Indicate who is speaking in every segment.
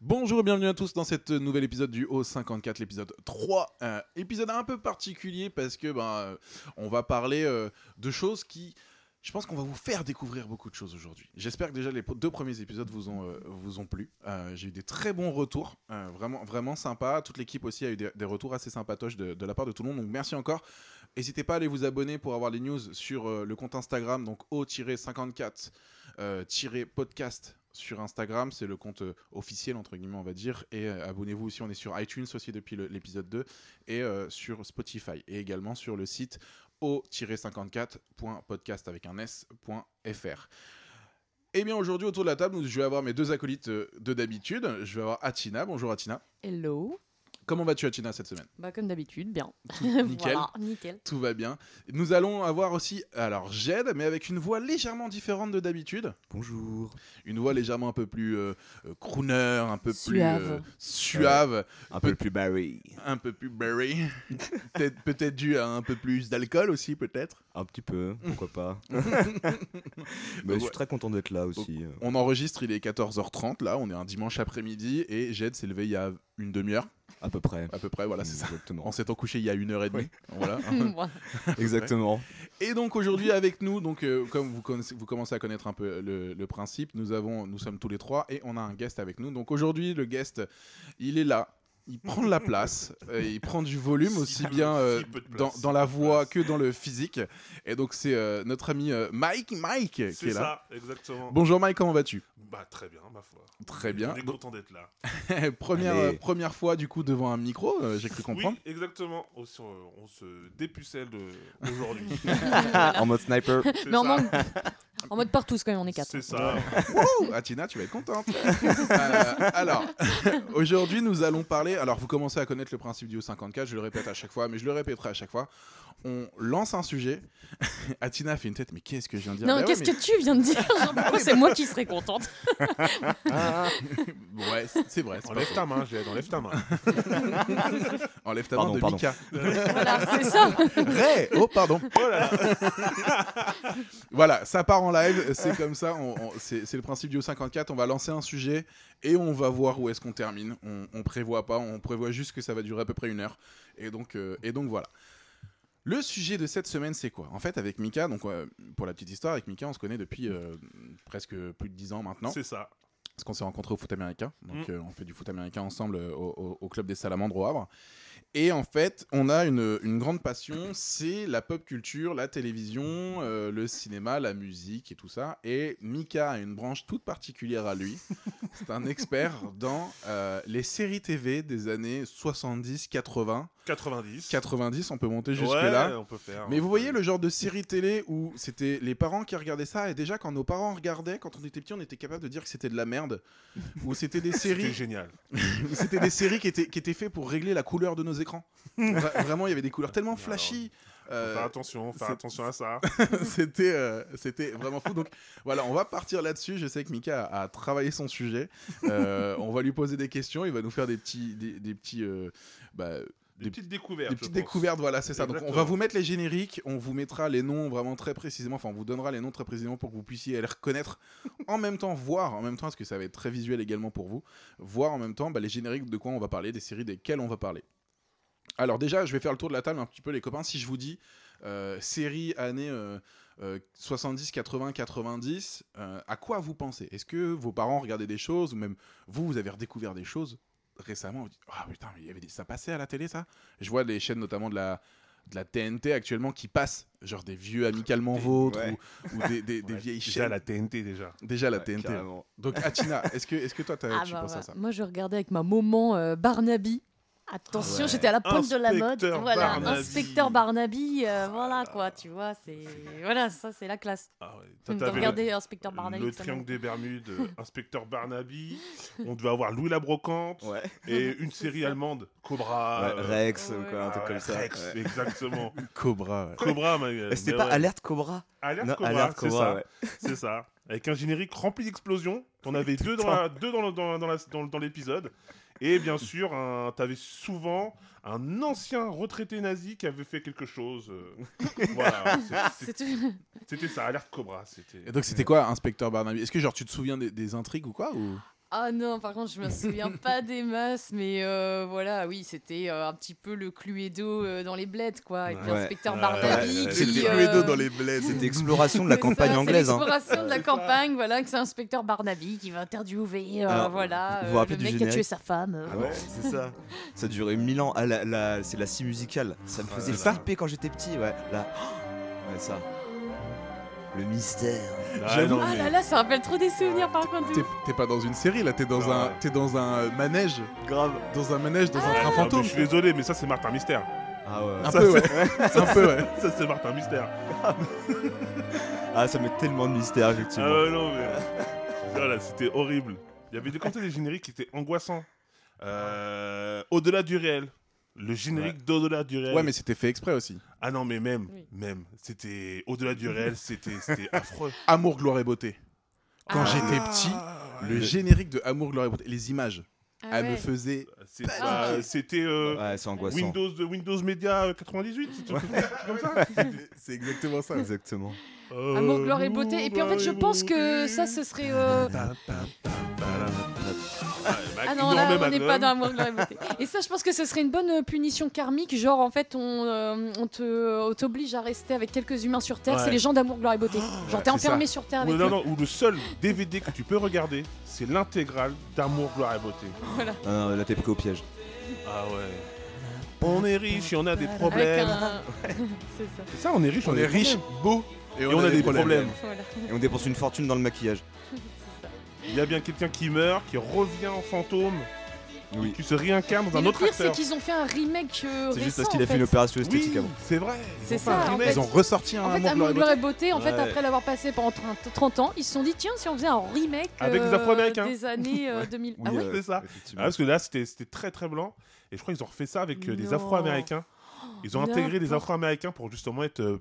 Speaker 1: Bonjour et bienvenue à tous dans cet nouvel épisode du O54, l'épisode 3. Euh, épisode un peu particulier parce que ben, euh, on va parler euh, de choses qui. Je pense qu'on va vous faire découvrir beaucoup de choses aujourd'hui. J'espère que déjà les deux premiers épisodes vous ont, euh, vous ont plu. Euh, J'ai eu des très bons retours, euh, vraiment, vraiment sympa. Toute l'équipe aussi a eu des, des retours assez sympatoches de, de la part de tout le monde. Donc merci encore. N'hésitez pas à aller vous abonner pour avoir les news sur euh, le compte Instagram, donc O-54 euh, tirer podcast sur Instagram, c'est le compte euh, officiel entre guillemets on va dire et euh, abonnez-vous aussi on est sur iTunes aussi depuis le- l'épisode 2 et euh, sur Spotify et également sur le site o-54.podcast avec un s.fr. Et bien aujourd'hui autour de la table, nous- je vais avoir mes deux acolytes euh, de d'habitude, je vais avoir Atina. Bonjour Atina.
Speaker 2: Hello.
Speaker 1: Comment vas-tu Atina cette semaine
Speaker 2: Bah comme d'habitude, bien.
Speaker 1: Nickel.
Speaker 2: Voilà, nickel.
Speaker 1: Tout va bien. Nous allons avoir aussi alors Jed mais avec une voix légèrement différente de d'habitude.
Speaker 3: Bonjour.
Speaker 1: une voix légèrement un peu plus euh, euh, crooner, un peu plus
Speaker 2: Suave.
Speaker 1: euh, suave,
Speaker 3: Un peu plus Barry.
Speaker 1: un peu plus berry, peut-être peut dû à un peu plus d'alcool aussi peut-être.
Speaker 3: Un petit peu, pourquoi pas. Mais
Speaker 1: Ouais.
Speaker 3: je suis très content d'être là aussi. euh.
Speaker 1: On enregistre, il est 14h30 là, on est un dimanche après-midi et Jed s'est levé il y a une demi-heure
Speaker 3: À peu près.
Speaker 1: à peu près, voilà c'est ça.
Speaker 3: Exactement.
Speaker 1: En s'étant couché il y a une heure et demie, voilà.
Speaker 2: Voilà.
Speaker 3: Exactement.
Speaker 1: Et donc aujourd'hui avec nous, donc euh, comme vous, connaissez- vous commencez à connaître un peu le, le principe, nous avons, nous sommes tous les trois et on a un guest avec nous. Donc aujourd'hui le guest, il est là. Il prend de la place, euh, il prend du volume
Speaker 4: Si
Speaker 1: aussi
Speaker 4: peu-
Speaker 1: bien
Speaker 4: si
Speaker 1: euh,
Speaker 4: peu de place,
Speaker 1: dans,
Speaker 4: si
Speaker 1: dans
Speaker 4: peu
Speaker 1: la
Speaker 4: de
Speaker 1: voix
Speaker 4: place.
Speaker 1: que dans le physique. Et donc c'est euh, notre ami euh, Mike, Mike qui est,
Speaker 4: C'est
Speaker 1: là.
Speaker 4: ça, exactement.
Speaker 1: Bonjour Mike, comment vas-tu
Speaker 4: Bah très bien, ma foi.
Speaker 1: Très bien.
Speaker 4: On est content d'être là.
Speaker 1: première,
Speaker 3: Allez.
Speaker 1: euh, première fois du coup devant un micro, euh, j'ai cru comprendre.
Speaker 4: Oui, exactement. On, se- on se dépucelle de- aujourd'hui.
Speaker 2: Ah,
Speaker 3: en mode sniper.
Speaker 4: C'est
Speaker 2: Mais en
Speaker 4: ça.
Speaker 2: mode, en mode partous quand même, on est quatre.
Speaker 4: C'est ça.
Speaker 1: Wouhou, Atina, tu vas être contente. Euh, alors, aujourd'hui, nous allons parler. Alors, vous commencez à connaître le principe du O54, je le répète à chaque fois, mais je le répéterai à chaque fois. On lance un sujet. Atina fait une tête, mais qu'est-ce que je viens de dire
Speaker 2: Non,
Speaker 1: Bah ouais,
Speaker 2: qu'est-ce que tu viens de dire Genre, pourquoi c'est moi qui serais contente
Speaker 1: mais- Ouais, c'est- c'est vrai. c'est pas
Speaker 4: Enlève
Speaker 1: faux.
Speaker 4: ta main, Jade, enlève ta main.
Speaker 1: Enlève ta
Speaker 3: Pardon,
Speaker 1: main de
Speaker 3: pardon.
Speaker 1: Mika.
Speaker 2: Voilà, c'est ça.
Speaker 1: Ray Oh, pardon. voilà, ça part en live, c'est comme ça, on- on- c'est c'est le principe du O54, on va lancer un sujet et on va voir où est-ce qu'on termine. On, on prévoit pas, on prévoit juste que ça va durer à peu près une heure. Et donc, euh, et donc voilà. Le sujet de cette semaine, c'est quoi En fait, avec Mika, donc euh, pour la petite histoire, avec Mika, on se connaît depuis euh, presque plus de 10 ans maintenant
Speaker 4: C'est ça.
Speaker 1: parce qu'on s'est rencontrés au foot américain. Donc,
Speaker 4: Mm.
Speaker 1: euh, on fait du foot américain ensemble euh, au, au- au club des Salamandres au Havre. Et en fait, on a une, une grande passion, c'est la pop culture, la télévision, euh, le cinéma, la musique et tout ça. Et Mika a une branche toute particulière à lui. C'est un expert dans euh, les séries TV des années 70, 80,
Speaker 4: 90.
Speaker 1: 90, on peut monter
Speaker 4: Ouais,
Speaker 1: jusque-là.
Speaker 4: on peut faire.
Speaker 1: Mais
Speaker 4: on
Speaker 1: vous
Speaker 4: peut-
Speaker 1: voyez le genre de série télé où c'était les parents qui regardaient ça et déjà quand nos parents regardaient, quand on était petits, on était capable de dire que c'était de la merde. Ou c'était des
Speaker 4: C'était
Speaker 1: séries,
Speaker 4: génial.
Speaker 1: où c'était des séries qui étaient qui étaient faites pour régler la couleur de nos écrans. Vra- vraiment, il y avait des couleurs tellement flashy.
Speaker 4: Faut
Speaker 1: euh,
Speaker 4: Faire attention, faire
Speaker 1: c'est-
Speaker 4: attention à ça.
Speaker 1: c'était euh, c'était vraiment fou. Donc voilà, on va partir là-dessus. Je sais que Mika a, a travaillé son sujet. Euh, on va lui poser des questions. Il va nous faire des petits des, des petits euh, bah,
Speaker 4: Des,
Speaker 1: Des-
Speaker 4: petites découvertes.
Speaker 1: des
Speaker 4: je
Speaker 1: petites
Speaker 4: pense.
Speaker 1: découvertes, voilà, c'est ça. Donc on va
Speaker 4: Exactement.
Speaker 1: vous mettre les génériques, on vous mettra les noms vraiment très précisément, enfin on vous donnera les noms très précisément pour que vous puissiez les reconnaître en même temps, voir en même temps, parce que ça va être très visuel également pour vous, voir en même temps bah, les génériques de quoi on va parler, des séries desquelles on va parler. Alors déjà, je vais faire le tour de la table un petit peu les copains, si je vous dis euh, série années euh, euh, 70, 80, 90, euh, à quoi vous pensez Est-ce que vos parents regardaient des choses, ou même vous, vous avez redécouvert des choses récemment, vous dites, ah putain, mais il y avait des... ça passait à la télé ça je vois des chaînes notamment de la de la TNT actuellement qui passent, genre des vieux amicalement vôtres
Speaker 3: Ouais.
Speaker 1: ou, ou des, des- des
Speaker 3: Ouais,
Speaker 1: vieilles
Speaker 4: Déjà
Speaker 1: chaînes.
Speaker 4: la TNT déjà.
Speaker 1: Déjà la
Speaker 3: Ouais,
Speaker 1: TNT.
Speaker 3: carrément.
Speaker 1: Donc Atina, est-ce que, est que toi t'as-
Speaker 2: Ah,
Speaker 1: tu
Speaker 2: bah,
Speaker 1: penses
Speaker 2: voilà.
Speaker 1: à ça
Speaker 2: Moi je regardais avec ma maman euh, Barnaby. Attention,
Speaker 3: Ouais.
Speaker 2: j'étais à la pointe de la mode.
Speaker 4: Inspecteur
Speaker 2: Voilà,
Speaker 4: Barnaby.
Speaker 2: inspecteur Barnaby, euh, voilà quoi, tu vois, c'est voilà, ça c'est la classe.
Speaker 4: Ah ouais. T'as-
Speaker 2: De
Speaker 4: t'avais-
Speaker 2: regarder inspecteur Barnaby.
Speaker 4: Le
Speaker 2: ça me-
Speaker 4: triangle des Bermudes, euh, inspecteur Barnaby, on devait avoir Louis la Brocante
Speaker 3: Ouais.
Speaker 4: et une série allemande, Cobra.
Speaker 3: Ouais,
Speaker 4: euh,
Speaker 3: Rex ou
Speaker 2: ouais.
Speaker 3: quoi, un truc
Speaker 4: Ah ouais,
Speaker 3: comme ça.
Speaker 4: Rex,
Speaker 3: ouais.
Speaker 4: exactement.
Speaker 1: Cobra, ouais.
Speaker 4: Cobra, Manuel.
Speaker 3: Eh, C'était
Speaker 4: mais
Speaker 3: pas
Speaker 4: ouais.
Speaker 3: Alerte Cobra
Speaker 4: Alerte
Speaker 3: Non,
Speaker 4: Cobra,
Speaker 3: Alerte
Speaker 4: c'est
Speaker 3: Cobra,
Speaker 4: ça.
Speaker 3: ouais.
Speaker 4: C'est ça. Avec un générique rempli d'explosions. T'en avais deux dans la- deux dans le- dans la- dans la- dans- dans l'épisode. Et bien sûr, un- t'avais souvent un ancien retraité nazi qui avait fait quelque chose. euh, voilà, c'est- c'est-
Speaker 2: C'est tout.
Speaker 4: c'était ça, Alerte Cobra. C'était.
Speaker 1: Et donc c'était quoi Inspecteur Barnaby Est-ce que genre tu te souviens des, des intrigues ou quoi ou...
Speaker 2: Ah non, par contre, je me souviens pas des masses, mais euh, voilà, oui, c'était euh, un petit peu le Cluedo euh, dans les bleds, quoi. Et puis
Speaker 3: Ouais.
Speaker 2: inspecteur
Speaker 4: Ouais,
Speaker 2: Barnaby
Speaker 4: ouais, ouais.
Speaker 2: qui...
Speaker 3: C'était
Speaker 2: euh,
Speaker 1: Cluedo dans les bleds.
Speaker 3: C'était exploration de la
Speaker 2: c'est
Speaker 3: campagne
Speaker 2: ça,
Speaker 3: anglaise.
Speaker 2: C'est
Speaker 3: hein.
Speaker 2: l'exploration de la
Speaker 4: C'est ça.
Speaker 2: campagne, voilà, que c'est inspecteur Barnaby qui va interviewer, euh,
Speaker 3: Alors,
Speaker 2: voilà,
Speaker 3: vous
Speaker 2: euh,
Speaker 3: vous rappelez
Speaker 2: le
Speaker 3: du
Speaker 2: mec qui a tué
Speaker 3: générique
Speaker 2: sa femme. euh.
Speaker 3: Ah ouais, c'est ça. Ça durait mille ans. Ah, la, la- c'est la scie musicale. Ça me
Speaker 4: Ah,
Speaker 3: faisait
Speaker 4: là, là.
Speaker 3: flipper quand j'étais petit. Ouais, là. Ouais, ça. Le mystère.
Speaker 4: J'avoue-
Speaker 2: Ah là là, ça rappelle trop des souvenirs, par contre. de
Speaker 1: T'es t'es pas dans une série là, t'es dans,
Speaker 4: Ah
Speaker 1: un,
Speaker 4: ouais.
Speaker 1: t'es dans un euh, manège,
Speaker 3: Grave.
Speaker 1: dans un manège, dans un
Speaker 4: Ah,
Speaker 1: train
Speaker 4: mais
Speaker 1: fantôme.
Speaker 4: Je suis désolé, mais ça c'est Martin Mystère.
Speaker 3: Ah ouais.
Speaker 1: Un
Speaker 4: Ça,
Speaker 1: peu, ouais. un peu, ouais.
Speaker 4: Ça c'est Martin Mystère.
Speaker 3: Ah, ça met tellement de mystère, effectivement.
Speaker 4: Ah ouais, non, mais. voilà, c'était horrible. Il y avait des quand même des génériques qui étaient angoissants. Euh, Au-delà du réel. Le générique d'au-delà du réel.
Speaker 1: Ouais, mais c'était fait exprès aussi.
Speaker 4: Ah non, mais même,
Speaker 2: Oui.
Speaker 4: même. C'était au-delà du réel, c'était c'était affreux.
Speaker 1: Amour, gloire et beauté. Quand
Speaker 2: Ah.
Speaker 1: j'étais petit, le
Speaker 3: Ouais.
Speaker 1: générique de Amour, gloire et beauté, les images,
Speaker 2: Ah
Speaker 1: elles me
Speaker 2: ouais.
Speaker 1: faisaient.
Speaker 4: C'est- bah,
Speaker 2: Ah.
Speaker 4: C'était euh,
Speaker 3: Ouais, c'est angoissant.
Speaker 4: Windows de Windows Media euh, 98, ce truc comme ça.
Speaker 1: C'est exactement ça.
Speaker 3: Exactement.
Speaker 4: Euh,
Speaker 2: Amour, gloire et beauté. Et puis en fait, je pense que ça, ce serait. euh,
Speaker 4: bah,
Speaker 2: Ah non, là, on n'est pas dans Amour, gloire et beauté. Et ça, je pense que ce serait une bonne euh, punition karmique. Genre, en fait, on, euh, on te- on t'oblige à rester avec quelques humains sur Terre.
Speaker 4: Ouais.
Speaker 2: C'est les gens d'Amour, gloire et beauté. Genre,
Speaker 1: c'est
Speaker 2: t'es
Speaker 1: ça.
Speaker 2: enfermé sur Terre avec
Speaker 4: Ou, non,
Speaker 2: eux.
Speaker 4: non, ou le seul DVD que tu peux regarder, c'est l'intégrale d'Amour, Gloire et Beauté.
Speaker 3: Non, non, là, t'es pris au piège.
Speaker 4: Ah ouais. On est riche et on a des
Speaker 2: Avec
Speaker 4: problèmes.
Speaker 2: un... C'est ça.
Speaker 4: C'est ça, on est riche,
Speaker 1: On est riche, beau, et on, a, des, problèmes.
Speaker 2: Voilà.
Speaker 3: Et on dépense une fortune dans le maquillage.
Speaker 4: Il y a bien quelqu'un qui meurt, qui revient en fantôme,
Speaker 3: Oui.
Speaker 4: qui se réincarne dans
Speaker 2: Mais
Speaker 4: un
Speaker 2: le
Speaker 4: autre
Speaker 2: pire, c'est
Speaker 4: acteur.
Speaker 2: qu'ils ont fait un remake euh,
Speaker 3: C'est juste
Speaker 2: récent,
Speaker 3: parce qu'il a
Speaker 2: en
Speaker 3: fait une opération esthétique
Speaker 4: Oui,
Speaker 3: avant.
Speaker 4: c'est vrai. Ils
Speaker 2: C'est
Speaker 4: ont fait un
Speaker 2: ça, en
Speaker 4: remake.
Speaker 2: fait.
Speaker 1: Ils ont ressorti un
Speaker 2: En fait,
Speaker 1: Amour,
Speaker 2: Amour,
Speaker 1: gloire et beauté.
Speaker 2: Gloire et Beauté, en fait,
Speaker 4: Ouais.
Speaker 2: après l'avoir passé pendant 30, 30 ans, ils se sont dit, tiens, si on faisait un remake
Speaker 4: Avec des
Speaker 2: euh,
Speaker 4: Afro-Américains.
Speaker 2: des années euh, 2000. Ah ouais
Speaker 4: c'est ça. Ah,
Speaker 3: effectivement.
Speaker 4: parce que là, c'était c'était très très blanc. Et je crois qu'ils ont refait ça avec euh, des
Speaker 2: Non.
Speaker 4: Afro-Américains. Ils ont intégré des
Speaker 2: n'importe-
Speaker 4: Afro-Américains pour justement être euh,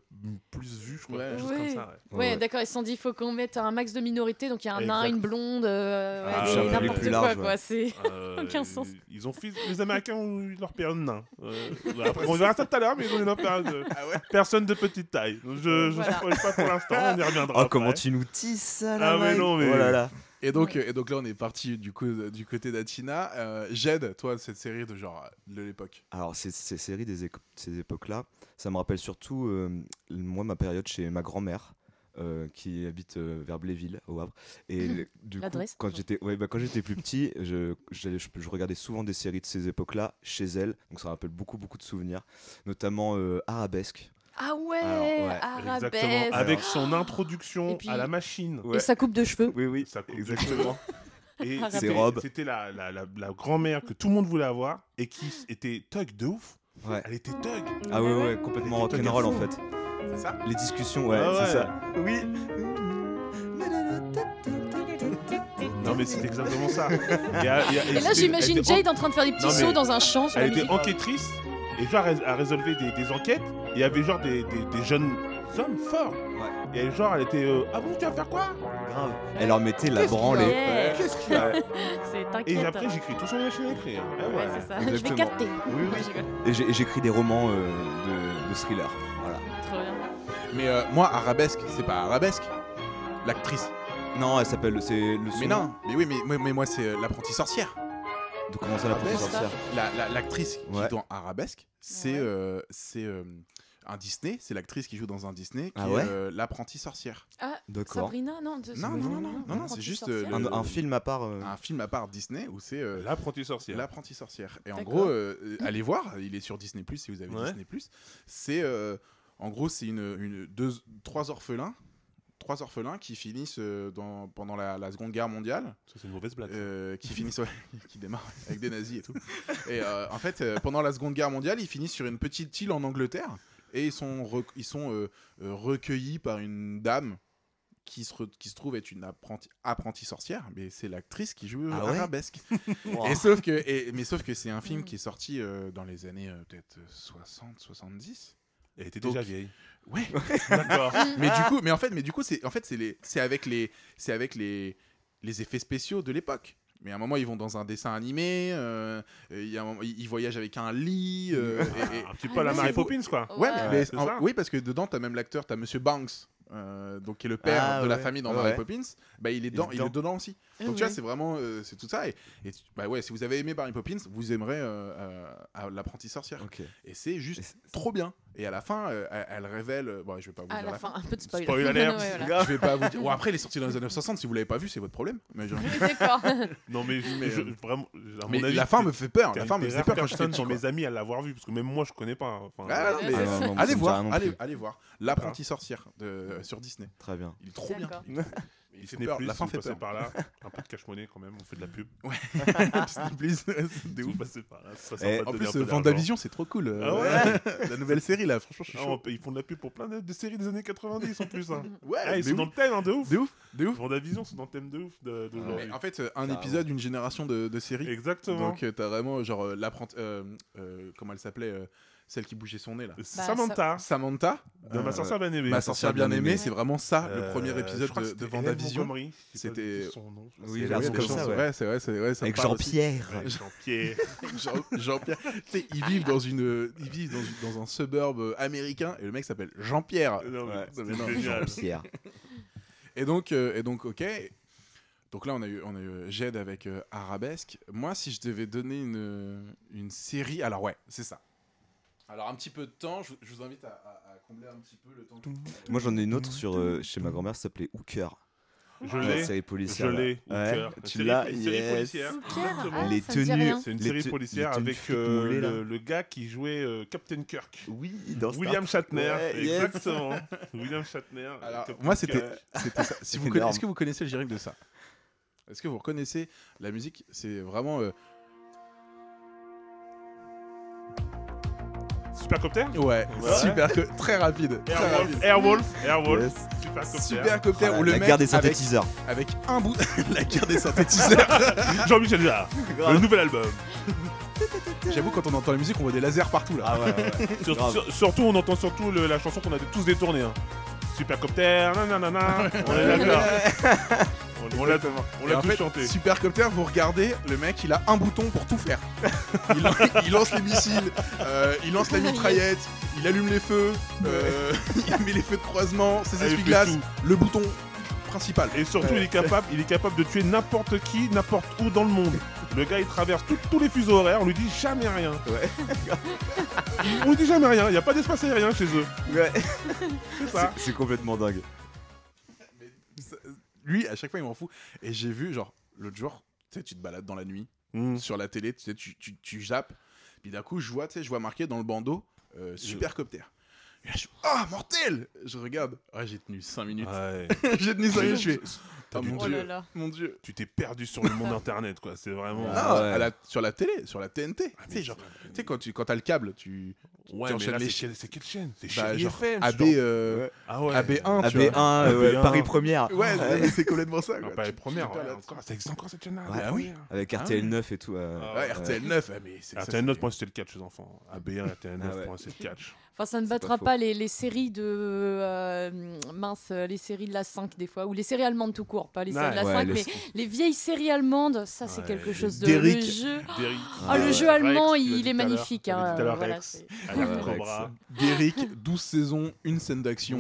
Speaker 4: plus vus, je crois.
Speaker 1: Ouais.
Speaker 4: quelque chose
Speaker 2: Ouais.
Speaker 4: comme ça,
Speaker 2: Ouais,
Speaker 4: ouais.
Speaker 3: Ouais.
Speaker 2: d'accord, ils se sont dit, il faut qu'on mette un max de minorités, donc il y a un nain,
Speaker 4: Exact.
Speaker 2: une blonde, euh, ouais,
Speaker 4: Ah,
Speaker 2: c'est
Speaker 4: ouais, ouais,
Speaker 2: n'importe
Speaker 4: plus
Speaker 2: quoi,
Speaker 3: large,
Speaker 2: quoi.
Speaker 3: ouais.
Speaker 2: C'est...
Speaker 4: Euh,
Speaker 2: Aucun sens.
Speaker 4: Ils ont fait, les Américains ont eu leur période nain. Euh, bah, après, on verra ça tout à l'heure, mais ils ont eu leur période euh, personne de petite taille. Donc, je ne
Speaker 2: Voilà.
Speaker 4: spoil pas pour l'instant, on y reviendra.
Speaker 3: Oh,
Speaker 4: après.
Speaker 3: comment tu nous tisses ça, là
Speaker 4: Ah, mais
Speaker 3: Mike
Speaker 4: non, mais-
Speaker 3: Oh là là.
Speaker 1: Et donc, euh, et donc là, on est parti du, coup, euh, du côté d'Atina. Euh, Jade, toi, cette série de genre euh, de l'époque.
Speaker 3: Alors, ces, ces séries des éco- ces époques-là, ça me rappelle surtout, euh, moi, ma période chez ma grand-mère. euh, qui habite euh, vers Bléville au Havre et le- du coup
Speaker 2: L'adresse,
Speaker 3: quand
Speaker 2: pardon.
Speaker 3: j'étais ouais, bah, quand j'étais plus petit je, j'allais- je, je regardais souvent des séries de ces époques-là chez elle donc ça me rappelle beaucoup beaucoup de souvenirs notamment euh, Arabesque
Speaker 2: Ah ouais,
Speaker 3: Alors, ouais,
Speaker 2: arabesque.
Speaker 4: Exactement. Avec son introduction
Speaker 2: Et puis-
Speaker 4: à la machine.
Speaker 3: Ouais.
Speaker 2: Et sa coupe de cheveux.
Speaker 3: oui oui
Speaker 4: Ça coupe
Speaker 3: exactement
Speaker 4: Et
Speaker 2: Ses
Speaker 4: c'était-
Speaker 3: robes.
Speaker 4: C'était la, la, la, la grand-mère que tout le monde voulait avoir et qui s- était thug de ouf.
Speaker 3: ouais
Speaker 4: Elle était thug.
Speaker 3: ah ouais ouais complètement
Speaker 4: Des trucs
Speaker 3: rock'n'roll
Speaker 4: à
Speaker 3: en
Speaker 4: fond.
Speaker 3: fait
Speaker 4: C'est ça
Speaker 3: les discussions ouais,
Speaker 4: Ah
Speaker 3: c'est
Speaker 4: ouais.
Speaker 3: ça oui
Speaker 4: Non, mais c'est exactement ça. Et, à- à-
Speaker 2: Et là,
Speaker 4: c'était- elle
Speaker 2: j'imagine
Speaker 4: était en-
Speaker 2: Jade en train de faire des petits
Speaker 4: Non, mais-
Speaker 2: sauts dans un champ sur la
Speaker 4: Elle était
Speaker 2: musique.
Speaker 4: enquêtrice et genre elle, elle résolvait des, des enquêtes et il y avait genre des, des- des jeunes hommes forts. Et genre elle était euh, ah bon tu vas faire quoi
Speaker 3: grave elle leur mettait la
Speaker 4: Qu'est-ce qu'il
Speaker 3: branlée
Speaker 2: Ouais.
Speaker 4: Qu'est-ce qu'il y a
Speaker 2: C'est
Speaker 4: Et
Speaker 2: t'inquiète.
Speaker 4: après j'écris tout sur ma machine à écrire. Ah ouais.
Speaker 2: Ouais, c'est ça. Je vais
Speaker 3: Exactement.
Speaker 2: capter.
Speaker 3: Oui, oui.
Speaker 2: Je rigole.
Speaker 3: Et j'ai- et j'écris des romans euh, de, de thriller. Voilà.
Speaker 2: Trop bien.
Speaker 1: Mais euh, moi, Arabesque, c'est pas Arabesque. L'actrice.
Speaker 3: Non, elle s'appelle. C'est le son.
Speaker 1: Mais non, mais oui, mais, mais, mais moi, c'est euh, l'apprentie sorcière.
Speaker 3: De comment ça la
Speaker 1: Ah,
Speaker 3: petite
Speaker 2: c'est ça.
Speaker 3: sorcière
Speaker 1: La- la- L'actrice
Speaker 3: Ouais.
Speaker 1: qui joue dans Arabesque, c'est
Speaker 2: Ouais.
Speaker 1: euh, c'est, euh, un Disney. C'est l'actrice qui joue dans un Disney qui
Speaker 3: Ah ouais
Speaker 1: est euh, l'apprentie sorcière.
Speaker 2: Ah,
Speaker 3: D'accord.
Speaker 2: Sabrina, non de-
Speaker 1: Non, non, non, non, non, non, c'est
Speaker 2: Apprenti
Speaker 1: juste,
Speaker 2: sorcière.
Speaker 1: euh,
Speaker 3: Un, un film à part. euh,
Speaker 1: Un film à part Disney où c'est euh,
Speaker 4: L'apprenti sorcière.
Speaker 1: l'apprentie sorcière. Et en
Speaker 2: D'accord.
Speaker 1: gros, euh, euh, allez voir, il est sur Disney Plus si vous avez
Speaker 4: Ouais.
Speaker 1: Disney Plus. C'est euh, en gros, c'est une, une- deux, trois orphelins. Trois orphelins qui finissent euh, dans, pendant la- la Seconde Guerre mondiale
Speaker 4: Ça, c'est une mauvaise blague.
Speaker 1: Euh, qui finissent ouais, qui démarrent avec des nazis et tout. Et euh, en fait, euh, pendant la Seconde Guerre mondiale, ils finissent sur une petite île en Angleterre et ils sont rec- ils sont euh, euh, recueillis par une dame qui se, re- qui se trouve être une apprenti- apprentie sorcière, mais c'est l'actrice qui joue
Speaker 3: Ah ouais
Speaker 1: Arabesque.
Speaker 3: wow.
Speaker 1: Et sauf que et- mais sauf que c'est un film
Speaker 2: Mm.
Speaker 1: qui est sorti euh, dans les années euh, peut-être 60 70.
Speaker 4: Elle était
Speaker 1: donc-
Speaker 4: déjà vieille.
Speaker 1: Ouais.
Speaker 4: D'accord.
Speaker 1: mais du coup, mais en fait, mais du coup, c'est en fait c'est les c'est avec les c'est avec les les effets spéciaux de l'époque. Mais à un moment, ils vont dans un dessin animé. euh, et il y a un moment, ils ils voyagent avec un lit. euh, et- et-
Speaker 4: Un petit peu à la
Speaker 2: Ah,
Speaker 4: Marie
Speaker 1: c'est fou.
Speaker 4: Poppins quoi.
Speaker 1: Ouais,
Speaker 2: Ouais.
Speaker 1: mais-
Speaker 4: c'est
Speaker 1: en-
Speaker 4: ça.
Speaker 1: oui, parce que dedans, t'as même l'acteur, t'as Monsieur Banks, euh, donc qui est le père
Speaker 3: Ah,
Speaker 1: de la
Speaker 3: ouais.
Speaker 1: famille dans
Speaker 3: Ouais,
Speaker 1: Mary
Speaker 3: ouais.
Speaker 1: Poppins, bah, il, est dans, il, est dedans aussi.
Speaker 2: Ah
Speaker 1: Donc tu vois,
Speaker 2: ouais.
Speaker 1: c'est vraiment euh, c'est tout ça. Et, et tu- bah ouais, si vous avez aimé Mary Poppins, vous aimerez euh, euh, à l'apprenti sorcière.
Speaker 3: Ok.
Speaker 1: Et c'est
Speaker 3: Et
Speaker 1: juste
Speaker 3: c'est-
Speaker 1: trop bien. Et à la fin, euh, elle, elle révèle. euh, Bon, je vais pas vous
Speaker 2: À
Speaker 1: dire
Speaker 2: Ah, la fin, un peu de spoil.
Speaker 4: Spoil alert.
Speaker 2: Ouais, voilà.
Speaker 1: Je vais pas vous dire. Bon, après, il est sorti dans les années 60. Si vous l'avez pas vu, c'est votre problème. Mais, genre-
Speaker 2: Oui, D'accord.
Speaker 4: Non, mais, je-
Speaker 1: Mais,
Speaker 4: je-
Speaker 1: euh,
Speaker 4: vraiment, à mon
Speaker 1: mais
Speaker 4: avis,
Speaker 1: la fin me fait peur. La fin me
Speaker 4: des
Speaker 1: faisait
Speaker 4: rares
Speaker 1: peur quand j'étais
Speaker 4: personnes
Speaker 1: petit.
Speaker 4: dans
Speaker 1: quoi.
Speaker 4: mes amis à l'avoir vu, parce que même moi je connais pas. hein. Enfin,
Speaker 1: Ah, non, mais-
Speaker 2: Ouais, c'est ça.
Speaker 3: non, moi, ça
Speaker 1: Allez
Speaker 3: me dit rien
Speaker 1: voir,
Speaker 3: non
Speaker 1: allez,
Speaker 3: plus.
Speaker 1: allez voir. L'apprenti sorcière de, euh, sur Disney.
Speaker 3: Très bien.
Speaker 1: Il est trop bien.
Speaker 2: D'accord.
Speaker 1: Il
Speaker 4: il
Speaker 1: fait
Speaker 4: fait
Speaker 1: peur.
Speaker 4: plus,
Speaker 1: La fin
Speaker 4: si
Speaker 1: fait
Speaker 4: vous passez
Speaker 1: peur.
Speaker 4: par là. Un peu de cash-monnaie quand même, on fait de la pub.
Speaker 1: Disney Plus, c'est des
Speaker 4: Si vous
Speaker 1: ouf.
Speaker 4: passez par là, ça
Speaker 3: Eh,
Speaker 4: sera pas
Speaker 1: En
Speaker 4: de donner un
Speaker 1: plus,
Speaker 4: peu
Speaker 1: euh,
Speaker 4: d'argent.
Speaker 1: Vendavision, c'est trop cool. euh,
Speaker 4: Ah ouais
Speaker 1: la nouvelle série là, franchement, je suis
Speaker 4: Ah,
Speaker 1: chaud.
Speaker 4: on- Ils font de la pub pour plein de, de séries des années 90 en plus. hein.
Speaker 1: Ouais,
Speaker 4: Ah, ils
Speaker 1: de
Speaker 4: sont
Speaker 1: ouf.
Speaker 4: dans le thème hein, de ouf.
Speaker 1: Eh, De ouf, de ouf.
Speaker 4: Vendavision, c'est dans le thème de ouf de- d'aujourd'hui.
Speaker 1: Mais en fait, euh, un
Speaker 3: Carrément.
Speaker 1: épisode, une génération de, de séries.
Speaker 4: Exactement.
Speaker 1: Donc, euh, t'as vraiment euh, genre euh, l'apprenti. euh, euh, comment elle s'appelait euh, Celle qui bougeait son nez là.
Speaker 4: Euh, Samantha,
Speaker 1: Samantha.
Speaker 4: de
Speaker 1: euh,
Speaker 4: ma sorcière Bah, bien aimée.
Speaker 1: Ma sorcière bien aimée, c'est vraiment ça le
Speaker 4: Euh,
Speaker 1: premier
Speaker 4: je
Speaker 1: épisode
Speaker 4: crois que
Speaker 1: de, de
Speaker 4: c'était Hélène
Speaker 1: Vendavision.
Speaker 4: Montgomery, je sais pas
Speaker 1: C'était-
Speaker 4: du tout son nom, je
Speaker 3: Oui,
Speaker 4: sais pas.
Speaker 1: C'est
Speaker 3: il a l'air
Speaker 1: vrai,
Speaker 3: comme
Speaker 1: les gens,
Speaker 3: ça,
Speaker 1: c'est
Speaker 3: ouais.
Speaker 1: vrai, c'est vrai, c'est vrai. ça me
Speaker 3: Avec
Speaker 1: parle aussi.
Speaker 3: Jean-Pierre.
Speaker 4: Ouais, Jean-Pierre.
Speaker 1: Jean- Jean-Pierre. tu sais,
Speaker 4: Ah,
Speaker 1: ils vivent dans une, ils vivent dans, une- dans un suburb euh, américain et le mec s'appelle Jean-Pierre.
Speaker 4: Non, mais
Speaker 3: Ouais,
Speaker 4: c'était
Speaker 1: mais non.
Speaker 4: génial.
Speaker 3: Jean-Pierre.
Speaker 1: Et donc, euh, et donc, ok. Donc là, on a eu, on a eu Jed avec euh, Arabesque. Moi, si je devais donner une, une série, alors ouais, c'est ça. Alors un petit peu de temps, je, je vous invite à, à- à combler un petit peu le temps. que-
Speaker 3: Moi j'en ai une autre sur euh, chez ma grand-mère, ça s'appelait Hooker.
Speaker 4: Je
Speaker 3: La
Speaker 4: l'ai.
Speaker 3: série
Speaker 4: Je
Speaker 3: policière. là.
Speaker 4: l'ai.
Speaker 3: Ouais,
Speaker 4: Hooker.
Speaker 3: tu
Speaker 4: Série-
Speaker 3: l'as,
Speaker 4: une série
Speaker 3: yes.
Speaker 4: policière. Exactement.
Speaker 2: ça me
Speaker 3: Les
Speaker 2: dit
Speaker 3: tenues.
Speaker 2: rien.
Speaker 4: C'est une
Speaker 3: Les
Speaker 4: série
Speaker 3: te-
Speaker 4: policière
Speaker 3: les tenues
Speaker 4: avec
Speaker 3: flics
Speaker 4: euh,
Speaker 3: moulées, là.
Speaker 4: le, le gars qui jouait euh, Captain Kirk.
Speaker 3: Oui, dans Star
Speaker 4: William Shatner.
Speaker 3: Ouais, yes.
Speaker 4: Exactement. William Shatner. euh,
Speaker 1: Alors,
Speaker 4: Captain
Speaker 1: moi, c'était,
Speaker 4: Kirk.
Speaker 1: c'était ça. Si vous
Speaker 3: énorme.
Speaker 1: conna- Est-ce que vous connaissez le générique de ça Est-ce que vous reconnaissez la musique C'est vraiment. euh,
Speaker 4: euh, Supercopter
Speaker 1: Ouais,
Speaker 4: Ouais.
Speaker 1: super, que- très rapide. Très
Speaker 4: Airwolf.
Speaker 1: rapide.
Speaker 4: Airwolf. Airwolf.
Speaker 3: Yes.
Speaker 4: Supercopter.
Speaker 1: Supercopter
Speaker 3: Ah,
Speaker 1: où le
Speaker 3: la
Speaker 1: mec
Speaker 3: guerre des
Speaker 1: avec,
Speaker 3: synthétiseurs.
Speaker 1: avec un bout la guerre des synthétiseurs.
Speaker 4: Jean-Michel Jarre. Le nouvel album.
Speaker 1: J'avoue quand on entend la musique on voit des lasers partout là.
Speaker 3: Ah ouais, ouais.
Speaker 4: Sur-
Speaker 3: Grave.
Speaker 4: sur- surtout, on entend surtout le- la chanson qu'on a tous détournée. Hein. Supercopter,
Speaker 3: Ah
Speaker 4: nanana, on est d'accord. On- on l'a on
Speaker 1: Et
Speaker 4: l'a
Speaker 1: en
Speaker 4: tous
Speaker 1: fait,
Speaker 4: chanté.
Speaker 1: Supercopter, vous regardez, le mec il a un bouton pour tout faire. Il, il lance les missiles, euh, il lance la mitraillette, il allume les feux, euh, il met les feux de croisement, ses
Speaker 4: Ah, il fait
Speaker 1: essuie-glaces,
Speaker 4: tout.
Speaker 1: le bouton principal.
Speaker 4: Et surtout, il est capable, il est capable de tuer n'importe qui, n'importe où dans le monde. Le gars, il traverse tout- tous les fuseaux horaires, on lui dit jamais rien.
Speaker 3: Ouais.
Speaker 4: on lui dit jamais rien, il n'y a pas d'espace aérien chez eux.
Speaker 3: Ouais.
Speaker 4: C'est ça.
Speaker 3: C'est- C'est complètement dingue.
Speaker 1: Ça- Lui, à chaque fois, il m'en fout. Et j'ai vu, genre, l'autre jour, tu sais, tu te balades dans la nuit,
Speaker 4: Mm.
Speaker 1: sur la télé, tu sais, tu, tu, tu zappes. Puis d'un coup, je vois, tu sais, je vois marqué dans le bandeau euh, Supercopter. Et là, je Ah, mortel Je regarde. Ouais, j'ai tenu 5 minutes.
Speaker 4: Ouais.
Speaker 1: j'ai tenu 5 minutes. Je fais
Speaker 4: T'as
Speaker 1: Ah,
Speaker 4: dû-
Speaker 1: mon
Speaker 2: Oh
Speaker 1: Dieu.
Speaker 2: là là.
Speaker 1: Mon dieu.
Speaker 4: Tu t'es perdu sur le monde internet, quoi. C'est vraiment.
Speaker 1: Non,
Speaker 4: euh,
Speaker 3: Ah ouais.
Speaker 1: à la- sur la télé, sur la TNT.
Speaker 4: Ah,
Speaker 1: tu
Speaker 4: mais
Speaker 1: sais, genre, tu sais, quand, tu, quand t'as le câble, tu.
Speaker 4: Ouais,
Speaker 1: Tu
Speaker 4: mais
Speaker 1: enchaînes
Speaker 4: là,
Speaker 1: les
Speaker 4: c'est
Speaker 1: cha-
Speaker 4: quelle- c'est quelle chaîne C'est
Speaker 1: Bah,
Speaker 4: chez
Speaker 1: genre,
Speaker 4: IFM,
Speaker 1: AB,
Speaker 4: je t'en-
Speaker 1: euh,
Speaker 4: Ah ouais.
Speaker 1: AB1, tu vois.
Speaker 3: AB1, euh, ouais,
Speaker 4: AB1.
Speaker 3: Paris Première. Ah,
Speaker 1: Ouais,
Speaker 3: Ouais.
Speaker 1: mais c'est complètement ça.
Speaker 4: Ah,
Speaker 1: quoi.
Speaker 4: bah,
Speaker 1: Tu-
Speaker 4: les
Speaker 1: tu
Speaker 4: premières,
Speaker 1: te balades.
Speaker 4: ouais, encore, ça existe encore cette chaîne-là.
Speaker 3: Ouais,
Speaker 1: ah oui.
Speaker 3: Avec
Speaker 1: Ah
Speaker 3: RTL 9 et tout. euh,
Speaker 4: Ah
Speaker 1: Ouais, RTL9, ouais, mais c'est ça,
Speaker 4: RTL 9,
Speaker 1: c'est-
Speaker 4: moi c'était le catch, les enfants. ABR, RTL 9,
Speaker 3: Ah ouais.
Speaker 4: pour moi c'est le catch.
Speaker 2: Enfin, ça ne
Speaker 3: pas
Speaker 2: battra
Speaker 3: faux.
Speaker 2: pas les, les séries de. euh, mince, euh, les séries de la 5 des fois, ou les séries allemandes tout court, pas les séries de la
Speaker 3: Ouais,
Speaker 2: 5,
Speaker 3: le-
Speaker 2: mais les vieilles séries allemandes, ça c'est
Speaker 4: Ouais,
Speaker 2: quelque
Speaker 4: les
Speaker 2: chose de.
Speaker 1: Derrick.
Speaker 2: Le jeu,
Speaker 4: Derrick.
Speaker 3: Ah, le
Speaker 4: Ouais,
Speaker 2: jeu
Speaker 4: ouais.
Speaker 2: allemand,
Speaker 4: Rex, tu
Speaker 2: il
Speaker 4: l'as
Speaker 2: est
Speaker 4: dit tout à
Speaker 2: magnifique,
Speaker 4: l'heure. Tu l'as dit tout à l'heure,
Speaker 2: hein, voilà,
Speaker 4: Rex.
Speaker 2: c'est-
Speaker 4: Alerte
Speaker 3: Ouais,
Speaker 4: Cobra.
Speaker 1: Derrick, 12 saisons, une scène d'action,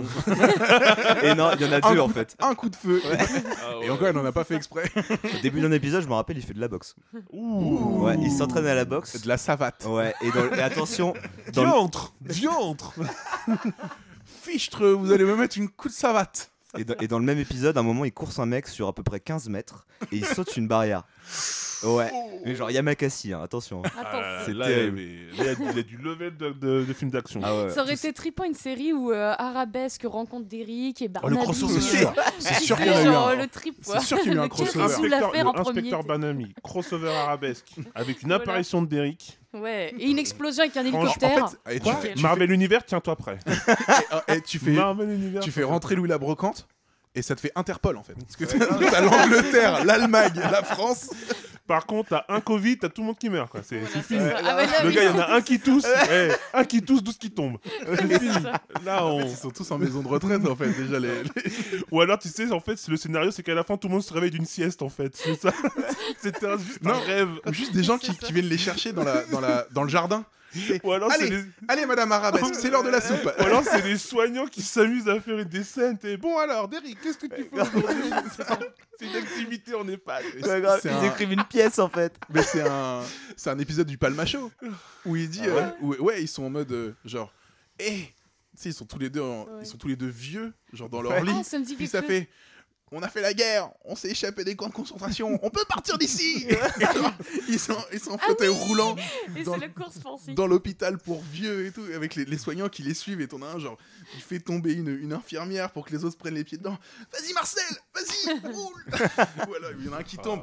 Speaker 3: Et non, il y en a
Speaker 1: Un
Speaker 3: deux
Speaker 1: coup-
Speaker 3: en fait.
Speaker 1: un coup de feu.
Speaker 4: Ah
Speaker 1: Et
Speaker 4: ouais.
Speaker 1: encore, il n'en a pas fait exprès.
Speaker 3: Au début d'un épisode, je me rappelle, il fait de la boxe.
Speaker 4: Ouh.
Speaker 3: Ouais, il s'entraîne à Oh. la boxe.
Speaker 1: De la savate.
Speaker 3: Ouais, et, dans- et attention, dans le-
Speaker 4: Diantre Diantre
Speaker 1: Fichtre, vous allez me mettre une coup de savate.
Speaker 3: et, dans, et dans le même épisode, à un moment, il course un mec sur à peu près 15 mètres et il saute une barrière. Ouais, mais genre Yamakasi, hein, attention.
Speaker 2: Attention.
Speaker 3: C'est
Speaker 4: Ah, Là,
Speaker 3: terrible.
Speaker 4: il y avait- là, il y a il y a du level de, de, de film d'action.
Speaker 3: Ah ouais.
Speaker 2: Ça aurait été trippant une série où euh, Arabesque rencontre Derrick et
Speaker 4: Oh, le
Speaker 2: Barnaby.
Speaker 4: crossover,
Speaker 2: euh,
Speaker 1: C'est sûr, c'est
Speaker 2: tu
Speaker 1: sûr
Speaker 2: sais,
Speaker 1: qu'il y en a eu
Speaker 2: genre,
Speaker 1: un.
Speaker 2: le trip,
Speaker 1: C'est
Speaker 2: quoi.
Speaker 1: sûr qu'il y a eu un
Speaker 2: Lequel
Speaker 1: crossover.
Speaker 2: résout l'affaire
Speaker 4: le
Speaker 2: en premier
Speaker 4: inspecteur Banami, crossover arabesque, avec une
Speaker 2: Voilà.
Speaker 4: apparition de Derrick.
Speaker 2: Ouais, et une explosion avec un
Speaker 4: Franchement, en
Speaker 2: hélicoptère.
Speaker 1: et tu
Speaker 4: Quoi
Speaker 1: fais, tu,
Speaker 4: Marvel Univers, tiens-toi prêt.
Speaker 1: fais- et tu fais,
Speaker 4: Marvel Univers.
Speaker 1: tu fais rentrer Louis la brocante et ça te fait Interpol en fait. Parce que t'as t'as l'Angleterre, l'Allemagne, la France.
Speaker 4: Par contre, t'as un Covid, t'as tout le monde qui meurt. Quoi. C'est
Speaker 2: Voilà,
Speaker 4: c'est
Speaker 2: c'est
Speaker 4: fini.
Speaker 2: ça. Ah bah là,
Speaker 4: Le
Speaker 2: oui,
Speaker 4: gars, il y en a un qui tousse, eh, un qui tousse, douze qui tombent.
Speaker 2: c'est ça.
Speaker 4: Là, Ah, on...
Speaker 1: Ils sont tous en maison de retraite en fait déjà les,
Speaker 4: Ou alors, tu sais, en fait, le scénario, c'est qu'à la fin, tout le monde se réveille d'une sieste, en fait. C'est ça. C'était un- juste un
Speaker 1: Non.
Speaker 4: rêve.
Speaker 1: Ou juste des gens qui,
Speaker 2: C'est ça.
Speaker 1: qui viennent les chercher dans, la, dans, la, dans le jardin. C'est-
Speaker 4: Ou alors, c'est
Speaker 1: Allez,
Speaker 4: des...
Speaker 1: allez, Madame Arabesque, c'est l'heure de la soupe.
Speaker 4: Ou alors c'est des soignants qui s'amusent à faire des scènes. Et bon alors, Derrick, qu'est-ce que tu fais aujourd'hui C'est une activité en EHPAD.
Speaker 1: C'est-
Speaker 3: grave,
Speaker 1: c'est
Speaker 3: ils
Speaker 1: un-
Speaker 3: écrivent une pièce en fait.
Speaker 1: Mais c'est un, c'est un épisode du Palma Show où il dit,
Speaker 4: Ah
Speaker 1: euh, où- ouais, ils sont en mode euh, genre, hé, Tu sais, ils sont tous les deux, en-
Speaker 2: Ouais.
Speaker 1: ils sont tous les deux vieux, genre dans leur lit.
Speaker 2: Ah, ça me dit
Speaker 1: Puis
Speaker 2: quelque
Speaker 1: ça
Speaker 2: chose.
Speaker 1: fait. On a fait la guerre, on s'est échappé des camps de concentration, on peut partir d'ici Ils sont, ils sont en
Speaker 2: Ah
Speaker 1: fauteuil roulant
Speaker 2: Et
Speaker 1: dans-
Speaker 2: c'est la course fancy.
Speaker 1: dans l'hôpital pour vieux et tout, avec les, les soignants qui les suivent et t'en as un genre, il fait tomber une, une infirmière pour que les autres prennent les pieds dedans. Vas-y Marcel, vas-y, roule Ou alors il y en a un qui tombe,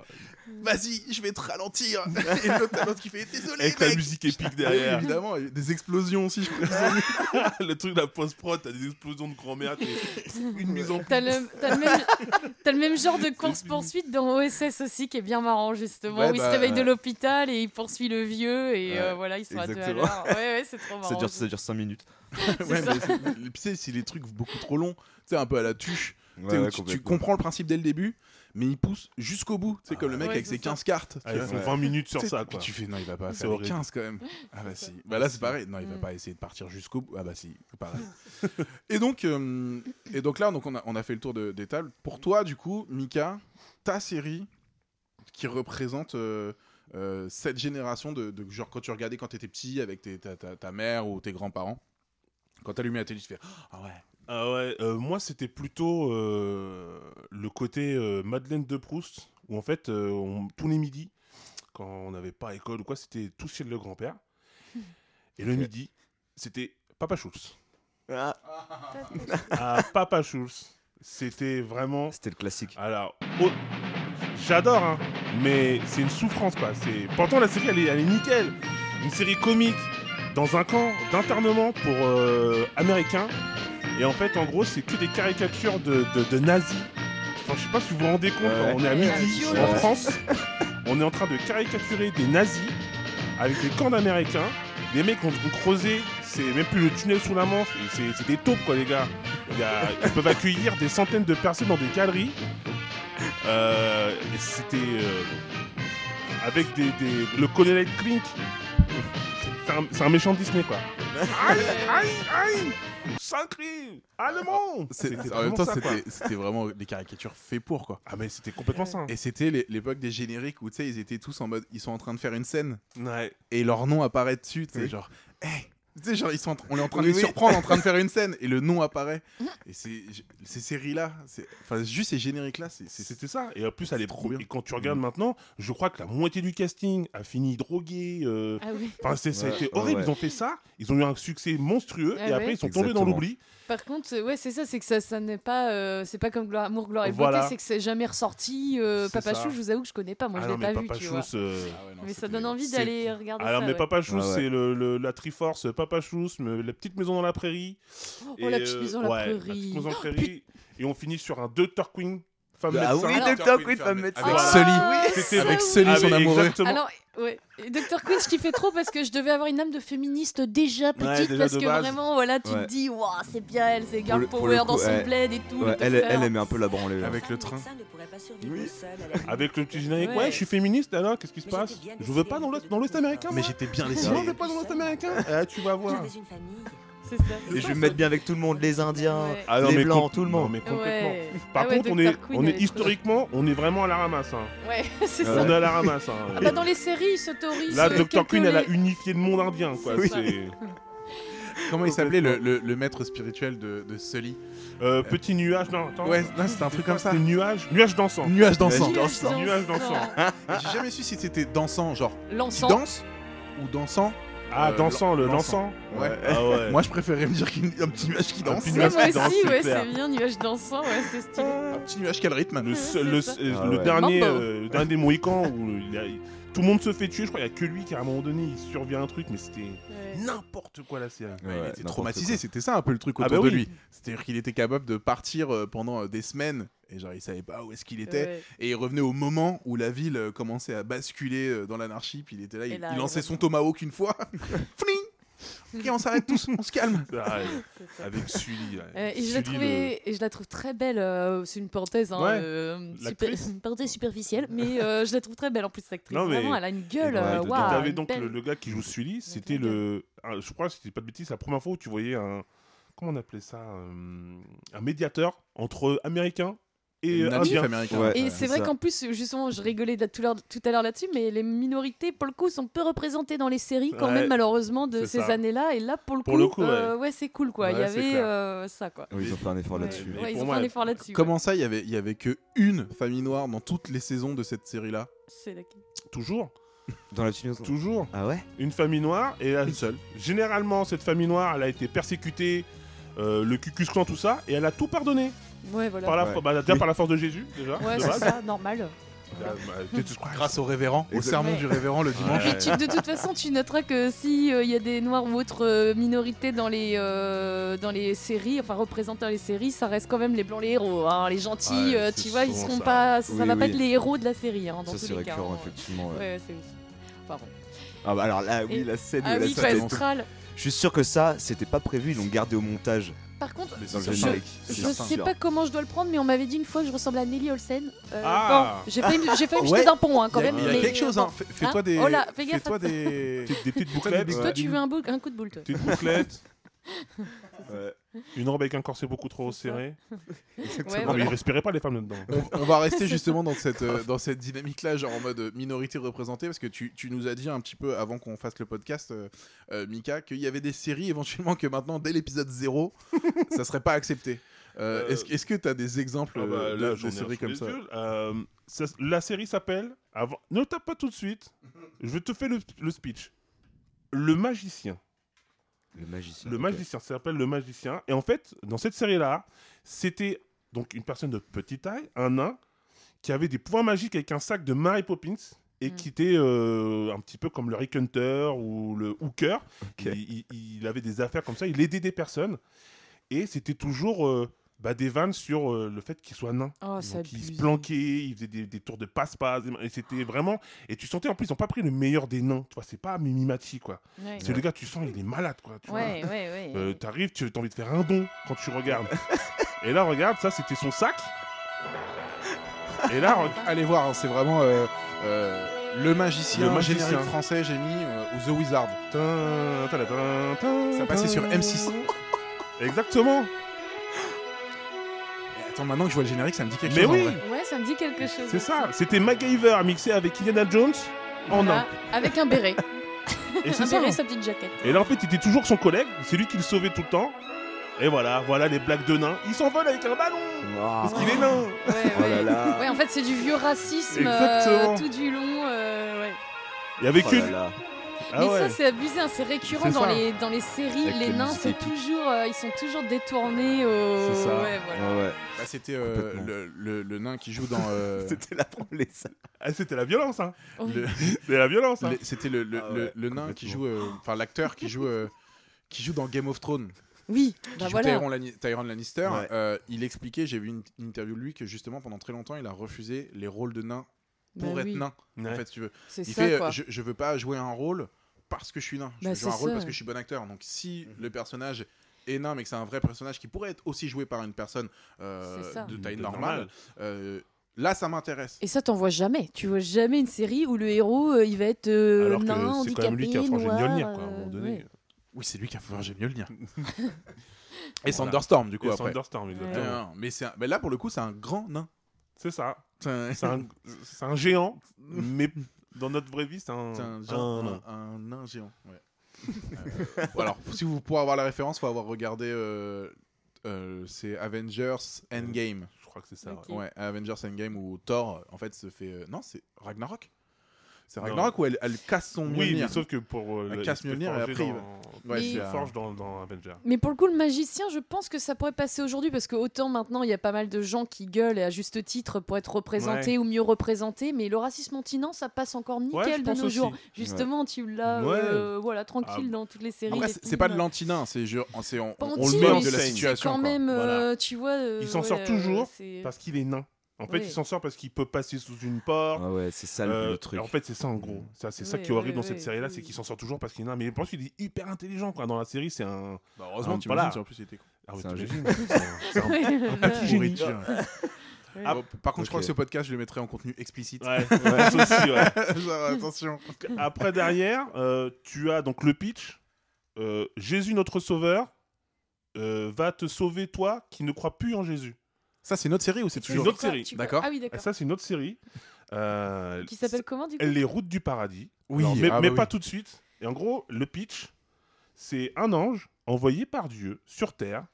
Speaker 1: vas-y, je vais te ralentir Et l'autre t'as l'autre qui fait, désolé
Speaker 4: Avec la
Speaker 1: mec
Speaker 4: musique épique
Speaker 1: Ah oui,
Speaker 4: derrière.
Speaker 1: Évidemment, et des explosions aussi, je crois.
Speaker 4: le truc de la post-prod, t'as des explosions de grand-mère. t'es- Une mise en
Speaker 2: T'as le, t'as le même, t'as le même genre de course-poursuite dans OSS aussi qui est bien marrant justement,
Speaker 1: Ouais,
Speaker 2: où il
Speaker 1: bah,
Speaker 2: se réveille
Speaker 1: ouais.
Speaker 2: de l'hôpital et il poursuit le vieux et
Speaker 3: Ouais,
Speaker 2: euh, voilà, ils sont à deux à
Speaker 3: exactement.
Speaker 2: l'heure. Ouais, ouais, c'est trop marrant.
Speaker 3: Ça dure, ça dure 5 minutes.
Speaker 1: Ouais,
Speaker 2: ça.
Speaker 1: mais c'est- mais puis tu sais, c'est des trucs beaucoup trop longs, tu sais, un peu à la tuche. Tu sais,
Speaker 3: Ouais,
Speaker 1: où
Speaker 3: ouais,
Speaker 1: tu, tu
Speaker 3: complètement.
Speaker 1: comprends le principe dès le début, mais il pousse jusqu'au bout. C'est comme le mec
Speaker 2: ouais,
Speaker 1: avec
Speaker 2: c'est
Speaker 1: ses
Speaker 2: ça.
Speaker 1: 15 cartes. tu
Speaker 4: Ah, ils
Speaker 1: vois.
Speaker 4: font
Speaker 3: Ouais.
Speaker 4: 20 minutes sur
Speaker 1: Tu sais,
Speaker 4: ça,
Speaker 1: puis
Speaker 4: quoi.
Speaker 1: tu fais non, il va pas
Speaker 4: C'est
Speaker 1: faire les
Speaker 4: horrible.
Speaker 1: 15 quand même. Ah bah si. Bah là c'est pareil. Non, il va
Speaker 2: Mm.
Speaker 1: pas essayer de partir jusqu'au bout. Ah bah si, pareil. et donc euh, et donc là donc on a, on a fait le tour de- des tables. Pour toi du coup, Mika, ta série qui représente euh, euh, cette génération de, de- genre quand tu regardais quand t'étais petit avec tes- ta, ta- ta mère ou tes grands-parents. Quand t'allumais la télé, tu fais ah ouais.
Speaker 4: Ah ouais, euh, moi c'était plutôt euh, le côté euh, Madeleine de Proust, où en fait, euh, on- tous les midis, quand on n'avait pas école ou quoi, c'était tout ciel le grand-père. Et le midi, c'était Papa Schultz.
Speaker 3: Ah,
Speaker 4: Ah, Papa Schultz, c'était vraiment.
Speaker 3: C'était le classique.
Speaker 4: Alors, oh, j'adore, hein, mais c'est une souffrance, quoi. C'est... Pourtant, la série, elle est, elle est nickel. Une série comique dans un camp d'internement pour euh, Américains. Et en fait, en gros, c'est que des caricatures de, de- de nazis. Enfin, je sais pas si vous vous rendez compte,
Speaker 3: Ouais.
Speaker 4: on est à
Speaker 2: Ouais,
Speaker 4: midi
Speaker 2: ouais.
Speaker 4: en France. On est en train de caricaturer des nazis avec des camps d'Américains. Les mecs ont, ont creusé, c'est même plus le tunnel sous la Manche, c'est c'est des taupes, quoi, les gars. Il y a- ils peuvent accueillir des centaines de personnes dans des galeries. Euh, et C'était euh, avec des, des- le colonel Clink. C'est un, c'est un méchant de Disney quoi. Aïe, aïe, aïe Sacré Allemand
Speaker 1: C'est-
Speaker 4: C'était
Speaker 1: en même
Speaker 4: vraiment
Speaker 1: temps
Speaker 4: ça, quoi.
Speaker 1: c'était c'était vraiment des caricatures fait pour quoi.
Speaker 4: Ah mais c'était complètement ça. hein.
Speaker 1: Et c'était l'é- l'époque des génériques où tu sais ils étaient tous en mode ils sont en train de faire une scène
Speaker 4: Ouais.
Speaker 1: et leur nom apparaît dessus, tu sais,
Speaker 4: Oui.
Speaker 1: genre, Hey tu sais, genre, ils sont en tra- on est en train de
Speaker 3: Oui,
Speaker 1: les
Speaker 3: oui.
Speaker 1: surprendre, en train de faire une scène, et le nom apparaît. Et c'est- j- ces séries-là, c'est- enfin, juste ces génériques-là, c'est- c'est- c'est-
Speaker 4: C'était ça. Et en plus, elle est
Speaker 1: trop
Speaker 4: trop
Speaker 1: bien.
Speaker 4: Et quand tu regardes maintenant, je crois que la moitié du casting a fini drogué. euh,
Speaker 2: Ah oui.
Speaker 4: Enfin, c'est- ça a
Speaker 3: Ouais,
Speaker 4: été
Speaker 3: ouais,
Speaker 4: horrible.
Speaker 3: ouais.
Speaker 4: Ils ont fait ça. Ils ont eu un succès monstrueux.
Speaker 2: Ah
Speaker 4: et après,
Speaker 2: ouais.
Speaker 4: ils sont tombés dans
Speaker 3: Exactement.
Speaker 4: l'oubli.
Speaker 2: Par contre, euh, ouais, c'est ça, c'est que ça, ça n'est pas, euh, c'est pas comme Gloire, Amour, Gloire et
Speaker 4: Voilà.
Speaker 2: Beauté, c'est que c'est jamais ressorti. euh,
Speaker 4: C'est
Speaker 2: Papa
Speaker 4: ça.
Speaker 2: Chou, je vous avoue que je connais pas, moi
Speaker 4: Ah
Speaker 2: je
Speaker 4: non,
Speaker 2: l'ai
Speaker 4: mais
Speaker 2: pas vu,
Speaker 4: Papa
Speaker 2: tu vois.
Speaker 4: Chousse, euh,
Speaker 1: Ah ouais, non,
Speaker 2: Mais ça
Speaker 1: c'était-
Speaker 2: donne envie
Speaker 1: c'est-
Speaker 2: d'aller regarder
Speaker 4: Alors,
Speaker 2: ça.
Speaker 4: mais
Speaker 2: ouais.
Speaker 4: Papa Chousse,
Speaker 3: Ouais, ouais.
Speaker 4: c'est le, le- la Triforce, Papa Chousse, me- la petite maison dans la prairie.
Speaker 2: Oh,
Speaker 4: et,
Speaker 2: la petite
Speaker 4: euh,
Speaker 2: maison, la
Speaker 4: ouais,
Speaker 2: prairie. Oh,
Speaker 4: petite maison dans la prairie. et on finit sur un Dr. Queen, femme
Speaker 3: Ah
Speaker 4: médecin.
Speaker 3: oui,
Speaker 2: Alors,
Speaker 3: Dr. Queen, femme médecin.
Speaker 1: Avec
Speaker 2: Ah,
Speaker 1: Sully.
Speaker 2: ouais,
Speaker 4: C'était
Speaker 2: ça,
Speaker 1: Avec
Speaker 2: oui.
Speaker 1: Sully, son
Speaker 4: Avec-
Speaker 1: amoureux.
Speaker 4: exactement.
Speaker 2: Alors, ouais. Et Dr. Queen, je kiffais trop parce que je devais avoir une âme de féministe déjà petite,
Speaker 4: Ouais, déjà
Speaker 2: parce
Speaker 4: de
Speaker 2: que
Speaker 4: base.
Speaker 2: vraiment, voilà, tu
Speaker 3: Ouais.
Speaker 2: te dis, waouh, c'est bien elle, c'est girl
Speaker 3: le- pour
Speaker 2: power
Speaker 3: le coup,
Speaker 2: dans son
Speaker 3: ouais.
Speaker 2: plaid et tout.
Speaker 3: Ouais,
Speaker 2: le
Speaker 3: elle,
Speaker 2: docteur.
Speaker 3: elle aimait un peu la branlée. là.
Speaker 1: Avec le
Speaker 5: Un
Speaker 1: train.
Speaker 5: médecin ne pourrait pas survivre
Speaker 3: Oui.
Speaker 5: seul à la lumière.
Speaker 4: Avec le petit générique, ouais,
Speaker 2: Ouais.
Speaker 4: je suis féministe, alors qu'est-ce qui se
Speaker 5: Mais j'étais
Speaker 4: passe
Speaker 5: bien
Speaker 4: Je veux pas
Speaker 5: essayé
Speaker 4: dans
Speaker 5: de
Speaker 4: l'Ouest dans l'Ouest américain.
Speaker 1: Mais j'étais bien
Speaker 4: moi.
Speaker 1: laissé.
Speaker 4: Non, je veux pas dans l'Ouest américain. Ah, tu vas voir.
Speaker 5: J'avais une famille.
Speaker 2: C'est ça.
Speaker 3: Et je vais me mettre bien avec tout le monde, les Indiens.
Speaker 2: Ouais.
Speaker 4: Ah non,
Speaker 3: Les
Speaker 4: mais
Speaker 3: Blancs,
Speaker 4: com-
Speaker 3: tout le monde.
Speaker 4: non, mais complètement.
Speaker 2: Ouais.
Speaker 4: Par
Speaker 2: Ah ouais,
Speaker 4: contre, on
Speaker 2: Dr.
Speaker 4: est,
Speaker 2: Queen,
Speaker 4: on
Speaker 2: elle
Speaker 4: est
Speaker 2: trop-
Speaker 4: historiquement, on est vraiment à la ramasse. hein.
Speaker 2: Ouais, c'est ça.
Speaker 4: On est à la ramasse. hein.
Speaker 2: Ah bah, dans les séries, ils s'autorisent.
Speaker 4: Là,
Speaker 2: euh,
Speaker 4: Dr.
Speaker 2: quelques-
Speaker 4: Queen, elle a unifié le monde indien. Quoi.
Speaker 2: C'est
Speaker 4: C'est-
Speaker 1: Comment il s'appelait le, le- le maître spirituel de, de Sully
Speaker 4: Euh, petit nuage, non, attends.
Speaker 1: Ouais, non, c'était un truc comme ça.
Speaker 4: Le nuage, nuage dansant.
Speaker 1: Nuage dansant.
Speaker 3: Nuage
Speaker 2: Nuages
Speaker 3: dansant.
Speaker 4: Nuages dansants.
Speaker 1: J'ai jamais su si c'était dansant, genre qui
Speaker 2: L'encens.
Speaker 1: danse ou dansant.
Speaker 4: Ah,
Speaker 1: Euh,
Speaker 4: dansant, le
Speaker 1: dansant.
Speaker 4: dansant.
Speaker 1: Ouais.
Speaker 4: Ah
Speaker 3: Euh.
Speaker 4: ouais.
Speaker 1: Moi, je préférais me dire qu'il y a un petit nuage qui danse.
Speaker 4: petit
Speaker 2: Ouais,
Speaker 4: nuage
Speaker 2: moi
Speaker 4: qui danse,
Speaker 2: aussi,
Speaker 4: c'est
Speaker 2: ouais,
Speaker 4: clair.
Speaker 2: c'est bien, nuage dansant, ouais, c'est stylé.
Speaker 1: Un petit nuage qui a le rythme.
Speaker 4: le, seul-
Speaker 2: Ouais,
Speaker 4: le,
Speaker 2: Ah, c'est ça.
Speaker 4: euh,
Speaker 3: Ah
Speaker 4: le
Speaker 3: ouais.
Speaker 4: dernier,
Speaker 2: Mambo.
Speaker 4: euh, le dernier des Mohicans où il y a- tout le monde se fait tuer, je crois. Il y a que lui qui, à un moment donné, il survient à un truc, mais c'était
Speaker 2: Ouais.
Speaker 4: n'importe quoi la série.
Speaker 1: Ouais, il
Speaker 3: Ouais,
Speaker 1: était
Speaker 3: n'importe
Speaker 1: traumatisé,
Speaker 3: quoi.
Speaker 1: c'était ça un peu le truc
Speaker 4: Ah
Speaker 1: autour
Speaker 4: bah
Speaker 1: de
Speaker 4: oui.
Speaker 1: lui. C'est-à-dire qu'il était capable de partir euh, pendant euh, des semaines et genre il savait pas où est-ce qu'il était
Speaker 2: Ouais.
Speaker 1: et il revenait au moment où la ville euh, commençait à basculer euh, dans l'anarchie puis il était là, il,
Speaker 2: là,
Speaker 1: il
Speaker 2: il
Speaker 1: lançait son
Speaker 2: revient.
Speaker 1: tomahawk une fois, fling, Ok, on s'arrête tous, on se calme.
Speaker 4: Ah, ouais, avec Sully. ouais.
Speaker 2: Euh, et, je la
Speaker 4: Sully,
Speaker 2: trouvais- et je la trouve très belle, euh, c'est une parenthèse, hein,
Speaker 4: Ouais,
Speaker 2: euh, super,
Speaker 4: l'actrice.
Speaker 2: une parenthèse superficielle, mais euh, je la trouve très belle en plus cette actrice.
Speaker 4: Non, mais-
Speaker 2: Vraiment, elle a une
Speaker 3: Et
Speaker 2: gueule.
Speaker 3: dans-
Speaker 2: euh,
Speaker 3: dedans,
Speaker 2: waouh,
Speaker 4: T'avais
Speaker 2: une
Speaker 4: donc
Speaker 2: belle-
Speaker 4: le, le gars qui joue Sully,
Speaker 2: très
Speaker 4: c'était
Speaker 2: bien.
Speaker 4: le. ah, je crois, si je dis pas de bêtises, la première fois où tu voyais un. Comment on appelait ça euh, Un médiateur entre Américains et euh,
Speaker 1: Natif
Speaker 4: Indiens.
Speaker 1: américain.
Speaker 3: Ouais.
Speaker 2: Et c'est vrai
Speaker 3: ça.
Speaker 2: qu'en plus, justement, je rigolais de- tout l'heure- tout à l'heure là-dessus, mais les minorités, pour le coup, sont peu représentées dans les séries quand
Speaker 4: Ouais,
Speaker 2: même, malheureusement, de
Speaker 4: c'est
Speaker 2: ces
Speaker 4: ça.
Speaker 2: années-là. Et là, pour le
Speaker 4: Pour
Speaker 2: coup,
Speaker 4: le coup, ouais.
Speaker 2: euh, ouais, c'est cool, quoi. Il y
Speaker 4: Ouais, c'est
Speaker 2: avait
Speaker 4: clair.
Speaker 2: euh, ça, quoi.
Speaker 3: Oui, ils ont fait un effort
Speaker 2: Ouais,
Speaker 3: là-dessus.
Speaker 4: Mais
Speaker 2: ouais, ils
Speaker 4: pour
Speaker 2: ont
Speaker 4: moi,
Speaker 2: fait un effort là-dessus. ouais.
Speaker 1: Comment ça, il y avait, il y avait que une famille noire dans toutes les saisons de cette série-là
Speaker 2: C'est laquelle
Speaker 4: Toujours,
Speaker 3: Dans la petite maison.
Speaker 4: toujours.
Speaker 3: Ah ouais
Speaker 4: Une famille noire. Et la-
Speaker 1: Une seule.
Speaker 4: généralement, cette famille noire, elle a été persécutée, euh, le Cucus Clan, tout ça, et elle a tout pardonné.
Speaker 2: Ouais, voilà.
Speaker 4: Par la,
Speaker 3: Ouais.
Speaker 4: fo- bah, déjà
Speaker 3: Oui.
Speaker 4: par la force de Jésus, déjà.
Speaker 2: Ouais,
Speaker 4: de
Speaker 2: c'est
Speaker 4: base.
Speaker 2: ça, normal.
Speaker 4: Euh, bah, peut-être-
Speaker 1: Grâce au révérend, au
Speaker 3: Exactement.
Speaker 1: sermon du révérend le dimanche.
Speaker 4: Ouais.
Speaker 2: Tu- de toute façon, tu noteras que si euh, il y a des noirs ou autres euh, minorités dans les euh, dans les séries, enfin représentés dans les séries, ça reste quand même les blancs les héros, hein, les gentils.
Speaker 4: Ouais,
Speaker 2: euh,
Speaker 4: c'est
Speaker 2: tu vois, ils
Speaker 4: souvent
Speaker 2: seront
Speaker 4: ça.
Speaker 2: pas, ça,
Speaker 3: Oui,
Speaker 2: va pas
Speaker 3: oui.
Speaker 2: être les héros de la série hein, dans
Speaker 3: Ça,
Speaker 2: tous
Speaker 3: c'est
Speaker 2: les cas.
Speaker 3: récurrent,
Speaker 2: hein.
Speaker 3: effectivement. ouais.
Speaker 2: Ouais, c'est ouf. Enfin, bon.
Speaker 3: Ah bah alors là,
Speaker 2: Et-
Speaker 3: oui, la scène
Speaker 2: Ah
Speaker 3: de la
Speaker 2: oui,
Speaker 1: ça,
Speaker 3: scène.
Speaker 1: c'est
Speaker 2: Claustral.
Speaker 3: Je suis sûr que ça, c'était pas prévu, ils l'ont gardé au montage
Speaker 2: Par contre,
Speaker 1: Mais
Speaker 3: dans
Speaker 1: c'est
Speaker 3: le
Speaker 1: sûr.
Speaker 3: générique. c'est
Speaker 2: je sais
Speaker 3: sûr.
Speaker 2: pas comment je dois le prendre, mais on m'avait dit une fois que je ressemblais à Nelly Olsen. Euh,
Speaker 4: Ah.
Speaker 2: Bon, j'ai failli, me- j'ai failli me jeter
Speaker 1: Ouais.
Speaker 2: d'un pont hein,
Speaker 1: Il
Speaker 2: quand
Speaker 1: y a,
Speaker 2: même.
Speaker 1: il y a
Speaker 2: mais-
Speaker 1: quelque chose, hein.
Speaker 2: bon.
Speaker 1: Fais- Fais-toi des.
Speaker 2: Oh là, fais gaffe.
Speaker 1: Fais-toi des.
Speaker 4: Des, des petites
Speaker 1: Putain, des
Speaker 4: bouclettes, euh,
Speaker 1: bouclettes.
Speaker 2: Toi,
Speaker 1: Ouais.
Speaker 2: tu veux un, bou- un coup de boule, toi.
Speaker 4: petites bouclettes.
Speaker 3: Ouais,
Speaker 4: Une robe avec un corset beaucoup trop serré.
Speaker 2: Ouais,
Speaker 3: exactement.
Speaker 4: Non, mais
Speaker 2: voilà.
Speaker 4: ils respiraient pas les femmes là-dedans.
Speaker 1: On, on va rester justement dans cette, euh, dans cette dynamique-là, genre en mode minorité représentée, parce que tu, tu nous as dit un petit peu avant qu'on fasse le podcast, euh, euh, Mika, qu'il y avait des séries éventuellement que maintenant, dès l'épisode 0, ça serait pas accepté. Euh,
Speaker 4: Euh,
Speaker 1: Est-ce est-ce que tu as des exemples
Speaker 4: Ah bah,
Speaker 1: euh,
Speaker 4: là,
Speaker 1: de,
Speaker 4: j'en
Speaker 1: de
Speaker 4: ai un
Speaker 1: séries
Speaker 4: sous
Speaker 1: comme
Speaker 4: les
Speaker 1: ça
Speaker 4: yeux. Euh, ça- La série s'appelle. avant- Ne tape pas tout de suite. Je te fais le, le speech. Le magicien.
Speaker 3: Le magicien.
Speaker 4: Le
Speaker 3: ok.
Speaker 4: magicien, ça s'appelle Le magicien. Et en fait, dans cette série-là, c'était donc une personne de petite taille, un nain, qui avait des pouvoirs magiques avec un sac de Mary Poppins et
Speaker 2: Mm.
Speaker 4: qui était euh, un petit peu comme le Rick Hunter ou le Hooker.
Speaker 3: Ok.
Speaker 4: Il, il- il avait des affaires comme ça, il aidait des personnes. Et c'était toujours euh, bah, des vannes sur euh, le fait qu'il soit nain.
Speaker 2: Oh, ça
Speaker 4: Donc, il se
Speaker 2: abuse.
Speaker 4: planquait, il faisait des, des tours de passe-passe, et c'était vraiment. Et tu sentais en plus, ils n'ont pas pris le meilleur des nains, tu vois, c'est pas Mimimati, quoi.
Speaker 2: Ouais,
Speaker 4: C'est le gars, tu sens, il est malade, quoi. Tu
Speaker 2: ouais, ouais. ouais.
Speaker 4: vois. Euh, T'arrives, tu as envie de faire un don quand tu regardes. et là, regarde, ça, c'était son sac. Et là, re-
Speaker 1: Allez voir, hein, c'est vraiment euh, euh, le magicien,
Speaker 4: Le Magicien.
Speaker 1: générique français, j'ai mis, euh, ou The Wizard.
Speaker 4: tin, tin, tin, tin,
Speaker 1: Ça passait
Speaker 4: tin.
Speaker 1: sur M6.
Speaker 4: Exactement.
Speaker 1: Et attends, maintenant que je vois le générique, ça me dit quelque
Speaker 4: Mais
Speaker 1: chose. en
Speaker 4: oui,
Speaker 1: vrai.
Speaker 2: Ouais, ça me dit quelque chose.
Speaker 4: c'est ça.
Speaker 2: aussi.
Speaker 4: C'était MacGyver à mixer avec Indiana Jones en
Speaker 2: Voilà, Ah, Avec un béret.
Speaker 4: un. Et c'est
Speaker 2: un
Speaker 4: ça.
Speaker 2: béret, sa petite jaquette.
Speaker 4: Et là, en fait, il était toujours son collègue. C'est lui qui le sauvait tout le temps. Et voilà, voilà les blagues de nains. Ils s'envolent avec un ballon
Speaker 3: Waouh.
Speaker 4: Parce qu'il est nain
Speaker 2: Ouais, ouais.
Speaker 3: Ah. Oh là là.
Speaker 2: Ouais, en fait, c'est du vieux racisme euh,
Speaker 4: Exactement.
Speaker 2: tout du long. euh, ouais.
Speaker 4: Il y avait
Speaker 3: Oh
Speaker 4: que...
Speaker 3: là là.
Speaker 4: Ah
Speaker 2: Mais
Speaker 4: ouais.
Speaker 2: ça, c'est abusé, hein, c'est récurrent
Speaker 4: C'est
Speaker 2: dans
Speaker 4: ça.
Speaker 2: les, dans les séries.
Speaker 3: Avec
Speaker 2: les
Speaker 3: la
Speaker 2: nains
Speaker 3: musique
Speaker 2: sont
Speaker 3: épique.
Speaker 2: toujours, euh, ils sont toujours détournés au.
Speaker 4: C'est ça.
Speaker 2: Ouais, voilà.
Speaker 3: Ah Ouais, ouais.
Speaker 1: Bah, C'était euh,
Speaker 3: Complètement.
Speaker 1: le, le- le nain qui joue dans. euh,
Speaker 3: C'était la promesse.
Speaker 4: Ah, c'était la violence, hein
Speaker 2: Oh.
Speaker 1: le-
Speaker 4: C'était la violence, hein
Speaker 1: le- C'était le, le-
Speaker 3: Ah
Speaker 1: le-
Speaker 3: ouais,
Speaker 1: le nain qui joue,
Speaker 3: complètement.
Speaker 1: euh, enfin l'acteur qui joue, euh, qui joue dans Game of Thrones,
Speaker 2: Oui,
Speaker 1: qui
Speaker 2: bah
Speaker 1: joue
Speaker 2: voilà.
Speaker 1: Tyron Lani- Tyron Lannister.
Speaker 3: Ouais.
Speaker 1: euh, il expliquait, j'ai vu une, une interview de lui que justement pendant très longtemps il a refusé les rôles de nain pour
Speaker 2: Bah
Speaker 1: être
Speaker 2: oui,
Speaker 1: nain. En
Speaker 4: Ouais.
Speaker 1: fait, si tu veux.
Speaker 2: C'est
Speaker 1: Il
Speaker 2: ça,
Speaker 1: fait, euh,
Speaker 2: quoi.
Speaker 1: je, je veux pas jouer un rôle parce que je suis nain. Je
Speaker 2: Bah,
Speaker 1: veux jouer un
Speaker 2: c'est
Speaker 1: rôle
Speaker 2: ça.
Speaker 1: parce que je suis bon acteur. Donc si
Speaker 3: Mhm.
Speaker 1: le personnage est nain mais que c'est un vrai personnage qui pourrait être aussi joué par une personne euh,
Speaker 2: C'est ça.
Speaker 1: de taille normale, euh, là ça m'intéresse.
Speaker 2: Et ça, t'en vois jamais. Tu vois jamais une série où le héros, euh, il va être euh,
Speaker 4: Alors que
Speaker 2: nain,
Speaker 4: c'est
Speaker 2: handicapé,
Speaker 4: quand même lui qui a forgé
Speaker 2: noir,
Speaker 4: Mjolnir, quoi, à un
Speaker 2: euh,
Speaker 4: moment donné.
Speaker 2: ouais.
Speaker 1: Oui, c'est lui qui a forgé Mjolnir. Et
Speaker 4: Voilà.
Speaker 1: Sanderstorm du coup
Speaker 4: Et
Speaker 1: après.
Speaker 4: Thunderstorm, exactement.
Speaker 1: Ouais, non, mais, c'est un- mais là, pour le coup, c'est un grand nain.
Speaker 4: C'est ça.
Speaker 1: C'est un,
Speaker 4: C'est un, c'est un géant, mais dans notre vraie vie, c'est un...
Speaker 1: c'est un
Speaker 4: un-
Speaker 1: géant- un- un nain géant. ouais. Euh, alors, si vous pourrez avoir la référence, faut avoir regardé. euh, euh, c'est Avengers Endgame.
Speaker 4: Je crois que c'est ça, ouais.
Speaker 2: Ok.
Speaker 1: Ouais, Avengers Endgame où Thor, en fait, se fait. euh, non, c'est Ragnarok. C'est
Speaker 4: Non.
Speaker 1: Ragnarok où elle, elle casse son
Speaker 4: Oui, mais
Speaker 1: Mjolnir.
Speaker 4: sauf que pour... euh,
Speaker 1: Un
Speaker 4: le-
Speaker 1: casse
Speaker 4: il se fait
Speaker 1: Mjolnir et
Speaker 4: forger
Speaker 1: après, il euh,
Speaker 4: dans-
Speaker 1: Ouais,
Speaker 2: Mais-
Speaker 4: il
Speaker 1: c'est
Speaker 4: se
Speaker 1: un-
Speaker 4: forge dans, dans Avenger.
Speaker 2: Mais pour le coup, le magicien, je pense que ça pourrait passer aujourd'hui parce que autant maintenant, il y a pas mal de gens qui gueulent et à juste titre pour être représentés ou mieux représentés, mais le racisme antinant, ça passe encore nickel
Speaker 4: Ouais, je
Speaker 2: de
Speaker 4: pense
Speaker 2: nos
Speaker 4: aussi.
Speaker 2: jours. Justement, tu l'as
Speaker 4: Ouais.
Speaker 2: euh, voilà, tranquille
Speaker 4: Ah.
Speaker 2: dans toutes les séries.
Speaker 1: Après,
Speaker 2: les
Speaker 1: c'est c'est
Speaker 2: films.
Speaker 1: pas de l'antinin, c'est je- c'est- on,
Speaker 2: Pas
Speaker 1: on le
Speaker 2: anti,
Speaker 1: met
Speaker 4: mais
Speaker 1: de la
Speaker 4: c'est
Speaker 1: situation.
Speaker 2: Quand
Speaker 1: quoi.
Speaker 2: même,
Speaker 4: Voilà.
Speaker 2: euh, tu vois. euh,
Speaker 4: Il s'en
Speaker 2: ouais,
Speaker 4: sort toujours
Speaker 2: c'est-
Speaker 4: Parce qu'il est nain. En fait,
Speaker 2: Oui.
Speaker 4: il s'en sort parce qu'il peut passer sous une porte.
Speaker 3: Ah ouais, c'est ça le-
Speaker 4: Euh,
Speaker 3: le truc.
Speaker 4: En fait, c'est ça en gros.
Speaker 2: Mm.
Speaker 4: Ça, c'est ça
Speaker 2: Oui,
Speaker 4: qui est horrible
Speaker 2: oui,
Speaker 4: dans cette
Speaker 2: oui,
Speaker 4: série-là,
Speaker 2: oui.
Speaker 4: c'est qu'il s'en sort toujours parce qu'il est un. Mais je pense qu'il est hyper intelligent quoi. Dans la série, c'est un.
Speaker 1: Bah, heureusement,
Speaker 4: Ah,
Speaker 1: tu
Speaker 4: voilà.
Speaker 1: m'as dit, en plus, il était con.
Speaker 4: Ah ouais,
Speaker 3: C'est un
Speaker 4: t'imagines, c'est un- c'est un petit
Speaker 2: Ouais.
Speaker 4: génie.
Speaker 1: Ah, par contre, je crois
Speaker 3: Ok.
Speaker 1: que ce podcast, je le mettrai en contenu explicite.
Speaker 4: Ouais, ouais, ça aussi, ouais.
Speaker 1: Genre, attention.
Speaker 4: Après, derrière, euh, tu as donc le pitch. euh, Jésus, notre sauveur, euh, va te sauver, toi qui ne crois plus en Jésus.
Speaker 1: Ça, c'est une autre série ou c'est
Speaker 2: Tu
Speaker 1: toujours
Speaker 4: une autre
Speaker 2: crois-
Speaker 4: série,
Speaker 2: tu crois-
Speaker 1: d'accord
Speaker 2: Ah oui,
Speaker 4: Et
Speaker 2: d'accord.
Speaker 4: ça, c'est une autre série. Euh,
Speaker 2: Qui s'appelle comment du coup
Speaker 4: Les routes du paradis.
Speaker 1: Oui,
Speaker 4: Alors, mais,
Speaker 1: ah
Speaker 4: mais
Speaker 1: bah
Speaker 4: pas
Speaker 1: oui.
Speaker 4: tout de suite. Et en gros, le pitch, c'est un ange envoyé par Dieu sur Terre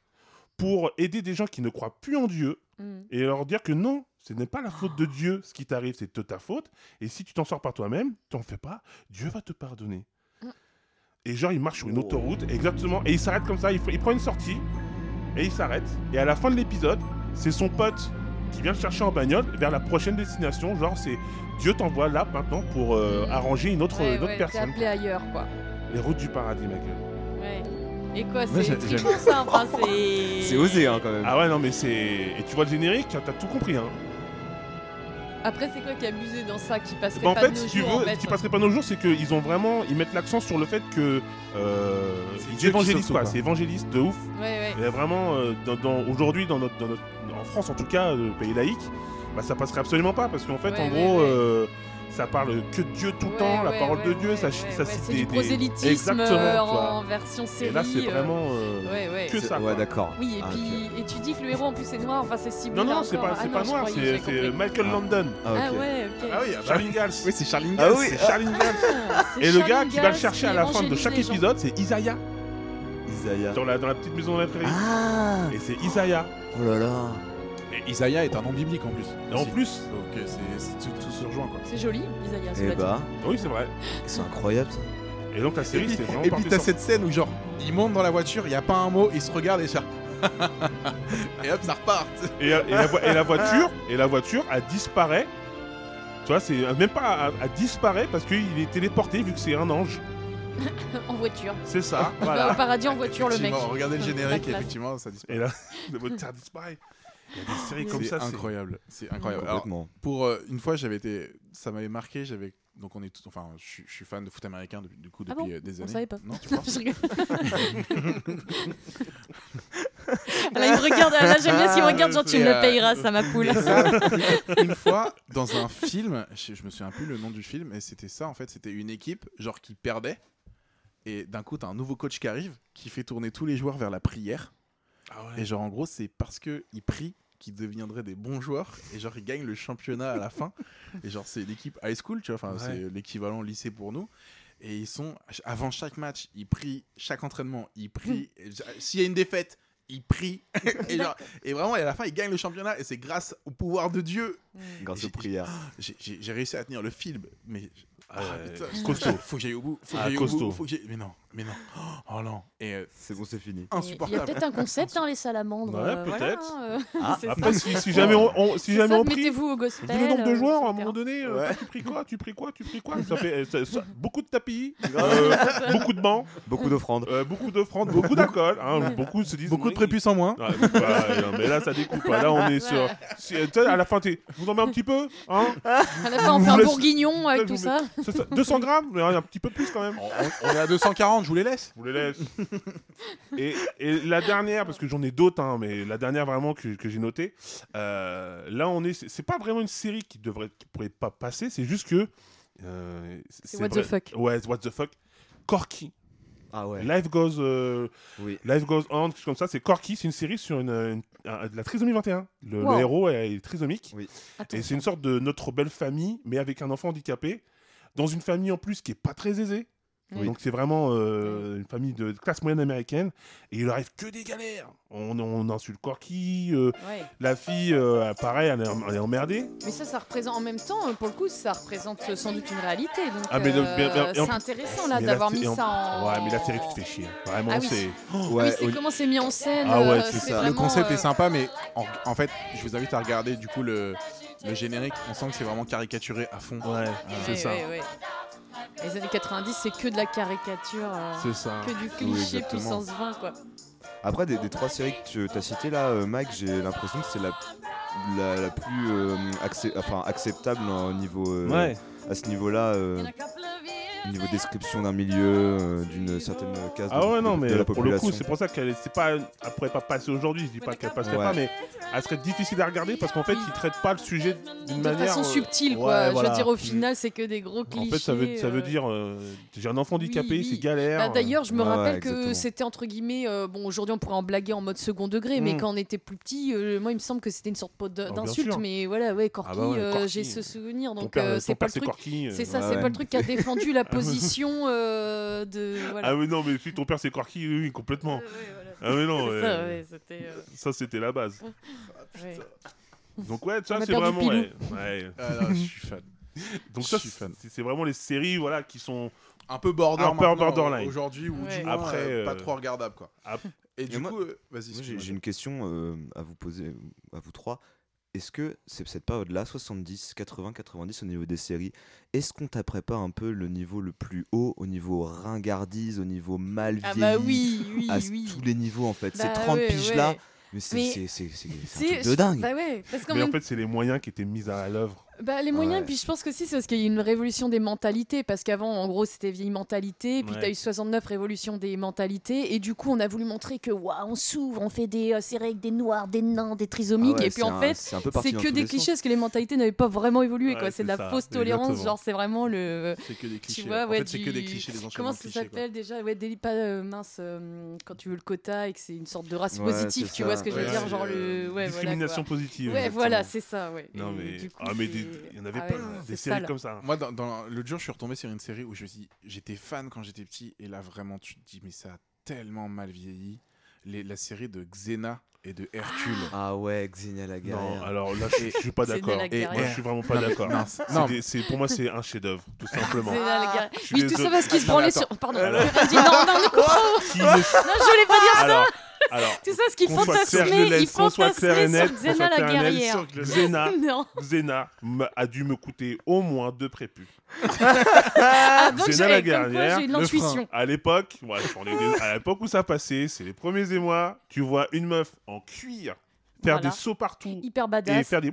Speaker 4: pour aider des gens qui ne croient plus en Dieu
Speaker 2: Hmm.
Speaker 4: et leur dire que non, ce n'est pas la faute de Dieu ce qui t'arrive, c'est de ta faute. Et si tu t'en sors par toi-même, t'en fais pas, Dieu va te pardonner.
Speaker 2: Mm.
Speaker 4: Et genre, il marche sur une
Speaker 3: Oh.
Speaker 4: autoroute, exactement, et il s'arrête comme ça, il, f- il prend une sortie, et il s'arrête. Et à la fin de l'épisode, c'est son pote qui vient le chercher en bagnole vers la prochaine destination. Genre, c'est Dieu t'envoie là maintenant pour euh, arranger une autre,
Speaker 2: Ouais,
Speaker 4: une autre
Speaker 2: ouais, T'es
Speaker 4: personne.
Speaker 2: appelé ailleurs, quoi.
Speaker 4: Les routes du paradis, ma gueule.
Speaker 2: Ouais. Et
Speaker 1: Moi,
Speaker 2: quoi, c'est
Speaker 1: j'ai- j'aime.
Speaker 2: trichon, ça enfin, c'est...
Speaker 3: C'est osé hein, quand même.
Speaker 4: Ah ouais, non, mais c'est. Et tu vois le générique, t'as tout compris, hein.
Speaker 2: Après, c'est quoi qui est abusé dans ça, qui passerait
Speaker 4: Bah, en
Speaker 2: pas
Speaker 4: fait,
Speaker 2: de nos
Speaker 4: si tu
Speaker 2: jours,
Speaker 4: veux,
Speaker 2: en fait
Speaker 4: ce qui passerait pas nos jours, c'est qu'ils ont vraiment, ils mettent l'accent sur le fait que euh,
Speaker 1: C'est Dieu
Speaker 4: ils
Speaker 1: qui
Speaker 4: évangélisent
Speaker 1: sauve
Speaker 4: quoi,
Speaker 1: tout, quoi.
Speaker 4: c'est évangéliste de ouf.
Speaker 2: Ouais,
Speaker 4: Et vraiment, euh, dans, dans- aujourd'hui, dans notre, dans notre- en France en tout cas, euh, pays laïque, bah ça passerait absolument pas parce qu'en fait,
Speaker 2: Ouais,
Speaker 4: en
Speaker 2: ouais,
Speaker 4: gros,
Speaker 2: ouais.
Speaker 4: euh, ça parle que de Dieu tout le
Speaker 2: ouais.
Speaker 4: temps, la
Speaker 2: Ouais,
Speaker 4: parole
Speaker 2: ouais,
Speaker 4: de Dieu,
Speaker 2: ouais,
Speaker 4: ça,
Speaker 2: ouais, ouais,
Speaker 4: ça cite
Speaker 2: c'est
Speaker 4: des,
Speaker 2: du
Speaker 4: des-
Speaker 2: prosélytisme
Speaker 4: exactement,
Speaker 2: euh,
Speaker 4: tu vois.
Speaker 2: en version série.
Speaker 4: Et là, c'est
Speaker 2: euh,
Speaker 4: vraiment euh,
Speaker 2: Ouais, ouais.
Speaker 4: que
Speaker 3: C'est-
Speaker 4: ça.
Speaker 3: Ouais,
Speaker 4: quoi.
Speaker 3: d'accord.
Speaker 2: Oui, et
Speaker 3: Ah,
Speaker 2: puis et tu dis que le héros en plus est noir, enfin c'est ciblé.
Speaker 4: non,
Speaker 2: là
Speaker 4: non, c'est
Speaker 2: encore.
Speaker 4: pas,
Speaker 2: Ah
Speaker 4: c'est
Speaker 2: non,
Speaker 4: pas
Speaker 2: je
Speaker 4: noir,
Speaker 2: croyais,
Speaker 4: c'est
Speaker 2: j'ai compris.
Speaker 4: c'est Michael
Speaker 3: Ah.
Speaker 4: Landon,
Speaker 3: Ah, ok.
Speaker 2: Ah ouais, ok.
Speaker 1: Ah oui, ah bah
Speaker 4: Charlie Gals.
Speaker 1: oui, c'est Charlie
Speaker 3: Ah
Speaker 1: Gals.
Speaker 3: oui,
Speaker 4: C'est
Speaker 3: ah,
Speaker 4: Charlie Gals.
Speaker 2: Ah, c'est
Speaker 4: Et le gars
Speaker 2: Charlie
Speaker 4: qui va le
Speaker 2: Gals
Speaker 4: chercher à la fin de
Speaker 2: évangélise
Speaker 4: chaque
Speaker 2: les gens.
Speaker 4: épisode, c'est Isaiah,
Speaker 3: Isaiah.
Speaker 4: dans la, dans la petite maison de la prairie.
Speaker 3: Ah
Speaker 4: Et c'est Isaiah.
Speaker 3: Oh là là
Speaker 1: Et Isaiah est un nom biblique en plus.
Speaker 4: Et en
Speaker 1: Aussi.
Speaker 4: plus,
Speaker 1: Donc, euh, c'est- c'est- tout, tout se rejoint quoi.
Speaker 2: C'est joli, Isaiah.
Speaker 3: Eh
Speaker 2: cela dit.
Speaker 3: bah,
Speaker 4: oui, c'est vrai.
Speaker 3: c'est incroyable ça.
Speaker 4: Et donc la
Speaker 1: Et
Speaker 4: série,
Speaker 1: puis-
Speaker 4: c'est vraiment
Speaker 1: et puis
Speaker 4: parti
Speaker 1: t'as
Speaker 4: sur-
Speaker 1: cette scène où genre ils montent dans la voiture, il y a pas un mot, ils se regardent et ça. et hop, ça repart.
Speaker 4: et, euh, et la, vo- et la voiture, et la voiture, elle disparaît. Tu vois, c'est euh, même pas, elle, elle disparaît parce qu'il est téléporté vu que c'est un ange.
Speaker 2: En voiture.
Speaker 4: C'est ça,
Speaker 2: Il va au
Speaker 4: voilà.
Speaker 2: paradie en voiture, le mec.
Speaker 1: Effectivement, Regardez le
Speaker 2: La
Speaker 1: générique, et
Speaker 2: classe.
Speaker 1: effectivement, ça disparaît.
Speaker 4: Et là, la voiture disparaît. Il y a des séries comme
Speaker 1: C'est
Speaker 4: ça, c'est
Speaker 1: incroyable, c'est incroyable. Alors,
Speaker 3: Complètement.
Speaker 1: pour euh, une fois, j'avais été, ça m'avait marqué. J'avais donc on est, tous- enfin, je suis- je suis fan de foot américain depuis, du coup
Speaker 2: Ah
Speaker 1: depuis
Speaker 2: bon
Speaker 1: euh, des
Speaker 2: On
Speaker 1: années.
Speaker 2: savait pas.
Speaker 1: Non, tu
Speaker 2: Non,
Speaker 1: vois.
Speaker 2: je rigole. Là, il me regarde. Là, j'aime bien s'il
Speaker 4: Ah,
Speaker 2: me regarde, genre, tu me
Speaker 1: Et,
Speaker 2: le
Speaker 1: euh,
Speaker 2: payeras, ça, ma poule.
Speaker 1: Et ça, une fois, dans un film, je, je me souviens plus le nom du film, et c'était ça en fait, c'était une équipe genre qui perdait, et d'un coup t'as un nouveau coach qui arrive, qui fait tourner tous les joueurs vers la prière,
Speaker 4: Ah
Speaker 1: et
Speaker 4: ouais.
Speaker 1: genre en gros c'est parce que ils prient qu'ils deviendraient des bons joueurs, et genre ils gagnent le championnat à la fin, et genre c'est l'équipe high school, tu vois, enfin
Speaker 4: Ouais.
Speaker 1: c'est l'équivalent lycée pour nous. Et ils sont, avant chaque match, ils prient, chaque entraînement, ils prient. Et j- S'il y a une défaite, ils prient. et, genre- et vraiment, et à la fin, ils gagnent le championnat. Et c'est grâce au pouvoir de Dieu
Speaker 3: Grâce
Speaker 1: j'ai-
Speaker 3: aux prières.
Speaker 1: j'ai- J'ai j'ai réussi à tenir le film, mais. Ah,
Speaker 4: Ouais,
Speaker 1: putain,
Speaker 4: costaud.
Speaker 1: Faut que j'aille au bout. Faut que
Speaker 4: Ah,
Speaker 1: j'aille au
Speaker 4: costaud.
Speaker 1: bout. Faut que j'aille- mais non, mais non. Oh non. Et euh,
Speaker 3: C'est bon, c'est fini.
Speaker 2: Il y a
Speaker 1: insupportable.
Speaker 2: peut-être un concept, hein, les salamandres.
Speaker 4: Ouais,
Speaker 2: euh, voilà,
Speaker 4: peut-être.
Speaker 2: hein, euh,
Speaker 3: Ah,
Speaker 2: c'est
Speaker 4: Après,
Speaker 2: ça.
Speaker 4: si, si jamais on, on- si
Speaker 2: C'est
Speaker 4: jamais
Speaker 2: ça,
Speaker 4: on prie,
Speaker 2: mettez-vous au gospel.
Speaker 4: vu le nombre de
Speaker 2: euh,
Speaker 4: joueurs, à un
Speaker 2: etc.
Speaker 4: moment donné, euh,
Speaker 3: Ouais.
Speaker 4: toi, tu pries quoi, tu pris quoi, tu pris quoi, ça fait euh, ça- ça- beaucoup de tapis, euh, beaucoup de bancs,
Speaker 3: Beaucoup d'offrandes.
Speaker 4: euh, beaucoup d'offrandes, beaucoup d'alcool, hein, beaucoup se disent
Speaker 1: Beaucoup de
Speaker 4: Oui,
Speaker 1: prépuces en moins.
Speaker 4: Ouais, mais, bah, euh, mais là, ça découpe. Là, on est sur. si, euh, tu sais, à la fin, t'es. Je vous en mets un petit peu hein
Speaker 2: À la fin, on fait
Speaker 4: Vous
Speaker 2: un
Speaker 4: laisse-
Speaker 2: bourguignon avec
Speaker 4: Je vous
Speaker 2: tout ça.
Speaker 4: C'est ça, 200 grammes Mais un petit peu plus quand même.
Speaker 1: On, on- on est à 240, je vous les laisse.
Speaker 4: Je vous les laisse. Et, et la dernière, parce que j'en ai d'autres, hein, mais la dernière vraiment que, que j'ai notée. euh, là, on est. c'est- C'est pas vraiment une série qui devrait, qui pourrait pas passer. C'est juste que. euh,
Speaker 2: C'est what
Speaker 4: vrai-
Speaker 2: the fuck.
Speaker 4: Ouais, c'est what the fuck. Corky.
Speaker 3: Ah ouais.
Speaker 4: Life goes. euh,
Speaker 3: Oui.
Speaker 4: Life Goes On, quelque chose comme ça, c'est Corky, c'est une série sur une, une- un- de la trisomie 21. Le, le
Speaker 2: Wow.
Speaker 4: héros est, est trisomique.
Speaker 3: Oui.
Speaker 2: Attends.
Speaker 4: Et c'est une sorte de notre belle famille, mais avec un enfant handicapé, dans une famille en plus qui est pas très aisée.
Speaker 3: Oui.
Speaker 4: Donc c'est vraiment euh, une famille de classe moyenne américaine, et il leur arrive que des galères. On, on insulte Corky, euh,
Speaker 2: Ouais.
Speaker 4: la fille, euh, pareil, elle est, elle est emmerdée.
Speaker 2: Mais ça, ça représente en même temps, euh, pour le coup, ça représente euh, sans doute une réalité. Donc,
Speaker 4: Ah, mais le-
Speaker 2: euh,
Speaker 4: bien- bien- et en
Speaker 2: c'est
Speaker 4: plus-
Speaker 2: intéressant là
Speaker 4: Mais la
Speaker 2: d'avoir
Speaker 4: sé-
Speaker 2: mis
Speaker 4: et en-
Speaker 2: ça en.
Speaker 4: Ouais, mais la série, tu te fais chier. Vraiment,
Speaker 2: Ah oui.
Speaker 4: c'est...
Speaker 2: Oui,
Speaker 3: Ouais,
Speaker 2: c'est comment c'est mis en scène.
Speaker 4: Ah ouais,
Speaker 2: euh,
Speaker 4: c'est ça.
Speaker 1: Le
Speaker 2: vraiment,
Speaker 1: concept
Speaker 2: euh,
Speaker 1: est sympa, mais en, en fait, je vous invite à regarder du coup le, le générique. On sent que c'est vraiment caricaturé à fond. Euh,
Speaker 4: Ouais, c'est
Speaker 2: ouais,
Speaker 4: ça.
Speaker 2: ouais, ouais. Les années 90, c'est que de la caricature, euh,
Speaker 4: C'est ça.
Speaker 2: que du cliché
Speaker 3: exactement.
Speaker 2: puissance 20, quoi.
Speaker 3: Après, des, des trois séries que tu as citées là, euh, Mike, j'ai l'impression que c'est la la, la plus euh, accé- enfin, acceptable hein, au niveau, euh,
Speaker 5: Ouais.
Speaker 3: à ce niveau-là, euh, au niveau description d'un milieu, euh, d'une certaine case de,
Speaker 4: Ah ouais,
Speaker 3: de-
Speaker 4: non,
Speaker 3: de
Speaker 4: mais
Speaker 3: la
Speaker 4: pour le
Speaker 3: population.
Speaker 4: coup, c'est pour ça qu'elle est- c'est pas, elle pourrait pas passer aujourd'hui. Je dis pas qu'elle passerait
Speaker 3: Ouais.
Speaker 4: pas, mais elle serait difficile à regarder parce qu'en fait, ils traitent pas le sujet d'une
Speaker 2: De
Speaker 4: manière.
Speaker 2: façon
Speaker 4: euh,
Speaker 2: subtile, quoi.
Speaker 4: ouais,
Speaker 2: Je
Speaker 4: voilà.
Speaker 2: veux dire, au
Speaker 4: Mm.
Speaker 2: final, c'est que des gros
Speaker 4: En
Speaker 2: clichés.
Speaker 4: fait, ça veut, ça veut
Speaker 2: euh,
Speaker 4: dire euh, j'ai un enfant
Speaker 2: oui,
Speaker 4: handicapé,
Speaker 2: oui.
Speaker 4: c'est galère.
Speaker 2: Bah, D'ailleurs, je me
Speaker 3: Ouais,
Speaker 2: rappelle que
Speaker 3: exactement.
Speaker 2: c'était entre guillemets. euh, bon, aujourd'hui, on pourrait en blaguer en mode second degré, mais
Speaker 4: Mm. Oh,
Speaker 2: quand on était plus petit, euh, moi, il me semble que c'était une sorte de-
Speaker 4: bien
Speaker 2: d'insulte.
Speaker 4: sûr.
Speaker 2: Mais voilà, ouais, Corky,
Speaker 4: bah ouais,
Speaker 2: euh,
Speaker 4: Corky.
Speaker 2: j'ai ce souvenir.
Speaker 4: Ton
Speaker 2: Donc,
Speaker 4: père-
Speaker 2: euh,
Speaker 4: ton
Speaker 2: c'est pas
Speaker 4: père,
Speaker 2: le truc.
Speaker 4: Corky, euh,
Speaker 2: C'est ça,
Speaker 3: ouais,
Speaker 2: c'est
Speaker 3: ouais.
Speaker 2: pas le truc qui a défendu la position euh, de. Voilà.
Speaker 4: Ah, mais non, mais si ton père, c'est Corky, oui, oui,
Speaker 2: Euh,
Speaker 4: complètement.
Speaker 2: ouais, voilà.
Speaker 4: Ah, mais non,
Speaker 2: C'est
Speaker 4: ouais.
Speaker 2: ça, ouais, c'était, euh,
Speaker 4: Ça, c'était la base.
Speaker 2: ouais.
Speaker 4: Donc, ouais, ça,
Speaker 2: On a
Speaker 4: c'est
Speaker 2: perdu
Speaker 4: vraiment.
Speaker 2: Pilou.
Speaker 4: Ouais. ouais.
Speaker 1: Ah là, je suis fan.
Speaker 4: Donc,
Speaker 1: Je
Speaker 4: ça,
Speaker 1: suis fan.
Speaker 4: c'est c'est vraiment les séries voilà, qui sont.
Speaker 1: Un peu border
Speaker 4: Un peu
Speaker 1: maintenant,
Speaker 4: borderline.
Speaker 1: euh, aujourd'hui ou
Speaker 2: Ouais.
Speaker 1: du moins,
Speaker 4: Après,
Speaker 1: euh,
Speaker 4: euh,
Speaker 1: pas trop regardable quoi.
Speaker 4: ap-
Speaker 1: Et du
Speaker 3: moi-
Speaker 1: coup, euh, vas-y.
Speaker 3: Moi, j'ai
Speaker 1: excuse-moi.
Speaker 3: j'ai une question euh, à vous poser, à vous trois. Est-ce que c'est cette période-là, 70, 80, 90 au niveau des séries, est-ce qu'on taperait pas un peu le niveau le plus haut, au niveau ringardise, au niveau mal vieilli
Speaker 2: Ah bah oui, oui,
Speaker 3: à s-
Speaker 2: oui.
Speaker 3: tous les niveaux en fait,
Speaker 2: Bah
Speaker 3: ces 30
Speaker 2: ouais,
Speaker 3: piges-là,
Speaker 2: ouais.
Speaker 3: mais
Speaker 2: Mais
Speaker 3: c'est- c'est c'est- c'est- c'est un
Speaker 2: C'est-
Speaker 3: truc de dingue.
Speaker 2: Bah ouais, parce qu'en
Speaker 4: Mais en
Speaker 2: même
Speaker 4: fait, c'est les moyens qui étaient mis à l'œuvre.
Speaker 2: Bah, les moyens,
Speaker 3: Ouais.
Speaker 2: puis je pense que si, c'est parce qu'il y a eu une révolution des mentalités, parce qu'avant, en gros, c'était vieille mentalité, puis
Speaker 4: Ouais.
Speaker 2: t'as eu 69 révolution des mentalités, et du coup, on a voulu montrer que, waouh, on s'ouvre, on fait des euh, séries avec des noirs, des nains, des
Speaker 3: Ah
Speaker 2: trisomiques,
Speaker 3: ouais,
Speaker 2: et puis
Speaker 3: c'est
Speaker 2: en
Speaker 3: un-
Speaker 2: fait,
Speaker 3: c'est un peu parti
Speaker 2: c'est
Speaker 3: dans
Speaker 2: que
Speaker 3: tous
Speaker 2: des
Speaker 3: les sens.
Speaker 2: clichés, parce que les mentalités n'avaient pas vraiment évolué,
Speaker 4: Ouais,
Speaker 2: quoi. C'est de la
Speaker 4: c'est ça,
Speaker 2: fausse tolérance,
Speaker 4: exactement.
Speaker 2: genre, c'est vraiment le.
Speaker 1: C'est que des clichés.
Speaker 2: vois,
Speaker 1: ouais. en
Speaker 2: ouais,
Speaker 1: fait, c'est que
Speaker 2: du-
Speaker 1: des clichés, les enchaînements
Speaker 2: Comment
Speaker 1: de
Speaker 2: ça
Speaker 1: clichés, quoi.
Speaker 2: s'appelle déjà Ouais, délit pas euh, mince, euh, quand tu veux le quota et que c'est une sorte de race
Speaker 3: Ouais,
Speaker 2: positive,
Speaker 3: c'est
Speaker 2: tu
Speaker 3: ça.
Speaker 2: vois ce que je veux
Speaker 1: Ouais,
Speaker 2: dire
Speaker 1: c'est,
Speaker 2: Genre
Speaker 1: euh,
Speaker 2: le. Ouais, voilà.
Speaker 4: Discrimination
Speaker 2: quoi.
Speaker 4: positive.
Speaker 2: Ouais,
Speaker 4: exactement.
Speaker 2: voilà, c'est ça, ouais.
Speaker 4: Non,
Speaker 2: Et
Speaker 4: mais.
Speaker 2: du coup,
Speaker 4: ah, mais
Speaker 2: c'est-
Speaker 4: des- il y en avait
Speaker 2: Ah ouais,
Speaker 4: plein,
Speaker 2: c'est
Speaker 4: des séries
Speaker 2: sale.
Speaker 4: comme ça.
Speaker 1: Moi, dans, dans l'autre jour, je suis retombé sur une série où je me suis dit, j'étais fan quand j'étais petit, et là, vraiment, tu te dis, mais ça a tellement mal vieilli. Les- la série de Xena et de Hercule.
Speaker 3: Ah ouais, Xenia la
Speaker 4: Non,
Speaker 3: guerre.
Speaker 4: alors là, je, je suis pas
Speaker 2: C'est
Speaker 4: d'accord.
Speaker 2: de la
Speaker 4: Moi, je suis vraiment pas d'accord.
Speaker 1: Non, c'est-
Speaker 4: Ah, C'est
Speaker 1: non,
Speaker 4: des- c'est- Pour moi, c'est un chef-d'œuvre, tout simplement.
Speaker 2: C'est là, les gars.
Speaker 4: suis
Speaker 2: Oui, tout
Speaker 4: désolé.
Speaker 2: ça parce qu'il se
Speaker 1: Non, mais
Speaker 2: branlait sur. Pardon, j'ai dit non, non, non,
Speaker 4: Qui ne-
Speaker 2: non, je voulais pas dire.
Speaker 4: alors, alors,
Speaker 2: Tout ça, ce qu'il
Speaker 4: qu'on soit clair, je
Speaker 2: fantasmait, il
Speaker 4: laisse, qu'on soit clair et
Speaker 2: fantasmait
Speaker 4: net,
Speaker 2: sur
Speaker 4: qu'on soit
Speaker 2: Xena la
Speaker 4: clair et net,
Speaker 2: guerrière.
Speaker 4: sur Xena,
Speaker 2: Non.
Speaker 4: Xena m'a- a dû me coûter au moins deux prépuces.
Speaker 2: Ah, donc
Speaker 4: Xena
Speaker 2: j'avais
Speaker 4: la
Speaker 2: comme quoi
Speaker 4: guerrière,
Speaker 2: j'ai eu de
Speaker 1: le
Speaker 2: l'intuition.
Speaker 4: À l'époque, moi, je suis en ai- à l'époque où ça passait, c'est les premiers émois, tu vois une meuf en cuir faire
Speaker 2: Voilà.
Speaker 4: des sauts partout
Speaker 2: Hyper
Speaker 4: et
Speaker 2: badass.
Speaker 4: faire des.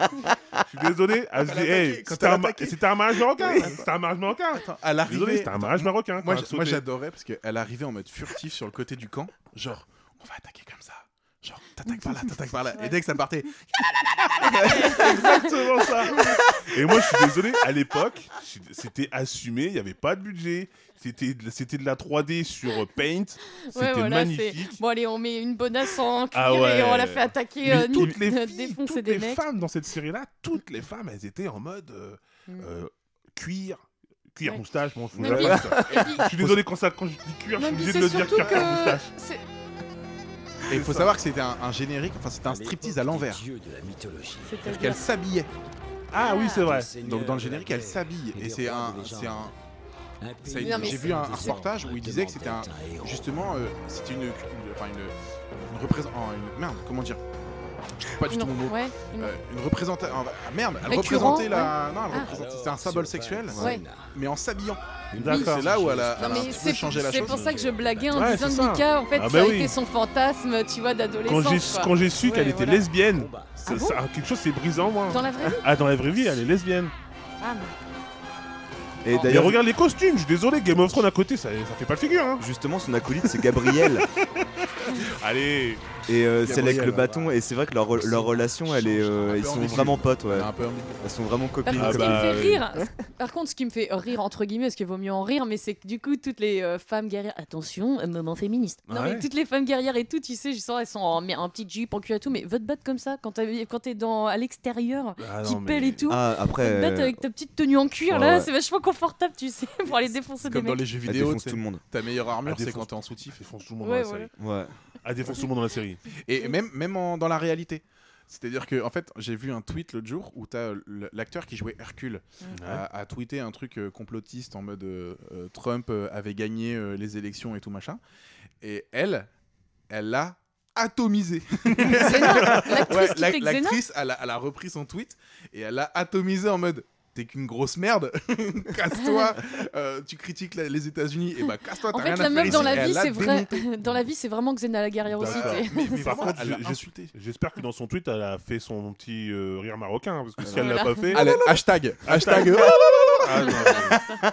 Speaker 4: Je suis désolé, elle se dit,
Speaker 1: elle a
Speaker 4: hey,
Speaker 1: attaqué, quand
Speaker 4: c'était
Speaker 1: elle a
Speaker 4: un, ma-
Speaker 1: attaqué.
Speaker 4: c'était un mariage marocain, c'était un mariage marocain.
Speaker 1: Attends, à
Speaker 4: Désolé,
Speaker 1: l'arrivée,
Speaker 4: c'était un mariage marocain.
Speaker 1: moi,
Speaker 4: quand elle
Speaker 1: j'- moi,
Speaker 4: sautait.
Speaker 1: j'adorais parce qu'elle arrivait en mode furtif sur le côté du camp, genre, on va attaquer comme ça. Genre, t'attaques par là, t'attaques par là. Et dès que ça partait,
Speaker 4: exactement ça. Et moi, je suis désolé, à l'époque, je suis- c'était assumé, il n'y avait pas de budget, c'était de, c'était de la 3D sur euh, Paint, c'était
Speaker 2: Ouais, voilà, c'est.
Speaker 4: magnifique.
Speaker 2: Bon, allez, on met une bonasse en cuir
Speaker 4: Ah ouais.
Speaker 2: et on la fait attaquer,
Speaker 4: Mais
Speaker 2: euh,
Speaker 4: toutes les
Speaker 2: euh,
Speaker 4: filles,
Speaker 2: défoncer
Speaker 4: toutes
Speaker 2: des
Speaker 4: les
Speaker 2: mecs.
Speaker 4: femmes dans cette série-là, toutes les femmes, elles étaient en mode euh,
Speaker 2: Mm.
Speaker 4: euh, cuir, cuir
Speaker 2: Ouais.
Speaker 4: moustache, bon, je vous
Speaker 2: Mais
Speaker 4: l'avoue,
Speaker 2: oui.
Speaker 4: ça.
Speaker 2: Et puis-
Speaker 4: Je suis désolé quand, ça, quand je dis cuir, je
Speaker 2: non,
Speaker 4: suis
Speaker 2: puis
Speaker 4: obligé de
Speaker 2: c'est
Speaker 4: le dire
Speaker 2: surtout
Speaker 4: cuir, cuir,
Speaker 2: que.
Speaker 4: moustache.
Speaker 2: c'est-
Speaker 1: et il faut savoir que c'était un, un générique, enfin, c'était un striptease à l'envers. C'est-à-dire
Speaker 2: C'est-à-dire.
Speaker 1: qu'elle s'habillait.
Speaker 4: Ah oui, c'est vrai.
Speaker 1: Donc, dans le générique, elle s'habille. Et c'est un. c'est un- ça a été-
Speaker 2: Non, mais
Speaker 1: J'ai vu un un reportage où il disait que c'était un. Justement, euh, c'était une. une- Enfin, une. Une représentation. Merde, comment dire Je trouve pas du tout mon mot.
Speaker 2: Non, ouais.
Speaker 1: Euh, une représentation. Ah, merde, elle
Speaker 2: Récurrent,
Speaker 1: représentait la. Non, elle
Speaker 2: Ah.
Speaker 1: représentait. C'était un symbole sexuel,
Speaker 2: Ouais.
Speaker 1: mais en s'habillant.
Speaker 4: D'accord.
Speaker 1: C'est là où elle a, elle a
Speaker 2: Non,
Speaker 1: un
Speaker 2: mais
Speaker 1: petit peu
Speaker 2: c'est
Speaker 1: changé la
Speaker 2: c'est
Speaker 1: chose.
Speaker 2: pour ça que je blaguais en
Speaker 4: Ouais,
Speaker 2: disant
Speaker 4: c'est
Speaker 2: que
Speaker 4: ça.
Speaker 2: Mika, en fait,
Speaker 4: Ah
Speaker 2: ça
Speaker 4: bah
Speaker 2: a
Speaker 4: oui.
Speaker 2: été son fantasme, tu vois,
Speaker 4: Quand j'ai
Speaker 2: d'adolescence. quoi.
Speaker 4: quand j'ai su
Speaker 2: Ouais,
Speaker 4: qu'elle était
Speaker 2: voilà.
Speaker 4: lesbienne,
Speaker 2: Ah
Speaker 4: ça,
Speaker 2: bon
Speaker 4: ça- quelque chose c'est brisant, moi.
Speaker 2: Dans la vraie vie
Speaker 4: Ah, dans la vraie vie, elle est lesbienne.
Speaker 2: Ah, mais-
Speaker 3: Et
Speaker 1: Mais
Speaker 4: Mais
Speaker 3: d'ailleurs,
Speaker 4: regarde les costumes, je suis désolé, Game of Thrones à côté, ça, ça fait pas le figure. Hein.
Speaker 3: justement, son acolyte, c'est Gabriel.
Speaker 4: Allez,
Speaker 3: Et euh, celle avec
Speaker 1: Gabriel,
Speaker 3: le bâton, et c'est vrai que leur, leur relation, elle est, euh,
Speaker 1: Un peu Ah,
Speaker 3: ils sont
Speaker 1: ambiguë.
Speaker 3: vraiment potes, ouais.
Speaker 1: Elle a un peu un-
Speaker 3: Elles sont vraiment
Speaker 2: Par
Speaker 3: copines.
Speaker 2: contre, ce qui me
Speaker 4: bah,
Speaker 2: fait
Speaker 4: oui.
Speaker 2: rire, par contre, ce qui me fait rire entre guillemets, parce qu'il vaut mieux en rire, mais c'est que du coup, toutes les euh, femmes guerrières, attention, euh, moment féministe. Non,
Speaker 4: Ouais.
Speaker 2: mais toutes les femmes guerrières et tout, tu sais, je sens, elles sont en, en petite jupe, en cul à tout, mais votre batte comme ça, quand t'as- quand t'es dans à l'extérieur,
Speaker 4: Ah
Speaker 2: qui
Speaker 4: non,
Speaker 2: pèle
Speaker 4: mais-
Speaker 2: et tout,
Speaker 3: Ah,
Speaker 2: une
Speaker 3: après,
Speaker 2: batte
Speaker 3: euh,
Speaker 2: avec ta petite tenue en cuir,
Speaker 3: ouais,
Speaker 2: là,
Speaker 3: ouais.
Speaker 2: c'est vachement confortable, tu sais, pour aller défoncer des
Speaker 1: Comme dans
Speaker 2: mecs.
Speaker 1: les jeux
Speaker 3: elle
Speaker 1: vidéo,
Speaker 3: défonce
Speaker 1: tu sais,
Speaker 3: tout le monde.
Speaker 1: ta meilleure armure,
Speaker 4: Elle
Speaker 1: c'est
Speaker 4: défonce
Speaker 1: quand t'es en
Speaker 4: Il
Speaker 1: soutif.
Speaker 4: fait fonce tout le monde
Speaker 2: Ouais,
Speaker 4: dans la
Speaker 2: voilà.
Speaker 4: série.
Speaker 3: Ouais.
Speaker 4: Ah, défonce tout le monde dans la série.
Speaker 1: Et même, même en- dans la réalité. C'est-à-dire que, en fait, j'ai vu un tweet l'autre jour où t'as euh, l- l'acteur qui jouait Hercule a, a tweeté un truc euh, complotiste en mode euh, euh, Trump euh, avait gagné euh, les élections et tout machin. Et elle, elle l'a atomisé.
Speaker 2: Xena, l'actrice
Speaker 1: Ouais,
Speaker 2: qui
Speaker 1: la-
Speaker 2: fait Xena,
Speaker 1: L'actrice, elle, a- elle a repris son tweet et elle l'a atomisé en mode t'es qu'une grosse merde, casse-toi, Euh, tu critiques la- les États-Unis, et bah casse-toi,
Speaker 2: En
Speaker 1: t'as
Speaker 2: fait,
Speaker 1: rien
Speaker 2: la
Speaker 1: à
Speaker 2: meuf
Speaker 1: faire
Speaker 2: dans
Speaker 1: ici.
Speaker 2: la
Speaker 1: Elle
Speaker 2: vie,
Speaker 1: l'a
Speaker 2: c'est vrai.
Speaker 1: démonté.
Speaker 2: Dans la vie, c'est vraiment Xena la guerrière aussi.
Speaker 4: D'accord.
Speaker 2: t'es-
Speaker 1: Mais, mais
Speaker 4: Par
Speaker 1: vraiment,
Speaker 4: contre,
Speaker 1: elle l'a
Speaker 4: je- je-
Speaker 1: insulté.
Speaker 4: J'espère que dans son tweet, elle a fait son petit euh, rire marocain, hein, parce que si elle
Speaker 2: Voilà. Ah,
Speaker 4: l'a pas fait,
Speaker 1: Allez, hashtag, hashtag,
Speaker 4: ah, non, mais-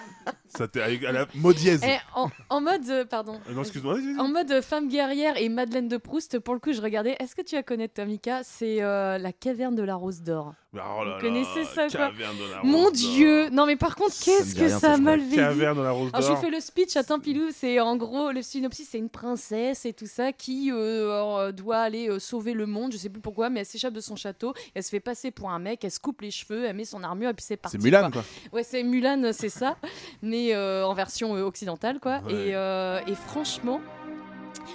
Speaker 4: ça t'est- elle a- Ah,
Speaker 1: mot dièse.
Speaker 2: Eh, en, en mode, euh, pardon.
Speaker 4: Non, excuse-moi. vas-y, vas-y.
Speaker 2: En mode euh, femme guerrière et Madeleine de Proust, pour le coup, je regardais. Est-ce que tu la connais, Tamika C'est euh, la caverne de la rose d'or.
Speaker 4: Mais oh là
Speaker 2: Vous
Speaker 4: là,
Speaker 2: connaissez ça, quoi
Speaker 4: Caverne de la
Speaker 2: Mon
Speaker 4: Rose
Speaker 2: Dieu Non, mais par contre,
Speaker 3: Ça me
Speaker 2: qu'est-ce
Speaker 3: dit
Speaker 2: que ça
Speaker 3: rien, ça, je
Speaker 2: m'a
Speaker 3: crois.
Speaker 4: d'Or.
Speaker 2: levé
Speaker 4: Caverne de la Rose
Speaker 2: Alors, j'ai
Speaker 4: d'Or.
Speaker 2: fait le speech à Timpilou. C'est en gros, le synopsis c'est une princesse et tout ça qui euh, euh, doit aller euh, sauver le monde. Je sais plus pourquoi, mais elle s'échappe de son château. Elle se fait passer pour un mec. Elle se coupe les cheveux. Elle met son armure et puis c'est parti.
Speaker 1: C'est Mulan, quoi.
Speaker 2: quoi. Ouais, c'est Mulan, euh, c'est ça. mais euh, en version euh, occidentale, quoi.
Speaker 4: Ouais.
Speaker 2: Et, euh, et franchement.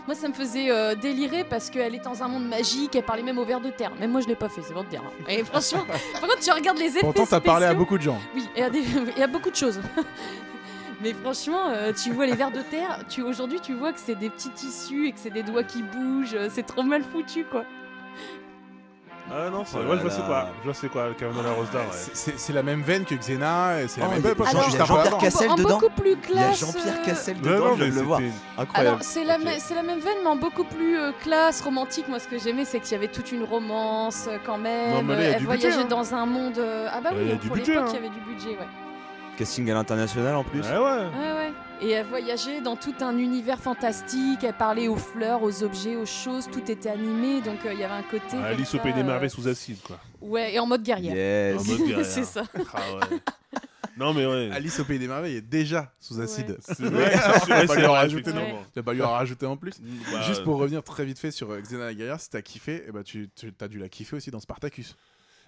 Speaker 2: Moi, ça me faisait euh, délirer parce qu'elle est dans un monde magique, elle parlait même au ver de terre. Même moi, je l'ai pas fait, c'est bon de dire. hein. Et franchement, par contre, tu regardes les effets
Speaker 1: Pourtant, t'as parlé à
Speaker 2: spéciaux.
Speaker 1: beaucoup de gens.
Speaker 2: Oui, il y, a des- il y a beaucoup de choses. Mais franchement, euh, tu vois les vers de terre, tu aujourd'hui tu vois que c'est des petits tissus et que c'est des doigts qui bougent, euh, c'est trop mal foutu quoi.
Speaker 4: Ah non, c'est...
Speaker 3: Oh
Speaker 4: ouais, je
Speaker 3: là
Speaker 4: vois c'est
Speaker 3: là.
Speaker 4: quoi. Je vois c'est quoi, la Caverne de la Rose
Speaker 2: Ah,
Speaker 4: d'Or. ouais.
Speaker 1: C'est- C'est c'est la même veine que Xena, et c'est la
Speaker 3: Oh,
Speaker 1: même
Speaker 3: il y a-
Speaker 1: époque,
Speaker 2: alors-
Speaker 1: juste
Speaker 2: il y a
Speaker 1: après
Speaker 3: Jean-Pierre
Speaker 1: avant.
Speaker 2: En-
Speaker 3: Cassel
Speaker 2: en
Speaker 3: dedans.
Speaker 2: beaucoup plus
Speaker 3: Il y a
Speaker 2: classe.
Speaker 3: Jean-Pierre
Speaker 2: euh,
Speaker 3: Cassel
Speaker 4: Ouais,
Speaker 3: dedans, je viens
Speaker 4: mais
Speaker 3: de le voir.
Speaker 4: c'était-
Speaker 3: Incroyable.
Speaker 2: Alors c'est la,
Speaker 3: Ok.
Speaker 2: mê- c'est la même veine mais en beaucoup plus euh, classe, romantique. Moi ce que j'aimais c'est qu'il y avait toute une romance euh, quand même.
Speaker 4: Non, mais là, il y a
Speaker 2: Euh, Elle
Speaker 4: du budget,
Speaker 2: voyageait
Speaker 4: hein.
Speaker 2: dans un monde... euh, Ah bah
Speaker 4: Il y
Speaker 2: oui,
Speaker 4: a
Speaker 2: donc
Speaker 4: du
Speaker 2: pour
Speaker 4: budget,
Speaker 2: l'époque
Speaker 4: hein.
Speaker 2: il y avait du budget, ouais.
Speaker 3: Casting à l'international en plus.
Speaker 4: Ouais, Ah, ouais.
Speaker 2: Ouais, ouais. Et elle voyageait dans tout un univers fantastique, elle parlait aux fleurs, aux objets, aux choses, tout était animé, donc euh, il y avait un côté.
Speaker 4: Ah,
Speaker 2: comme
Speaker 4: Alice
Speaker 2: ça,
Speaker 4: au Pays des
Speaker 2: euh,
Speaker 4: Merveilles sous acide, quoi.
Speaker 2: Ouais, et en mode guerrière.
Speaker 4: En
Speaker 3: Yes.
Speaker 4: mode guerrière.
Speaker 2: C'est ça.
Speaker 4: Ah ouais. Non, mais ouais.
Speaker 1: Alice au Pays des Merveilles est déjà sous
Speaker 2: Ouais.
Speaker 1: acide.
Speaker 4: C'est vrai, c'est
Speaker 1: On va
Speaker 4: vrai,
Speaker 1: pas
Speaker 4: c'est
Speaker 1: lui en
Speaker 4: vrai,
Speaker 1: rajouter,
Speaker 2: non
Speaker 4: effectivement.
Speaker 1: Tu vas pas lui en rajouter en plus
Speaker 4: Bah,
Speaker 1: Juste pour revenir très vite fait sur euh, Xena la guerrière, si t'as kiffé, eh ben tu, tu as dû la kiffer aussi dans Spartacus.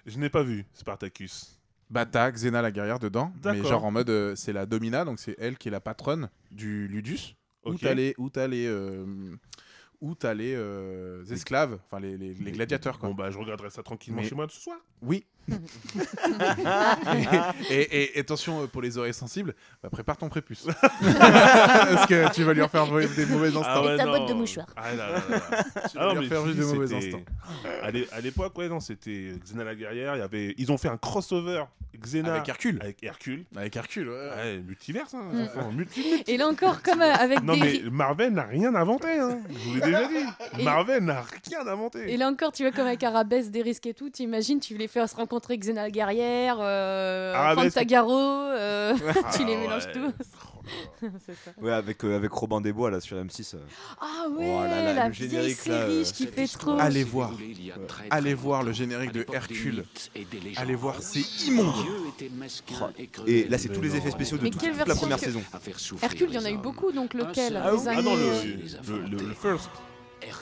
Speaker 4: Je n'ai pas vu Spartacus.
Speaker 1: Bah t'as Xena la guerrière dedans, mais
Speaker 4: D'accord.
Speaker 1: genre en mode euh, c'est la domina, donc c'est elle qui est la patronne du Ludus. Où
Speaker 4: Ok.
Speaker 1: t'as les, où t'as les, euh, où t'as les euh, esclaves, enfin les, les- les gladiateurs quoi.
Speaker 4: Bon, bah, je regarderai ça tranquillement
Speaker 1: Mais-
Speaker 4: chez moi ce soir.
Speaker 1: Oui. et, et- et attention euh, pour les oreilles sensibles, bah, prépare ton prépuce. Parce que tu vas lui en faire des mauvais instants.
Speaker 2: ouais, ta botte de mouchoir.
Speaker 4: Ah là là là là.
Speaker 1: Tu vas
Speaker 4: Ah
Speaker 1: lui
Speaker 4: non, mais
Speaker 1: faire
Speaker 4: je
Speaker 1: juste
Speaker 4: dis,
Speaker 1: des mauvais
Speaker 4: c'était-
Speaker 1: instants.
Speaker 4: À l'é- à l'époque, ouais, non, c'était Xena la guerrière. Il y avait... Ils ont fait un crossover Xena
Speaker 1: Avec
Speaker 4: avec,
Speaker 1: Hercule.
Speaker 4: Hercule.
Speaker 1: Avec Hercule, ouais.
Speaker 4: Ouais, multiverse, hein,
Speaker 2: Mm.
Speaker 4: enfin, multi-
Speaker 2: Et là encore, comme euh, avec
Speaker 4: Non,
Speaker 2: des.
Speaker 4: mais Marvel n'a rien inventé, hein. Je vous l'ai déjà dit.
Speaker 2: Et-
Speaker 4: Marvel n'a rien inventé.
Speaker 2: Et là encore, tu vois, comme avec Arabes, des risques et tout, t'imagines, tu les fais se rencontrer Xena la guerrière, euh,
Speaker 4: Arabes-
Speaker 2: Fantagaro, euh,
Speaker 4: Ah,
Speaker 2: tu les
Speaker 4: ouais.
Speaker 2: mélanges tous.
Speaker 4: Oh là là.
Speaker 2: C'est ça.
Speaker 3: Ouais, avec, euh, avec Robin des Bois là sur M6. euh.
Speaker 2: Ah
Speaker 3: Oh
Speaker 2: ouais,
Speaker 3: là là,
Speaker 2: la
Speaker 3: le
Speaker 2: vieille
Speaker 3: générique, là,
Speaker 2: série,
Speaker 3: euh,
Speaker 2: je kiffais trop.
Speaker 1: histoire.
Speaker 2: Ah,
Speaker 1: Allez voir. Allez
Speaker 5: Allez
Speaker 1: voir
Speaker 5: voir
Speaker 1: le générique de Hercule. Allez voir, c'est immonde.
Speaker 3: Oh, Et là, c'est tous les effets spéciaux de
Speaker 2: Mais
Speaker 3: toute,
Speaker 2: quelle
Speaker 3: toute la
Speaker 2: version
Speaker 3: première
Speaker 2: que-
Speaker 3: saison.
Speaker 2: Hercule, il y en a eu beaucoup, donc lequel
Speaker 5: Ah
Speaker 2: Les
Speaker 5: oui.
Speaker 4: Ah
Speaker 2: années-
Speaker 4: non, le,
Speaker 5: euh,
Speaker 4: le, le- le first.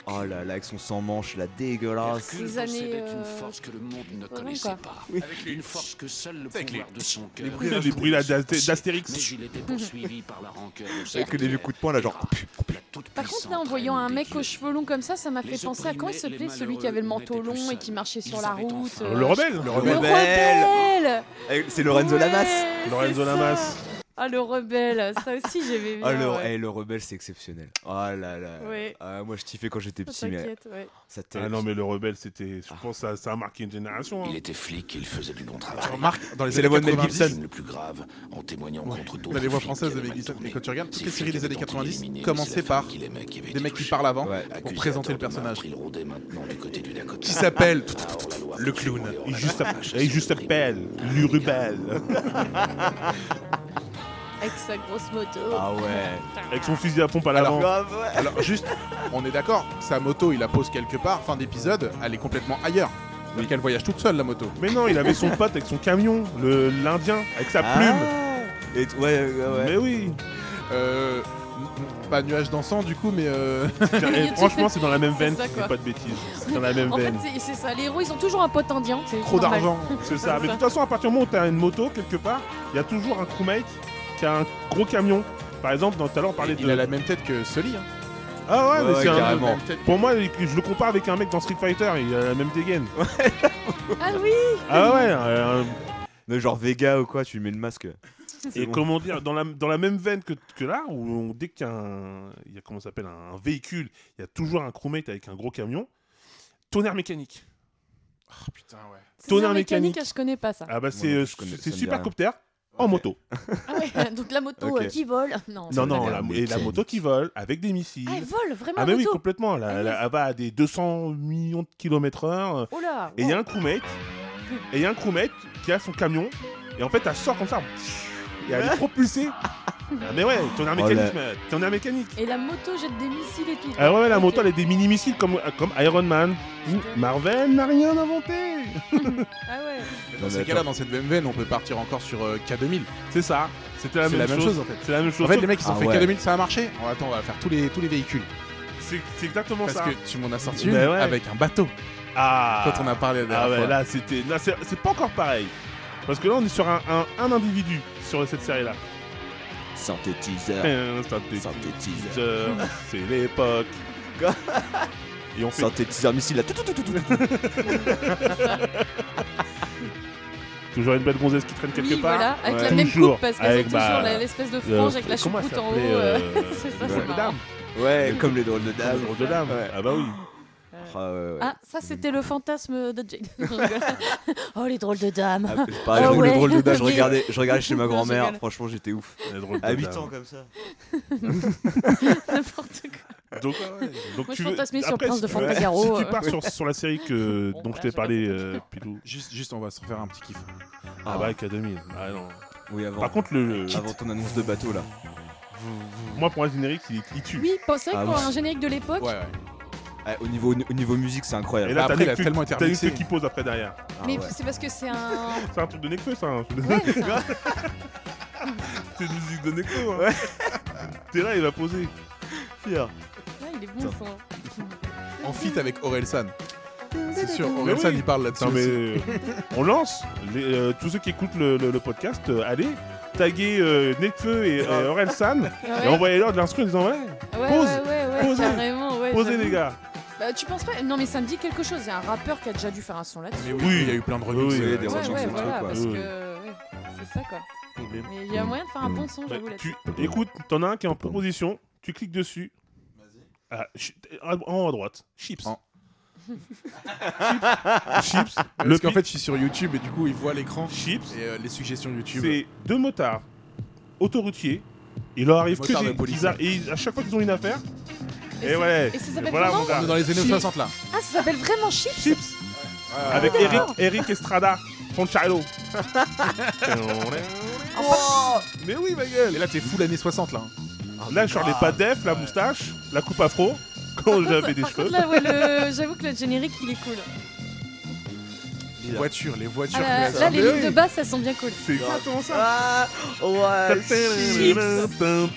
Speaker 3: Oh là là, avec son sans manche là, dégueulasse.
Speaker 5: Hercule
Speaker 2: Les années,
Speaker 5: possédait
Speaker 2: euh,
Speaker 5: une force que le monde ne
Speaker 2: voilà,
Speaker 5: connaissait
Speaker 2: quoi.
Speaker 5: pas.
Speaker 3: Oui.
Speaker 5: Une force que seul le
Speaker 1: C'est avec
Speaker 5: pouvoir
Speaker 1: les-
Speaker 5: de son cœur.
Speaker 1: bruits-
Speaker 5: pouvait
Speaker 4: les bruits là
Speaker 5: sortir.
Speaker 4: d'Asté- d'Astérix.
Speaker 5: Mais il était poursuivi par la rancœur de sa
Speaker 3: Avec les vieux
Speaker 5: guerre.
Speaker 3: coups de poing là, genre.
Speaker 5: La toute-puissante
Speaker 2: Par contre, là, en voyant
Speaker 5: reine
Speaker 2: un
Speaker 5: des
Speaker 2: mec aux
Speaker 5: dieux.
Speaker 2: cheveux longs comme ça, ça m'a
Speaker 5: Les
Speaker 2: fait penser à comment il
Speaker 5: opprimés,
Speaker 2: s'appelait
Speaker 5: les
Speaker 2: celui qui avait le
Speaker 5: malheureux
Speaker 2: manteau
Speaker 5: n'étaient plus
Speaker 2: long et qui
Speaker 5: seuls.
Speaker 2: marchait sur
Speaker 5: Ils
Speaker 2: la
Speaker 5: avaient
Speaker 2: route.
Speaker 5: enfin
Speaker 2: euh,
Speaker 4: Le rebelle.
Speaker 1: Le
Speaker 2: Le
Speaker 1: rebelle.
Speaker 2: rebelle
Speaker 3: Avec- Eh, C'est Lorenzo
Speaker 2: Ouais,
Speaker 3: Lamas.
Speaker 4: Lorenzo
Speaker 2: c'est ça.
Speaker 4: Lamas.
Speaker 2: Ah, le rebelle, ça aussi j'aimais bien.
Speaker 3: Oh, le,
Speaker 2: ouais.
Speaker 3: eh, le rebelle, c'est exceptionnel. Oh là là.
Speaker 2: Ouais. Oh,
Speaker 3: Ah, moi, je kiffais quand j'étais petit, mais
Speaker 2: T'inquiète, ouais.
Speaker 3: ça t'a-
Speaker 4: Ah non, mais le rebelle, c'était. Je pense que ça, ça a marqué une génération.
Speaker 5: Il
Speaker 4: hein.
Speaker 5: était flic, il faisait du bon travail.
Speaker 1: Remarque, dans les
Speaker 3: C'est
Speaker 1: années
Speaker 3: la voix de Mel
Speaker 1: 90,
Speaker 3: Gibson.
Speaker 5: le plus grave en témoignant
Speaker 1: Ouais.
Speaker 5: contre
Speaker 1: Dans
Speaker 5: d'autres
Speaker 1: les voix
Speaker 5: flics
Speaker 1: françaises
Speaker 5: qui
Speaker 1: de
Speaker 5: avaient
Speaker 1: Mel Gibson.
Speaker 5: mal
Speaker 1: Et quand tu
Speaker 5: tourné.
Speaker 1: regardes toutes
Speaker 5: Ces
Speaker 1: les
Speaker 5: flics
Speaker 1: séries des
Speaker 5: avaient
Speaker 1: années
Speaker 5: tenté
Speaker 1: 90,
Speaker 5: d'éliminer les
Speaker 1: commençaient
Speaker 5: seuls
Speaker 1: par
Speaker 5: qui l'aimaient, qui avaient
Speaker 1: des
Speaker 5: été
Speaker 1: mecs qui
Speaker 5: touchés.
Speaker 1: parlent avant pour
Speaker 5: Accusé
Speaker 1: présenter
Speaker 5: à
Speaker 1: le
Speaker 5: tort de meurtre,
Speaker 1: personnage.
Speaker 5: Il rôdait maintenant du côté du Dakota.
Speaker 1: Qui s'appelle
Speaker 5: Ah, hors la loi,
Speaker 4: Le clown.
Speaker 5: hors la
Speaker 4: Il juste,
Speaker 5: loi,
Speaker 4: il juste appelle. L'urubelle.
Speaker 2: Avec sa grosse moto.
Speaker 3: Ah ouais.
Speaker 4: Avec son fusil à pompe à
Speaker 1: Alors,
Speaker 4: l'avant.
Speaker 3: Grave, ouais.
Speaker 1: Alors juste, on est d'accord, sa moto, il la pose quelque part, fin d'épisode, elle est complètement ailleurs. Donc qu'elle voyage toute seule la moto.
Speaker 4: Mais non, il avait son pote avec son camion, le- l'Indien, avec sa plume.
Speaker 3: Ah. Et t- ouais, ouais, Ah, ouais.
Speaker 4: Mais oui.
Speaker 1: Euh, n- pas nuage dansant du coup, mais euh,
Speaker 4: Tiens,
Speaker 2: Il y
Speaker 4: eh,
Speaker 2: a tout
Speaker 4: franchement,
Speaker 2: fait-
Speaker 4: c'est dans la même
Speaker 2: c'est
Speaker 4: veine,
Speaker 2: ça,
Speaker 4: c'est
Speaker 2: quoi.
Speaker 4: pas de bêtises. C'est dans la même
Speaker 2: En fait,
Speaker 4: veine.
Speaker 2: c'est- c'est ça, les héros ils ont toujours un pote indien. c'est
Speaker 1: trop
Speaker 2: normal.
Speaker 1: d'argent.
Speaker 4: C'est ça. Mais de toute façon, à partir du moment où t'as une moto quelque part, il y a toujours un crewmate qui a un gros camion. Par exemple, dans- tout à l'heure, on parlait
Speaker 1: Il
Speaker 4: de.
Speaker 1: a la même tête que Sully. hein.
Speaker 4: Ah ouais,
Speaker 3: Ouais,
Speaker 4: mais c'est
Speaker 3: ouais,
Speaker 4: un.
Speaker 3: carrément.
Speaker 4: Pour moi, je le compare avec un mec dans Street Fighter, il a la même dégaine.
Speaker 2: Ah oui
Speaker 4: Ah ouais, euh,
Speaker 3: Mais genre Vega ou quoi, tu lui mets le masque.
Speaker 4: et
Speaker 3: C'est bon.
Speaker 4: comment dire, dans la, dans la même veine que, que là, où on- dès qu'il y a un, il y a, comment ça s'appelle, un véhicule, il y a toujours un crewmate avec un gros camion, tonnerre mécanique.
Speaker 1: Oh, putain, ouais.
Speaker 4: Tonnerre mécanique.
Speaker 2: ah, je connais pas ça.
Speaker 4: Ah bah c'est
Speaker 3: non,
Speaker 4: euh,
Speaker 3: je connais-
Speaker 4: c'est
Speaker 3: ça me dit
Speaker 4: supercopter en
Speaker 1: Ok.
Speaker 4: moto.
Speaker 2: Ah ouais, donc la moto
Speaker 3: Ok.
Speaker 2: euh, qui vole. Non, c'est
Speaker 4: Non,
Speaker 2: pas
Speaker 4: non,
Speaker 2: bien.
Speaker 4: la,
Speaker 3: la
Speaker 4: et la
Speaker 3: mécanique.
Speaker 4: moto qui vole avec des missiles.
Speaker 2: Ah, elle vole vraiment
Speaker 4: Ah,
Speaker 2: la
Speaker 4: bah oui,
Speaker 2: moto.
Speaker 4: complètement. La-
Speaker 2: Ah,
Speaker 4: la-
Speaker 2: ouais.
Speaker 4: elle va à des 200 millions de kilomètres heure.
Speaker 2: Oh là.
Speaker 4: Et il y a
Speaker 2: wow.
Speaker 4: un crewmate. Et il y a un crewmate qui a son camion. Et en fait, elle sort comme ça. Et elle est propulsée. Ah, mais ouais, tonnerre
Speaker 3: Oh,
Speaker 4: mécanique. mais- Tonnerre mécanique.
Speaker 2: Et la moto jette des missiles et tout.
Speaker 4: Ah ouais, la
Speaker 2: Ok.
Speaker 4: moto, elle a des mini-missiles comme, euh, comme Iron Man.
Speaker 1: Mmh.
Speaker 4: Ou Marvel n'a rien inventé.
Speaker 2: Ah ouais.
Speaker 1: Dans ces cas-là, dans cette même veine, on peut partir encore sur euh, K2000.
Speaker 4: C'est ça. C'était la,
Speaker 1: C'est
Speaker 4: même,
Speaker 1: la même chose, en fait.
Speaker 4: C'est la même chose.
Speaker 1: En fait, les mecs, ils ont
Speaker 3: Ah
Speaker 1: fait
Speaker 3: ouais.
Speaker 1: K2000, ça a marché. On attend, on va faire tous les, tous les véhicules.
Speaker 4: C'est c'est exactement
Speaker 1: Parce
Speaker 4: ça.
Speaker 1: que tu m'en as sorti une
Speaker 4: Bah ouais.
Speaker 1: avec un bateau
Speaker 4: Ah.
Speaker 1: quand on a parlé la dernière
Speaker 4: Ah ouais,
Speaker 1: fois.
Speaker 4: là, c'était. là, c'est c'est pas encore pareil. Parce que là, on est sur un, un, un individu sur cette série-là.
Speaker 1: Ah.
Speaker 3: Synthétiseur.
Speaker 4: Euh, synthétiseur,
Speaker 3: bah. Synthétiseur.
Speaker 4: C'est l'époque. Et on fait.
Speaker 3: Synthétiseur missile là. Tout, tout, tout, tout, tout.
Speaker 4: Toujours une belle gonzesse qui traîne quelque
Speaker 2: oui,
Speaker 4: part.
Speaker 2: voilà, avec
Speaker 4: Ouais.
Speaker 2: la même
Speaker 4: Toujours.
Speaker 2: coupe parce qu'elles
Speaker 4: Avec,
Speaker 2: ont
Speaker 4: bah,
Speaker 2: toujours la- l'espèce de frange avec la
Speaker 4: comment elle
Speaker 2: choucroute en haut.
Speaker 4: s'appelait,
Speaker 2: euh,
Speaker 4: euh,
Speaker 2: c'est ça,
Speaker 4: le
Speaker 2: c'est
Speaker 4: drôle de
Speaker 2: marrant.
Speaker 4: dame.
Speaker 3: Ouais, comme les drôles de dames.
Speaker 4: Le drôle de dame.
Speaker 3: Ouais.
Speaker 4: Ah bah oui.
Speaker 3: Ah, ouais, ouais.
Speaker 2: Ah, ça c'était le fantasme de Jane. oh les drôles de dames.
Speaker 3: Ah, c'est pareil,
Speaker 2: Ah
Speaker 3: je-
Speaker 2: ouais.
Speaker 3: le drôle de dame, je
Speaker 2: Ok.
Speaker 3: regardais, je regardais chez ma
Speaker 2: Non, je
Speaker 3: grand-mère,
Speaker 2: rigole.
Speaker 3: franchement j'étais ouf.
Speaker 4: Le drôle de
Speaker 3: À 8
Speaker 4: dame.
Speaker 3: ans comme ça.
Speaker 2: N'importe quoi.
Speaker 4: Donc, donc
Speaker 2: Moi,
Speaker 4: tu
Speaker 2: je
Speaker 4: veux-
Speaker 2: fantasmais sur
Speaker 4: après,
Speaker 2: Prince de
Speaker 4: si-
Speaker 2: Fantasiaro,
Speaker 4: Si
Speaker 2: euh.
Speaker 4: tu pars sur, sur la série que,
Speaker 2: Bon,
Speaker 4: dont je
Speaker 2: bah,
Speaker 4: t'ai
Speaker 2: j'ai
Speaker 4: parlé,
Speaker 2: raconté.
Speaker 4: euh, Pilou.
Speaker 1: Juste, juste, on va se refaire un petit kiff.
Speaker 4: Ah bah, K2000. Ah non.
Speaker 3: Oui, avant.
Speaker 4: Par contre, le, le-
Speaker 3: avant ton annonce de bateau là.
Speaker 4: moi pour un générique, il, il tue.
Speaker 2: Oui, pensez
Speaker 3: Ah
Speaker 2: pour
Speaker 3: oui.
Speaker 2: un générique de l'époque.
Speaker 1: Ouais, ouais.
Speaker 3: Ah, au, niveau, au niveau musique, c'est incroyable.
Speaker 4: Et là,
Speaker 1: Bah, Après,
Speaker 4: t'as
Speaker 1: il
Speaker 4: Nekfeu
Speaker 1: a
Speaker 4: qui-
Speaker 1: tellement été
Speaker 4: t'as
Speaker 1: remixé.
Speaker 4: Nekfeu qui pose après derrière.
Speaker 3: Ah,
Speaker 2: Mais
Speaker 3: ouais.
Speaker 2: c'est parce que c'est un.
Speaker 4: C'est un truc de Nekfeu, ça. hein.
Speaker 2: Ouais, c'est un-
Speaker 4: C'est une musique de Nekfeu. Hein. T'es là, il va poser.
Speaker 2: Ouais, il est bon le son.
Speaker 1: En feat avec Aurel San. C'est sûr,
Speaker 4: Mais
Speaker 1: Aurel
Speaker 4: oui.
Speaker 1: San, il parle là-dessus.
Speaker 4: Non, mais
Speaker 1: aussi.
Speaker 4: euh, on lance. Les, euh, tous ceux qui écoutent le, le- le podcast, euh, allez taguer euh, Nekfeu et euh, Aurel San
Speaker 2: Ouais,
Speaker 4: et envoyez-leur de l'instru en disant ouais,
Speaker 2: ouais,
Speaker 4: pose,
Speaker 2: ouais, ouais, ouais,
Speaker 4: posez,
Speaker 2: carrément, ouais,
Speaker 4: posez
Speaker 2: j'avoue.
Speaker 4: les gars.
Speaker 2: Bah, tu penses pas Non, mais ça me dit quelque chose. Il y a un rappeur qui a déjà dû faire un son là-dessus.
Speaker 1: Mais oui,
Speaker 4: Oui.
Speaker 1: il y a eu plein de remixes.
Speaker 4: Oui, oui,
Speaker 1: euh,
Speaker 3: des
Speaker 1: sur
Speaker 2: Ouais,
Speaker 3: recherches,
Speaker 1: ce
Speaker 2: ouais,
Speaker 3: truc,
Speaker 2: voilà,
Speaker 3: quoi.
Speaker 2: parce
Speaker 4: Oui.
Speaker 2: que. ouais, c'est ça, quoi. Mais il y a moyen de faire un bon son, j'avoue,
Speaker 4: Bah,
Speaker 2: là-dessus.
Speaker 4: tu, écoute, t'en as un qui est en proposition, tu cliques dessus. Ah, chi- en haut à droite, chips.
Speaker 1: En-
Speaker 4: chips.
Speaker 1: Parce qu'en fait, je suis sur YouTube et du coup, il voit l'écran
Speaker 4: chips,
Speaker 1: et euh, les suggestions YouTube.
Speaker 4: c'est deux motards autoroutiers. Il leur arrive que
Speaker 1: Motards
Speaker 4: des,
Speaker 1: de police.
Speaker 4: ils a- et ils- à chaque fois qu'ils ont une affaire. Et,
Speaker 2: c'est-
Speaker 4: ouais.
Speaker 2: et ça s'appelle
Speaker 4: voilà
Speaker 2: comment
Speaker 4: mon
Speaker 1: On est
Speaker 4: gars.
Speaker 1: dans les années
Speaker 4: Chips.
Speaker 1: 60 là.
Speaker 2: Ah, ça s'appelle vraiment Chips
Speaker 4: Chips
Speaker 1: Ah,
Speaker 4: avec
Speaker 1: ah,
Speaker 4: Eric,
Speaker 1: ah.
Speaker 4: Eric Estrada, Ponchalo. Mais oui, ma gueule.
Speaker 1: Et là, t'es full années 60 là.
Speaker 4: Là, genre
Speaker 1: Ah.
Speaker 4: les pas def, la moustache, la coupe afro, quand j'avais des
Speaker 2: Par
Speaker 4: cheveux.
Speaker 2: contre, là, ouais, le... j'avoue que le générique, il est cool.
Speaker 1: Les voitures, les voitures.
Speaker 2: Ah, là,
Speaker 1: que-
Speaker 2: là, les
Speaker 4: Mais
Speaker 2: lignes
Speaker 4: oui.
Speaker 2: de basse, elles sont bien cool.
Speaker 4: C'est exactement ça.
Speaker 3: Ah, ouais,
Speaker 4: Chips.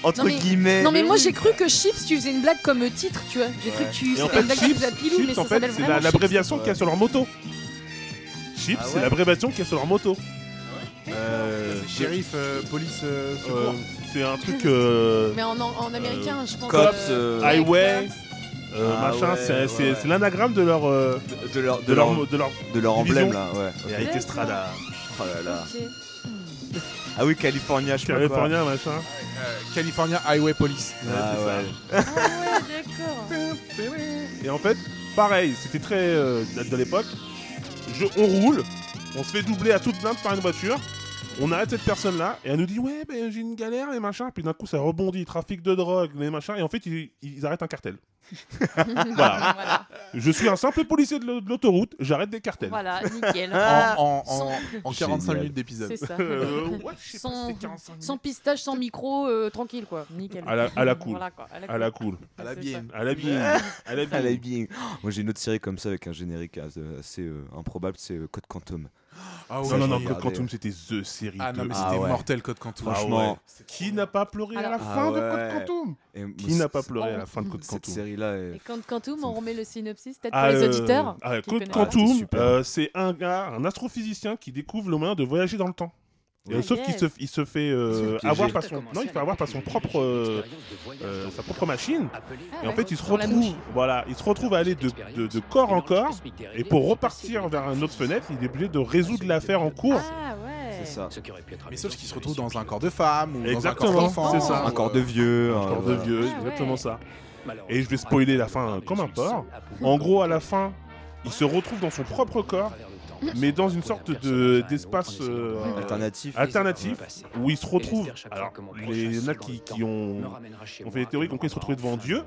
Speaker 3: Entre
Speaker 2: Non, mais-
Speaker 3: guillemets.
Speaker 2: Non, mais moi, j'ai cru que Chips, tu faisais une blague comme euh, titre, tu vois. J'ai cru que tu
Speaker 4: Et en
Speaker 2: c'était
Speaker 4: fait,
Speaker 2: une blague qui
Speaker 4: Chips,
Speaker 2: faisait pilou, mais
Speaker 4: Chips,
Speaker 2: ça
Speaker 4: en fait,
Speaker 2: s'appelle
Speaker 4: c'est
Speaker 2: vraiment
Speaker 4: la-
Speaker 2: Chips.
Speaker 4: l'abréviation qu'il y a sur leur moto. Chips,
Speaker 3: Ah ouais.
Speaker 4: c'est l'abréviation qu'il y a sur leur moto. Euh,
Speaker 1: C'est Shérif, euh, police, euh, secours.
Speaker 4: euh, c'est un truc. euh,
Speaker 2: Mais en, en- en américain, je pense.
Speaker 3: Cops,
Speaker 2: euh,
Speaker 3: euh,
Speaker 4: Ah,
Speaker 2: ouais,
Speaker 4: Highway.
Speaker 2: Cops.
Speaker 4: euh,
Speaker 3: Ah
Speaker 4: machin,
Speaker 3: ouais,
Speaker 4: c'est
Speaker 3: ouais,
Speaker 4: c'est-
Speaker 3: ouais.
Speaker 4: c'est l'anagramme de leur. euh,
Speaker 3: de, de leur, de,
Speaker 4: de
Speaker 3: leur,
Speaker 4: leur. De leur...
Speaker 3: de leur emblème
Speaker 4: division.
Speaker 3: là, ouais.
Speaker 4: Et avec
Speaker 2: Ouais,
Speaker 4: Estrada,
Speaker 3: Oh là là.
Speaker 2: Ok.
Speaker 3: Ah oui, California, je sais pas quoi.
Speaker 4: Californien, machin.
Speaker 1: Euh, California Highway Police.
Speaker 3: Ah
Speaker 4: Ouais, c'est ça.
Speaker 3: ouais.
Speaker 2: Ah ouais, d'accord.
Speaker 4: Et en fait, pareil, c'était très euh, date de l'époque. Je- on roule, on se fait doubler à toute plainte par une voiture. On arrête cette personne-là et elle nous dit ouais ben j'ai une galère et machin. Puis d'un coup ça rebondit, trafic de drogue, les machins. Et en fait ils, ils arrêtent un cartel. voilà.
Speaker 2: voilà.
Speaker 4: Je suis un simple policier de l'au- de l'autoroute, j'arrête des cartels.
Speaker 2: Voilà, nickel.
Speaker 1: En, en- en- en 45
Speaker 3: Génial.
Speaker 1: minutes d'épisode.
Speaker 2: C'est ça.
Speaker 4: Euh, ouais, je sais pas,
Speaker 2: Sans-
Speaker 4: c'était 45 minutes.
Speaker 2: Sans pistage, sans micro, euh, tranquille quoi. Nickel.
Speaker 4: À la- à la cool.
Speaker 2: Voilà, quoi, à la
Speaker 4: À la cool,
Speaker 1: À la
Speaker 2: C'est
Speaker 1: BM.
Speaker 4: à la bien, à la bien.
Speaker 3: Ah, la bing. Moi j'ai une autre série comme ça avec un générique assez euh, improbable, c'est euh, Code Quantum.
Speaker 1: Ah
Speaker 4: Non non non,
Speaker 3: Regardez.
Speaker 4: Code Quantum c'était the série.
Speaker 1: Ah non, mais
Speaker 4: de-
Speaker 1: c'était
Speaker 3: Ah ouais.
Speaker 1: mortel Code Quantum.
Speaker 4: Ah
Speaker 3: Franchement.
Speaker 4: ouais. Qui n'a pas pleuré à la
Speaker 2: Alors-
Speaker 3: Ah
Speaker 4: fin de
Speaker 3: ouais.
Speaker 4: Code Quantum
Speaker 3: Et moi,
Speaker 4: Qui n'a
Speaker 3: c-
Speaker 4: pas pleuré à la fin de Code
Speaker 3: Cette
Speaker 4: Quantum
Speaker 3: série-là,
Speaker 2: Et
Speaker 3: est-
Speaker 2: quand Quantum, on remet le synopsis peut-être
Speaker 4: Ah,
Speaker 2: pour les
Speaker 4: euh,
Speaker 2: auditeurs.
Speaker 4: ah,
Speaker 2: qui
Speaker 4: Claude
Speaker 2: connaissent pas.
Speaker 3: Ah, c'est
Speaker 4: Quantum,
Speaker 3: super.
Speaker 4: euh, c'est un gars, un astrophysicien qui découvre le moyen de voyager dans le temps. Et,
Speaker 2: Ah,
Speaker 4: sauf
Speaker 2: yes.
Speaker 4: qu'il se, il se fait euh,
Speaker 3: Piégé.
Speaker 4: avoir par son, non, il fait avoir par son propre, euh, euh, sa propre machine.
Speaker 2: Ah
Speaker 4: Et en
Speaker 2: ouais,
Speaker 4: fait, il se
Speaker 2: dans la
Speaker 4: retrouve,
Speaker 2: douche.
Speaker 4: voilà, il se retrouve à aller de, de- de corps en corps. Et pour repartir vers une autre fenêtre, il est obligé de résoudre l'affaire en cours.
Speaker 2: Ah ouais.
Speaker 3: c'est ça.
Speaker 1: Mais sauf qu'il se retrouve dans un corps de femme ou
Speaker 4: Exactement,
Speaker 1: dans un corps d'enfant.
Speaker 4: c'est ça.
Speaker 3: Un corps de vieux.
Speaker 4: Corps
Speaker 3: euh,
Speaker 4: de vieux,
Speaker 2: Ah
Speaker 4: exactement
Speaker 2: ouais.
Speaker 4: ça. Et je vais spoiler la fin, euh, comme un porc. En gros, à la fin, il se retrouve dans son propre corps, mais dans une sorte de- d'espace euh,
Speaker 3: Alternatif.
Speaker 4: alternatif où il se retrouve.
Speaker 6: j'espère chaque
Speaker 4: Alors,
Speaker 6: fois comment
Speaker 4: les
Speaker 6: prochain
Speaker 4: nains
Speaker 6: dans le
Speaker 4: qui,
Speaker 6: temps
Speaker 4: qui ont.
Speaker 6: On
Speaker 4: on fait des théories comme quoi il se retrouvait devant Dieu.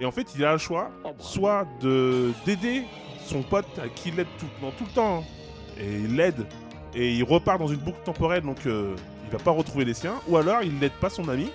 Speaker 4: Et en fait, il a un choix soit de d'aider son pote à qui il l'aide tout, dans tout le temps, hein. et il l'aide, et il repart dans une boucle temporelle, donc euh, il va pas retrouver les siens, ou alors il n'aide pas son ami,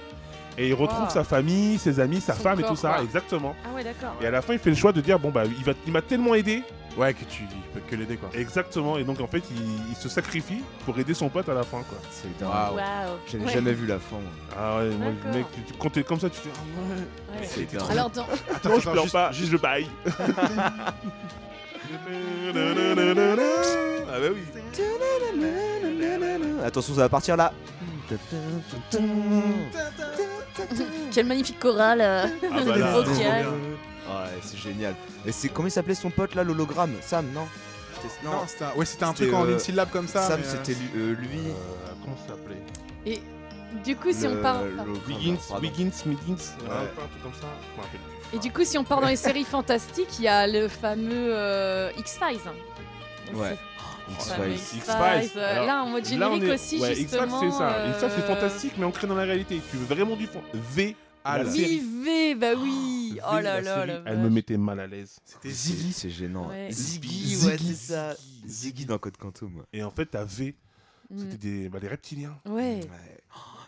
Speaker 4: et il retrouve
Speaker 2: Wow.
Speaker 4: sa famille, ses amis, sa
Speaker 2: Son
Speaker 4: femme et
Speaker 2: corps,
Speaker 4: tout ça,
Speaker 2: quoi.
Speaker 4: exactement.
Speaker 2: Ah ouais, d'accord.
Speaker 4: Et à la fin, il fait le choix de dire bon bah il va, il m'a tellement aidé,
Speaker 1: Ouais, que tu tu peux que l'aider quoi.
Speaker 4: exactement, et donc en fait il, il se sacrifie pour aider son pote à la fin quoi.
Speaker 3: C'est
Speaker 1: Waouh.
Speaker 3: dingue.
Speaker 2: Waouh.
Speaker 3: J'avais
Speaker 2: Ouais,
Speaker 3: jamais vu la fin. moi.
Speaker 4: Ah ouais, moi,
Speaker 2: D'accord.
Speaker 4: mec, tu- tu- quand t'es comme ça, tu fais ah ouais.
Speaker 2: ouais.
Speaker 3: C'est dingue.
Speaker 2: Alors, dans-
Speaker 4: Attends, je pleure pas, juste je baille. ah bah oui.
Speaker 3: Attention, ça va partir là.
Speaker 2: quel magnifique choral. euh.
Speaker 4: Ah bah là,
Speaker 2: Ok.
Speaker 4: trop bien.
Speaker 3: Ouais, c'est génial. Et c'est comment il s'appelait son pote là, l'hologramme Sam, non C'était-
Speaker 1: Non, c'était un... ouais, c'était un
Speaker 3: C'était,
Speaker 1: truc en
Speaker 3: euh,
Speaker 1: une syllabe comme ça.
Speaker 3: Sam,
Speaker 1: mais, euh,
Speaker 3: c'était lui. euh, lui
Speaker 4: Euh, comment ça s'appelait
Speaker 2: Et du coup, si on
Speaker 3: le-
Speaker 2: part.
Speaker 3: l'hologramme,
Speaker 4: Wiggins,
Speaker 3: pardon.
Speaker 4: Wiggins, Wiggins, un
Speaker 3: Ouais.
Speaker 4: truc comme ça. Je me rappelle plus.
Speaker 2: Et du coup, si on part dans les séries fantastiques, il y a le fameux euh, X-Files. hein, aussi.
Speaker 3: Ouais.
Speaker 2: Le
Speaker 3: X-Files.
Speaker 2: fameux
Speaker 4: X-Files.
Speaker 2: X-Files. euh,
Speaker 4: Alors,
Speaker 2: Là, en mode
Speaker 4: Là, on
Speaker 2: générique
Speaker 4: est-
Speaker 2: aussi,
Speaker 4: ouais, X-Files,
Speaker 2: justement.
Speaker 4: c'est ça. Et ça, c'est
Speaker 2: euh,
Speaker 4: fantastique, mais ancré dans la réalité. Tu veux vraiment du fond. V.
Speaker 1: Ah,
Speaker 4: la
Speaker 1: là.
Speaker 4: série.
Speaker 2: IV, bah oui.
Speaker 4: V,
Speaker 2: Oh
Speaker 4: la
Speaker 2: là là.
Speaker 4: série.
Speaker 2: la
Speaker 4: Elle
Speaker 2: vache.
Speaker 4: me mettait mal à l'aise.
Speaker 1: C'était
Speaker 3: C'est-
Speaker 1: Ziggy.
Speaker 3: C'est gênant.
Speaker 2: Ouais.
Speaker 3: Ziggy,
Speaker 4: Ziggy,
Speaker 3: ouais, c'est ça. Ziggy dans Code Quantum. ouais.
Speaker 4: Et en fait, t'as V.
Speaker 2: Mm.
Speaker 4: C'était des, bah, des reptiliens.
Speaker 2: Ouais.
Speaker 3: Ouais.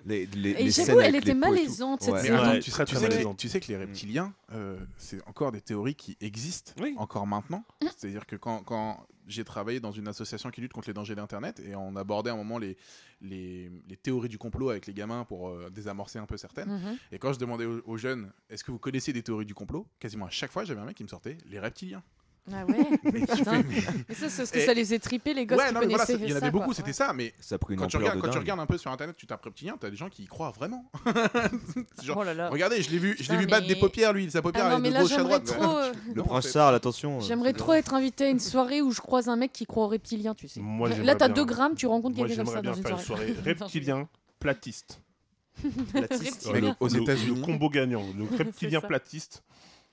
Speaker 3: Les, les,
Speaker 2: Et j'avoue,
Speaker 3: les scènes
Speaker 2: elle
Speaker 3: avec
Speaker 2: était
Speaker 3: les pots et tout.
Speaker 2: malaisante, cette
Speaker 3: Ouais.
Speaker 4: Mais
Speaker 2: série.
Speaker 1: Attends,
Speaker 4: ouais,
Speaker 1: tu,
Speaker 4: très,
Speaker 1: tu
Speaker 4: très
Speaker 1: sais,
Speaker 4: malaisant.
Speaker 1: que- tu sais que les reptiliens, euh, c'est encore des théories qui existent
Speaker 4: Oui.
Speaker 1: encore maintenant. C'est-à-dire que quand, quand j'ai travaillé dans une association qui lutte contre les dangers d'Internet et on abordait à un moment les, les, les théories du complot avec les gamins pour euh, désamorcer un peu certaines.
Speaker 2: Mhm.
Speaker 1: Et quand je demandais aux, aux jeunes, est-ce que vous connaissez des théories du complot Quasiment à chaque fois, j'avais un mec qui me sortait les reptiliens.
Speaker 2: Ah ouais.
Speaker 1: Et tu
Speaker 2: Putain.
Speaker 1: fais, mais-
Speaker 2: Mais ça, c'est ce que
Speaker 1: Et-
Speaker 2: ça les a tripés, les gosses
Speaker 1: Ouais,
Speaker 2: qui
Speaker 1: non, mais voilà,
Speaker 2: connaissaient.
Speaker 1: il y en
Speaker 2: ça,
Speaker 1: avait beaucoup,
Speaker 2: quoi.
Speaker 1: c'était ça, mais
Speaker 3: Ça a pris une
Speaker 1: quand tu,
Speaker 3: ampleur
Speaker 1: regardes,
Speaker 3: de
Speaker 1: quand tu
Speaker 3: dingue.
Speaker 1: regardes un peu sur internet, tu tapes reptilien, t'as des gens qui y croient vraiment. C'est genre,
Speaker 2: Oh là là.
Speaker 1: regardez, je l'ai vu, je l'ai
Speaker 2: Putain,
Speaker 1: vu battre
Speaker 2: mais-
Speaker 1: des paupières, lui, sa paupière,
Speaker 2: Ah non,
Speaker 1: elle est
Speaker 2: mais
Speaker 1: de
Speaker 2: là,
Speaker 1: gauche à
Speaker 2: j'aimerais
Speaker 1: droite.
Speaker 2: trop, euh,
Speaker 3: Le
Speaker 1: Non, en
Speaker 3: prince
Speaker 1: fait.
Speaker 3: Charles, attention. euh,
Speaker 2: j'aimerais trop être invité à une soirée où je croise un mec qui croit aux reptiliens, tu sais.
Speaker 4: Moi,
Speaker 2: là,
Speaker 4: j'aimerais
Speaker 2: t'as
Speaker 4: bien-
Speaker 2: 2 grammes, tu rencontres
Speaker 4: Moi,
Speaker 2: quelqu'un comme
Speaker 4: j'aimerais
Speaker 2: ça
Speaker 4: bien
Speaker 2: dans une
Speaker 4: faire une
Speaker 2: soirée.
Speaker 4: soirée. Reptilien platiste.
Speaker 3: Platiste.
Speaker 4: Ouais, le-
Speaker 1: aux
Speaker 4: le-
Speaker 1: États-Unis.
Speaker 4: Le combo gagnant, le reptilien
Speaker 2: ça.
Speaker 4: platiste.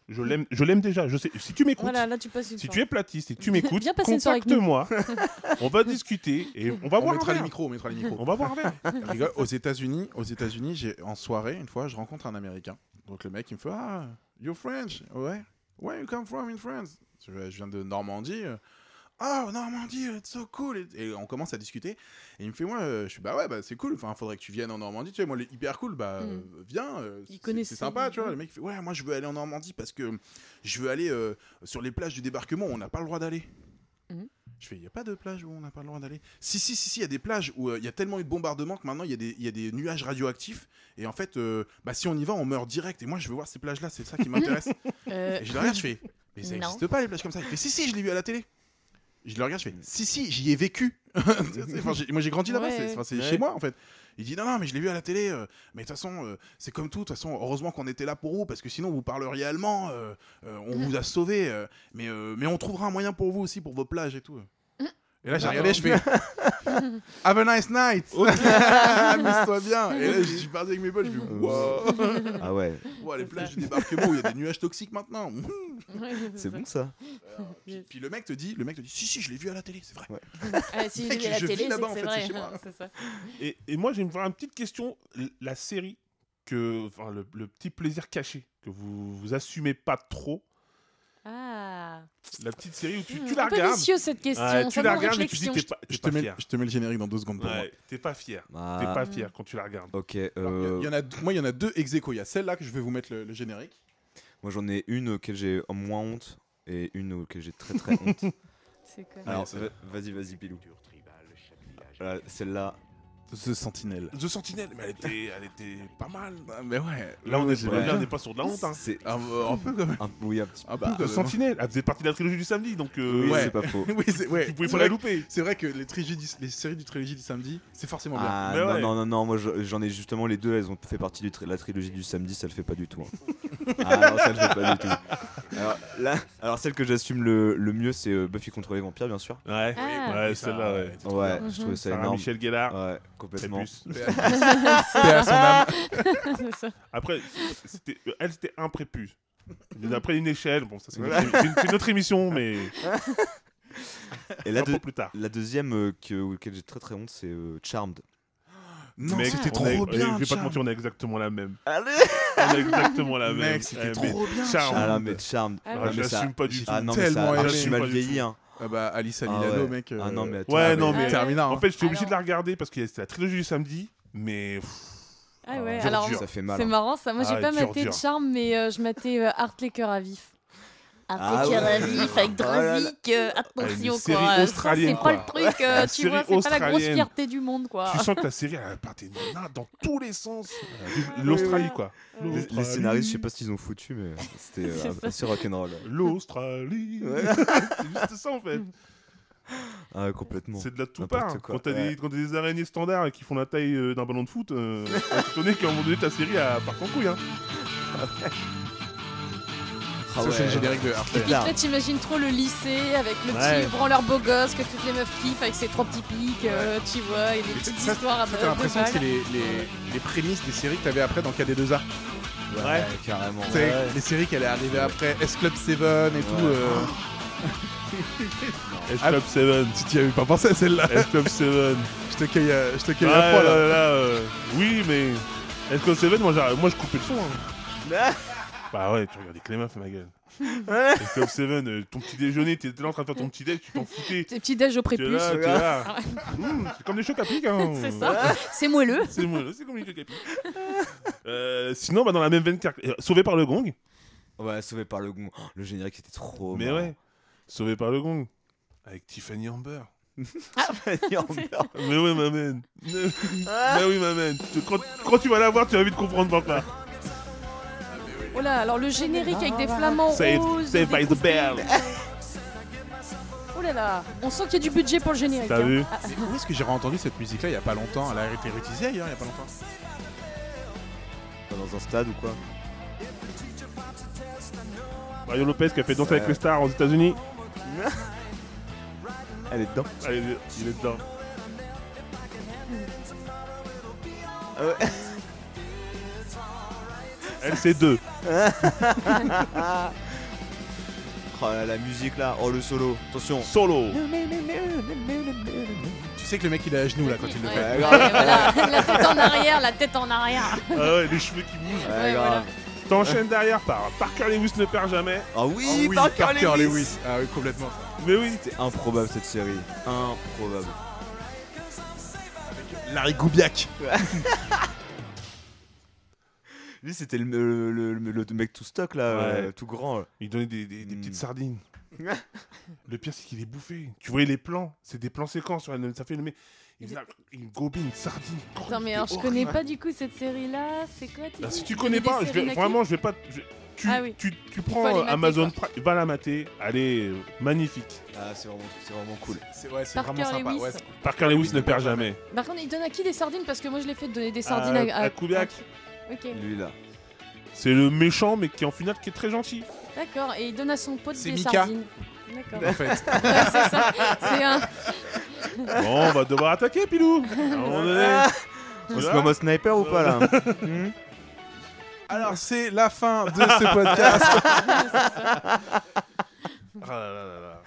Speaker 4: Je l'aime, je l'aime déjà. Je sais. Si tu m'écoutes,
Speaker 2: Voilà, là, tu passes une
Speaker 4: si tu
Speaker 2: soirée.
Speaker 4: es platiste et que tu m'écoutes,
Speaker 2: Viens passer une soirée avec
Speaker 4: contacte-moi. on va discuter et on va
Speaker 1: On
Speaker 4: voir un
Speaker 1: mettra les
Speaker 4: verre.
Speaker 1: micros, on mettra les micros.
Speaker 4: On va voir un verre.
Speaker 1: Rigole, aux États-Unis, aux États-Unis, j'ai en soirée une fois, je rencontre un Américain. Donc le mec il me fait ah you're French, ouais, where you come from in France? Je, je viens de Normandie. euh. Oh Normandie, it's so cool. Et, et on commence à discuter. Et il me fait ouais, euh, je suis bah ouais bah c'est cool. Enfin faudrait que tu viennes en Normandie. Tu sais moi le hyper cool bah
Speaker 2: Mm.
Speaker 1: euh, viens. euh,
Speaker 2: Il
Speaker 1: c'est-
Speaker 2: connaissait,
Speaker 1: c'est sympa tu vois.
Speaker 2: ouais.
Speaker 1: Le mec il fait ouais moi je veux aller en Normandie parce que je veux aller euh, sur les plages du débarquement. où On n'a pas le droit d'aller. Je fais, il n'y a pas de plage où on n'a pas le droit d'aller. Si, si, si, si, il y a des plages où euh, il y a tellement eu de bombardements que maintenant il y, a des- y a des nuages radioactifs. Et en fait, euh, bah, si on y va, on meurt direct. Et moi, je veux voir ces plages-là, c'est ça qui m'intéresse.
Speaker 2: Euh,
Speaker 1: et je le regarde, je fais, mais ça
Speaker 2: Non.
Speaker 1: n'existe pas les plages comme ça. Il fait, si, si, je l'ai vu à la télé. Je le regarde, je fais, si, si, j'y ai vécu. Enfin, j'ai- moi, j'ai grandi là-bas,
Speaker 2: Ouais,
Speaker 1: c'est-
Speaker 2: ouais.
Speaker 1: enfin, c'est
Speaker 4: Ouais.
Speaker 1: chez moi en fait. Il dit, non, non, mais je l'ai vu à la télé. euh, mais de toute façon, euh, c'est comme tout. De toute façon, heureusement qu'on était là pour vous, parce que sinon, vous parleriez allemand. euh, euh, on vous a sauvé. euh, mais, euh, mais on trouvera un moyen pour vous aussi, pour vos plages et tout. Et là, j'ai regardé, je fais Have a nice night! Amuse-toi bien! Et là, je suis parti avec mes potes, je fais Wow!
Speaker 3: Euh, Ah ouais,
Speaker 1: Wow, les
Speaker 2: C'est
Speaker 1: plages
Speaker 2: ça.
Speaker 1: du débarquement où il y a des nuages toxiques maintenant!
Speaker 3: c'est bon ça.
Speaker 1: Euh, puis, puis le mec te dit, le mec te dit, si, si, je l'ai vu à la télé, c'est vrai.
Speaker 2: Ah, si
Speaker 1: Mec,
Speaker 2: j'ai la
Speaker 1: je vis
Speaker 2: télé, c'est
Speaker 1: là-bas,
Speaker 2: que
Speaker 1: en
Speaker 2: c'est
Speaker 1: fait,
Speaker 2: vrai. hein,
Speaker 1: c'est chez moi.
Speaker 2: C'est ça.
Speaker 4: Et, et moi, j'ai une, une petite question. L- La série que, enfin, le, le petit plaisir caché que vous vous assumez pas trop.
Speaker 2: Ah.
Speaker 4: La petite série où tu,
Speaker 2: Hmm,
Speaker 4: tu la
Speaker 2: un peu
Speaker 4: regardes.
Speaker 2: vicieux cette question.
Speaker 4: Ouais,
Speaker 2: ça
Speaker 4: tu la
Speaker 2: demande
Speaker 4: regardes, mais tu dis
Speaker 2: réflexion.
Speaker 4: t'es pas, t'es
Speaker 1: Je te,
Speaker 4: pas
Speaker 1: mets,
Speaker 4: fier.
Speaker 1: je te mets le générique dans deux secondes pour moi.
Speaker 4: Ouais, t'es pas fier. T'es
Speaker 3: Ah,
Speaker 4: pas
Speaker 2: Hmm.
Speaker 4: fier quand tu la regardes.
Speaker 3: ok.
Speaker 1: Il y a-
Speaker 3: euh,
Speaker 1: il y en a, moi, il y en a deux ex aequo. Il y a celle-là que je vais vous mettre le, le générique.
Speaker 3: Moi j'en ai une auquel j'ai moins honte et une auquel j'ai très très honte.
Speaker 2: C'est quoi
Speaker 3: Alors
Speaker 1: c'est vrai.
Speaker 3: va- vas-y, vas-y, Pilou. Voilà, Celle-là.
Speaker 1: The Sentinel.
Speaker 4: The Sentinel, mais elle était, elle était pas mal.
Speaker 1: Bah, mais ouais.
Speaker 4: Là, on est,
Speaker 3: Ouais.
Speaker 4: là, on n'est pas sur de la honte. hein.
Speaker 3: C'est
Speaker 1: Un, un peu quand même.
Speaker 3: un, oui, un petit
Speaker 1: Un peu
Speaker 3: bah,
Speaker 1: quand
Speaker 4: The
Speaker 1: même.
Speaker 4: Sentinel, elle faisait partie de la trilogie du samedi, donc euh,
Speaker 3: oui,
Speaker 1: Ah, ouais.
Speaker 3: c'est pas faux.
Speaker 1: euh, oui, c'est ouais.
Speaker 4: tu pouvais
Speaker 1: C'est vrai
Speaker 4: pas la
Speaker 1: que-
Speaker 4: louper.
Speaker 1: C'est vrai que les, trilogies du- les séries du trilogie du samedi, c'est forcément bien.
Speaker 3: Ah
Speaker 4: Mais
Speaker 3: non,
Speaker 4: ouais.
Speaker 3: non, non, non, moi je- j'en ai justement les deux, elles ont fait partie de la trilogie du samedi, ça le fait pas du tout. hein. ah non, ça le fait pas du tout. Alors, là, alors celle que j'assume le, le mieux, c'est euh, Buffy contre les vampires, bien sûr.
Speaker 4: Ouais,
Speaker 2: Ah.
Speaker 4: ouais, celle-là, ouais.
Speaker 3: Ouais,
Speaker 2: Mhm.
Speaker 3: je trouvais ça
Speaker 4: Sarah
Speaker 3: énorme.
Speaker 4: Michel Gellar,
Speaker 3: Ouais, complètement.
Speaker 4: Trépus.
Speaker 1: Paix à son âme.
Speaker 2: C'est ça.
Speaker 4: Après, euh, c'était- elle, c'était un prépuce. D'après une échelle, bon, ça c'est une, autre- c'est une- c'est une autre émission, mais
Speaker 3: Et
Speaker 4: un
Speaker 3: la,
Speaker 4: peu
Speaker 3: deux-
Speaker 4: plus tard.
Speaker 3: la deuxième euh, que, auquel j'ai très très honte, c'est euh, Charmed.
Speaker 1: Non,
Speaker 4: Mec,
Speaker 1: c'était
Speaker 4: on
Speaker 1: trop
Speaker 4: a-
Speaker 1: bien.
Speaker 4: eh, Je vais pas te
Speaker 1: Charles.
Speaker 4: mentir, on a exactement la même.
Speaker 3: Allez
Speaker 4: On a exactement la même.
Speaker 1: Mec, c'était
Speaker 4: Eh, mais-
Speaker 1: trop bien.
Speaker 4: Charles.
Speaker 1: Charles.
Speaker 3: Ah là, mais Charmed.
Speaker 2: Ah,
Speaker 4: Ah,
Speaker 3: Ouais,
Speaker 4: je
Speaker 3: mais ça-
Speaker 4: l'assume pas du
Speaker 1: j'ai-
Speaker 4: tout.
Speaker 3: Ah non, mais
Speaker 1: Tellement
Speaker 3: ça a archi
Speaker 1: aimé.
Speaker 3: mal
Speaker 4: Pas du tout.
Speaker 3: vieilli. Hein.
Speaker 1: Ah bah, Alice
Speaker 3: Ah
Speaker 1: Alilano,
Speaker 3: ouais.
Speaker 1: mec. euh,
Speaker 3: Ah non, mais attends,
Speaker 4: Ouais,
Speaker 3: mais-
Speaker 4: non, mais.
Speaker 1: Termina.
Speaker 4: En
Speaker 1: hein.
Speaker 4: fait, j'étais obligé de
Speaker 2: Alors-
Speaker 4: la regarder parce que c'était la trilogie du samedi, mais. pff,
Speaker 2: Ah ouais,
Speaker 4: Dur,
Speaker 2: alors
Speaker 4: dur.
Speaker 3: ça fait mal.
Speaker 2: c'est
Speaker 3: hein.
Speaker 2: marrant ça. Moi j'ai
Speaker 4: Ah,
Speaker 2: pas
Speaker 4: dur,
Speaker 2: maté
Speaker 4: dur.
Speaker 2: de charme, mais euh, je matais euh, Art les cœurs à vif. Art
Speaker 3: Ah
Speaker 2: les cœurs à
Speaker 3: ouais.
Speaker 2: vif avec
Speaker 3: Oh là là.
Speaker 2: Drazik, euh,
Speaker 4: Ah, une
Speaker 2: attention
Speaker 4: série
Speaker 2: quoi. Ça,
Speaker 4: australienne,
Speaker 2: c'est pas le
Speaker 4: quoi.
Speaker 2: truc, euh,
Speaker 4: La
Speaker 2: tu vois,
Speaker 4: série
Speaker 2: c'est pas la grosse
Speaker 4: australienne.
Speaker 2: fierté du monde quoi.
Speaker 4: Tu sens que la série, elle partait dans tous les sens. L'Australie, quoi.
Speaker 2: Ouais.
Speaker 3: Les, les scénaristes, je sais pas ce qu'ils ont foutu, mais c'était
Speaker 2: C'est
Speaker 3: euh,
Speaker 2: ça.
Speaker 3: assez rock'n'roll.
Speaker 4: L'Australie. C'est juste ça, en fait.
Speaker 3: Ah, ouais, complètement.
Speaker 4: C'est de la tout
Speaker 3: N'importe
Speaker 4: part.
Speaker 3: quoi.
Speaker 4: Quand t'as
Speaker 3: Ouais.
Speaker 4: des, quand t'as des araignées standards et qui font la taille euh, d'un ballon de foot, euh, t'es étonné qu'à un moment donné, ta série elle part en couille. Hein.
Speaker 3: Ah
Speaker 1: Ça, c'est le
Speaker 3: ouais.
Speaker 1: générique de Arte.
Speaker 3: C'est tard.
Speaker 2: Là, t'imagines trop le lycée avec le
Speaker 4: Ouais.
Speaker 2: petit branleur beau gosse que toutes les meufs kiffent avec ses trois petits pics, euh, tu vois, et des
Speaker 1: Mais
Speaker 2: petites
Speaker 1: ça-
Speaker 2: histoires à
Speaker 1: Ça, T'as l'impression que c'est les, les, les prémices des séries que t'avais après dans KD2A.
Speaker 3: Ouais,
Speaker 4: Ouais.
Speaker 3: carrément.
Speaker 1: Tu sais, Les séries qu'elle est arrivée après, S-Club 7 et tout.
Speaker 3: Ouais.
Speaker 1: euh,
Speaker 4: S-Club 7.
Speaker 1: Tu t'y avais pas pensé à celle-là.
Speaker 4: S-Club 7.
Speaker 1: Je te cueille, euh, je te cueille
Speaker 4: Ah
Speaker 1: la fois là.
Speaker 4: là là, euh, Oui, mais. Est-ce que c'est vrai moi, j'arr- moi je coupais le son. hein. bah ouais, tu regardais que les meufs, ma gueule. Est-ce que Seven, euh, ton petit déjeuner, t'étais là en train de faire ton petit déj, tu t'en foutais.
Speaker 2: Tes petits déj au
Speaker 4: T'es
Speaker 2: prépuce,
Speaker 4: là, t'es
Speaker 3: regarde.
Speaker 4: là. Mmh, c'est comme des chocs à pic. Hein.
Speaker 2: c'est ça, c'est moelleux.
Speaker 4: C'est moi, c'est comme des chocs à pic. Euh, sinon, bah, dans la même veine, car- euh, sauvé par le gong.
Speaker 3: Ouais, sauvé par le gong. Oh, le générique était trop.
Speaker 4: mais ouais, sauvé par le gong. Oh Avec Tiffany Amber.
Speaker 3: ouais.
Speaker 4: Mais ouais, ma man. bah oui, ma man. Tu- Quand, quand tu vas la voir, tu vas vite comprendre pourquoi.
Speaker 2: Oh là, alors le générique avec des flamants
Speaker 4: Saved,
Speaker 2: roses.
Speaker 4: saved
Speaker 2: des
Speaker 4: by the
Speaker 2: coups de
Speaker 4: bell.
Speaker 2: feu. Oh là là, on sent qu'il y a du budget pour le générique.
Speaker 4: T'as
Speaker 2: hein.
Speaker 4: vu
Speaker 2: Ah,
Speaker 1: Mais où est-ce que j'ai entendu cette musique-là il y a pas longtemps Elle a été réutilisée ailleurs il y a pas longtemps.
Speaker 3: Dans un stade ou quoi
Speaker 4: Mario Lopez qui a fait danser avec
Speaker 3: Ouais.
Speaker 4: les stars aux États-Unis.
Speaker 3: Elle est dedans.
Speaker 4: Allez, il est dedans.
Speaker 3: Ah ouais.
Speaker 4: LC2.
Speaker 3: Oh, la, la musique là. Oh, le solo. Attention.
Speaker 4: Solo.
Speaker 1: Tu sais que le mec il est à genoux là quand il le
Speaker 2: Ouais,
Speaker 1: fait. Ah,
Speaker 3: Ouais,
Speaker 2: ouais,
Speaker 3: grave.
Speaker 2: voilà. La tête en arrière, la tête en arrière.
Speaker 4: Ah ouais, les cheveux qui bougent.
Speaker 3: Ouais,
Speaker 2: Ouais,
Speaker 3: Ah, grave.
Speaker 4: T'enchaînes derrière par Parker Lewis ne perd jamais.
Speaker 3: Ah
Speaker 1: Ah
Speaker 3: oui,
Speaker 1: oui,
Speaker 3: Parker,
Speaker 1: Parker
Speaker 3: Lewis.
Speaker 1: Lewis. Ah oui, complètement.
Speaker 4: Mais oui.
Speaker 3: C'était improbable cette série. Improbable.
Speaker 1: Larry Goubiak.
Speaker 3: Lui, c'était le, le, le- le- le mec tout stock là,
Speaker 4: Ouais.
Speaker 3: euh, tout grand. là.
Speaker 4: Il donnait des, des- des
Speaker 3: Hmm.
Speaker 4: petites sardines. le pire, c'est qu'il est bouffé. Tu voyais les plans. C'est des plans séquences. sur la- Ça fait le mec. Il, faisait- il gobait une sardine. Oh.
Speaker 2: Attends, mais alors je connais pas du coup cette série là. C'est quoi
Speaker 4: Bah,
Speaker 2: dis-
Speaker 4: si tu
Speaker 2: des-
Speaker 4: connais
Speaker 2: des
Speaker 4: pas, je
Speaker 2: séries
Speaker 4: vais-
Speaker 2: Naki
Speaker 4: vraiment, je vais pas. je- tu,
Speaker 2: Ah oui.
Speaker 4: tu, tu
Speaker 2: faut
Speaker 4: prends
Speaker 2: aller
Speaker 4: euh,
Speaker 2: mater,
Speaker 4: Amazon Prime, va la mater, elle est euh, magnifique.
Speaker 3: Ah, c'est vraiment, c'est vraiment cool.
Speaker 1: C'est ouais, c'est
Speaker 2: Parker
Speaker 1: vraiment sympa.
Speaker 2: Lewis.
Speaker 1: Ouais,
Speaker 4: Parker Lewis ne perd jamais.
Speaker 2: Par contre, il donne à qui des sardines Parce que moi je l'ai fait donner des sardines
Speaker 4: À-
Speaker 2: à,
Speaker 4: à Kubiak.
Speaker 2: Ok,
Speaker 3: Lui là.
Speaker 4: C'est le méchant, mais qui en final qui est très gentil.
Speaker 2: d'accord. Et il donne à son pote
Speaker 1: C'est
Speaker 2: des
Speaker 1: Mika.
Speaker 2: sardines. D'accord.
Speaker 1: en fait.
Speaker 2: Ouais, c'est ça. C'est un.
Speaker 4: Bon, on va devoir attaquer, Pilou. À un moment donné.
Speaker 3: Ah,
Speaker 4: Tu
Speaker 3: on se
Speaker 4: vois
Speaker 3: met en mode sniper ou pas là Hmm
Speaker 1: Alors c'est la fin de ce podcast.
Speaker 4: Ah là là là là.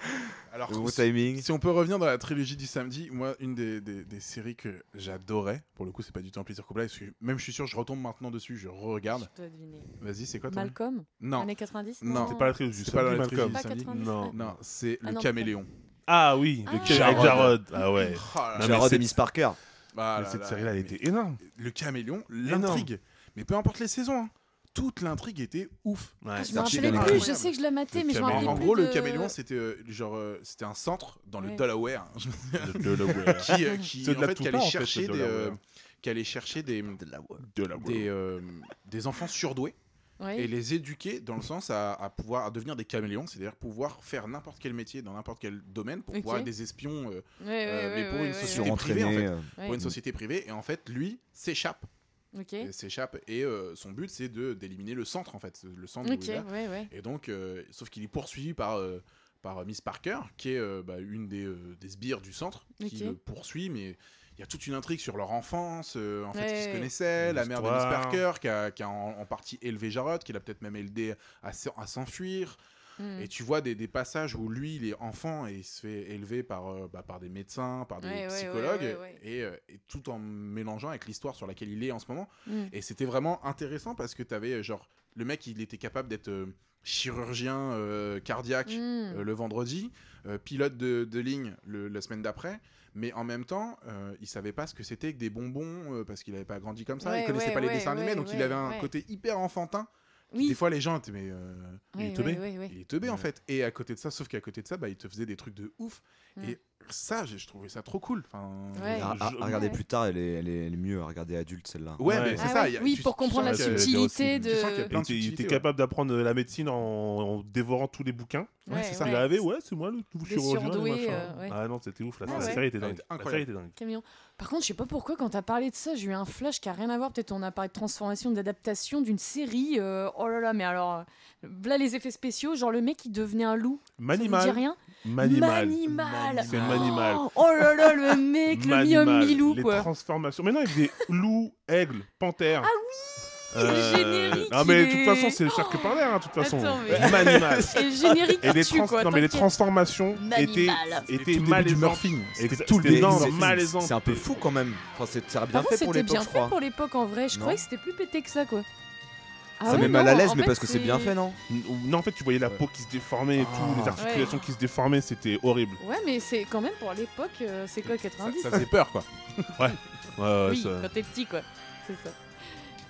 Speaker 1: Alors
Speaker 3: Le bon
Speaker 1: si-
Speaker 3: timing.
Speaker 1: si on peut revenir dans la trilogie du samedi, moi une des, des- des séries que j'adorais, pour le coup c'est pas du tout un plaisir coupable, parce que même je suis sûr je retombe maintenant dessus, je regarde.
Speaker 2: Je dois deviner.
Speaker 1: Vas-y c'est quoi ton
Speaker 2: Malcolm
Speaker 1: Non,
Speaker 2: Années 90
Speaker 1: Non.
Speaker 4: C'est pas la trilogie,
Speaker 1: C'est
Speaker 4: c'est
Speaker 1: pas
Speaker 4: pas
Speaker 1: dans la
Speaker 4: Malcolm.
Speaker 1: trilogie.
Speaker 2: Pas
Speaker 1: samedi.
Speaker 2: 90.
Speaker 4: Non.
Speaker 1: non, c'est
Speaker 2: Ah
Speaker 1: le
Speaker 2: non,
Speaker 1: caméléon.
Speaker 4: Ah oui, le
Speaker 2: Ah.
Speaker 4: Ca- avec
Speaker 3: Jarod.
Speaker 4: Jarod. Ah ouais.
Speaker 1: Oh là là.
Speaker 4: mais
Speaker 3: Jarod
Speaker 4: c'est-
Speaker 3: et Miss Parker.
Speaker 1: Ah
Speaker 4: Mais
Speaker 1: là
Speaker 4: cette
Speaker 1: là,
Speaker 4: série-là, elle
Speaker 1: mais-
Speaker 4: était énorme.
Speaker 1: le caméléon, l'intrigue. Mais peu importe les saisons, hein, toute l'intrigue était ouf.
Speaker 2: Ah,
Speaker 4: Ouais.
Speaker 2: je
Speaker 3: c'est
Speaker 2: me
Speaker 3: archi
Speaker 2: rappelais
Speaker 1: bien
Speaker 2: plus, je
Speaker 1: incroyable.
Speaker 2: sais que je la matais,
Speaker 4: Le
Speaker 2: mais je me
Speaker 4: caméléon.
Speaker 1: En,
Speaker 2: rappelais
Speaker 1: en
Speaker 2: plus.
Speaker 1: gros, le
Speaker 2: de-
Speaker 1: caméléon, c'était euh, genre euh, c'était un centre dans le
Speaker 2: Ouais.
Speaker 1: Delaware hein,
Speaker 4: De- de- de- ouais.
Speaker 1: qui, euh, qui,
Speaker 4: C'est de
Speaker 1: en
Speaker 4: la
Speaker 1: fait,
Speaker 4: tout
Speaker 1: qui allait
Speaker 4: part, en fait,
Speaker 1: chercher
Speaker 4: le
Speaker 1: des euh,
Speaker 4: Delaware.
Speaker 1: qui allait chercher des
Speaker 3: De la ouais.
Speaker 4: De la
Speaker 1: des, euh, des enfants surdoués
Speaker 2: Ouais.
Speaker 1: et les éduquer dans le sens à, à pouvoir à devenir des caméléons, c'est-à-dire pouvoir faire n'importe quel métier dans n'importe quel domaine pour
Speaker 2: Ok.
Speaker 1: pouvoir être des espions euh,
Speaker 2: Ouais, ouais,
Speaker 1: euh, mais
Speaker 2: ouais,
Speaker 1: pour une
Speaker 2: ouais, ouais,
Speaker 1: société-
Speaker 2: ouais.
Speaker 3: Surentraîné.
Speaker 1: privé, en fait.
Speaker 3: euh,
Speaker 1: pour une
Speaker 3: Mm.
Speaker 1: société privée et en fait lui s'échappe
Speaker 2: Ok.
Speaker 1: Et s'échappe et euh, son but c'est de d'éliminer le centre en fait le centre où
Speaker 2: Ok,
Speaker 1: il est.
Speaker 2: ouais, ouais.
Speaker 1: Et donc, euh, sauf qu'il est poursuivi par, euh, par Miss Parker, qui est euh, bah, une des, euh, des sbires du centre, qui
Speaker 2: Ok.
Speaker 1: le poursuit, mais il y a toute une intrigue sur leur enfance. euh, en fait, ils se
Speaker 2: Ouais.
Speaker 1: connaissaient. La mère de Miss
Speaker 4: L'histoire.
Speaker 1: Parker qui a, qui a en, en partie élevé Jarrod, qui l'a peut-être même élevé à, s'en- à s'enfuir.
Speaker 2: Mm.
Speaker 1: Et tu vois des, des passages où lui, il est enfant et il se fait élever par, euh, bah, par des médecins, par des
Speaker 2: Ouais, ouais,
Speaker 1: psychologues,
Speaker 2: ouais, ouais, ouais.
Speaker 1: Et, euh, et tout en mélangeant avec l'histoire sur laquelle il est en ce moment.
Speaker 2: Mm.
Speaker 1: Et c'était vraiment intéressant parce que tu avais, genre, le mec, il était capable d'être euh, chirurgien euh, cardiaque
Speaker 2: Mm.
Speaker 1: euh, le vendredi, euh, pilote de, de ligne le- la semaine d'après, mais en même temps, euh, il savait pas ce que c'était que des bonbons euh, parce qu'il n'avait pas grandi comme ça,
Speaker 2: Ouais,
Speaker 1: il connaissait
Speaker 2: ouais,
Speaker 1: pas les
Speaker 2: ouais,
Speaker 1: dessins animés,
Speaker 2: ouais,
Speaker 1: donc il
Speaker 2: ouais,
Speaker 1: avait un
Speaker 2: ouais.
Speaker 1: côté hyper enfantin.
Speaker 2: Oui.
Speaker 1: Des fois, les gens étaient, mais euh, il est
Speaker 2: Oui,
Speaker 1: teubé.
Speaker 2: oui, oui, oui.
Speaker 1: Il est teubé en
Speaker 4: Ouais.
Speaker 1: fait. Et à côté de ça, sauf qu'à côté de ça, bah, il te faisait des trucs de ouf.
Speaker 2: Mm.
Speaker 1: Et ça, j'ai- je trouvais ça trop cool. Enfin,
Speaker 2: Ouais.
Speaker 3: À, à-
Speaker 4: Je-
Speaker 3: à regarder
Speaker 2: Ouais.
Speaker 3: plus tard, elle est, elle est, elle est mieux à regarder adulte celle-là.
Speaker 1: Ouais, mais
Speaker 4: Ouais.
Speaker 1: c'est
Speaker 2: Ah
Speaker 1: ça.
Speaker 2: ouais.
Speaker 1: il y a-
Speaker 2: oui,
Speaker 1: tu-
Speaker 2: pour
Speaker 1: tu
Speaker 2: comprendre la
Speaker 1: sens que-
Speaker 2: subtilité
Speaker 1: tu sens qu'il y a plein de
Speaker 2: de.
Speaker 4: Il était- il
Speaker 1: subtilités,
Speaker 4: était
Speaker 1: ouais.
Speaker 4: capable d'apprendre euh, la médecine en, en dévorant tous les bouquins.
Speaker 1: Ouais, c'est ça.
Speaker 4: Il
Speaker 2: ouais.
Speaker 4: avait, ouais, c'est moi le nouveau
Speaker 2: Des
Speaker 4: chirurgien.
Speaker 2: surdoués,
Speaker 4: machin.
Speaker 2: euh, ouais.
Speaker 4: Ah non, c'était ouf. La,
Speaker 2: Ah
Speaker 4: la
Speaker 2: ouais.
Speaker 4: série était
Speaker 1: Elle
Speaker 4: dingue.
Speaker 1: était
Speaker 4: La
Speaker 1: incroyable.
Speaker 4: série était dingue.
Speaker 2: C'est mignon. Par contre, je sais pas pourquoi, quand t'as parlé de ça, j'ai eu un flash qui a rien à voir. Peut-être on a parlé de transformation, d'adaptation d'une série. euh, oh là là, mais alors euh, là, les effets spéciaux, genre le mec il devenait un loup. Ça vous dit
Speaker 4: Manimal.
Speaker 2: rien
Speaker 4: Manimal.
Speaker 2: Manimal.
Speaker 4: C'est Manimal.
Speaker 2: Oh, oh là là, le mec, le mi-homme,
Speaker 4: Manimal,
Speaker 2: mi-loup,
Speaker 4: Les
Speaker 2: quoi.
Speaker 4: transformations. Mais non, il faisait loup, aigle, panthère. Ah oui
Speaker 2: le générique,
Speaker 4: Non, mais
Speaker 2: il
Speaker 4: de toute
Speaker 2: est-
Speaker 4: façon, c'est le cercle par l'air, hein, de toute façon.
Speaker 2: Attends, mais-
Speaker 4: Manimal.
Speaker 2: Et le générique
Speaker 4: Et
Speaker 2: qui
Speaker 4: les,
Speaker 2: tue,
Speaker 4: trans-
Speaker 2: quoi.
Speaker 4: non, mais les
Speaker 2: t'inquiète.
Speaker 4: transformations étaient,
Speaker 2: Manimal.
Speaker 1: C'était
Speaker 4: étaient
Speaker 1: tout le début du
Speaker 4: malaisantes.
Speaker 1: Murphy.
Speaker 4: Exa-
Speaker 1: C'était tout le
Speaker 4: c'était
Speaker 1: début.
Speaker 4: énorme.
Speaker 1: du
Speaker 3: c'est-
Speaker 1: Murphy.
Speaker 4: malaisant.
Speaker 3: C'est un peu fou quand même. Enfin, c'est ça a bien
Speaker 2: Par contre,
Speaker 3: fait pour
Speaker 2: c'était
Speaker 3: l'époque,
Speaker 2: bien
Speaker 3: je
Speaker 2: fait
Speaker 3: crois.
Speaker 2: pour l'époque en vrai. Je
Speaker 3: Non.
Speaker 2: croyais que c'était plus pété que ça, quoi. Ah
Speaker 3: Ça
Speaker 2: ouais,
Speaker 3: met mal
Speaker 2: non,
Speaker 3: à l'aise,
Speaker 2: en
Speaker 3: mais
Speaker 2: fait,
Speaker 3: parce que c'est bien fait, non
Speaker 4: Non, en fait, tu voyais la peau qui se déformait et tout,
Speaker 3: Ah.
Speaker 4: les articulations qui se déformaient, c'était horrible.
Speaker 2: Ouais, mais c'est quand même pour l'époque, euh, c'est quoi, 90
Speaker 1: Ça, ça faisait peur, quoi.
Speaker 4: Ouais, ouais,
Speaker 2: Oui,
Speaker 4: ça-
Speaker 2: quand t'es petit, quoi. C'est ça.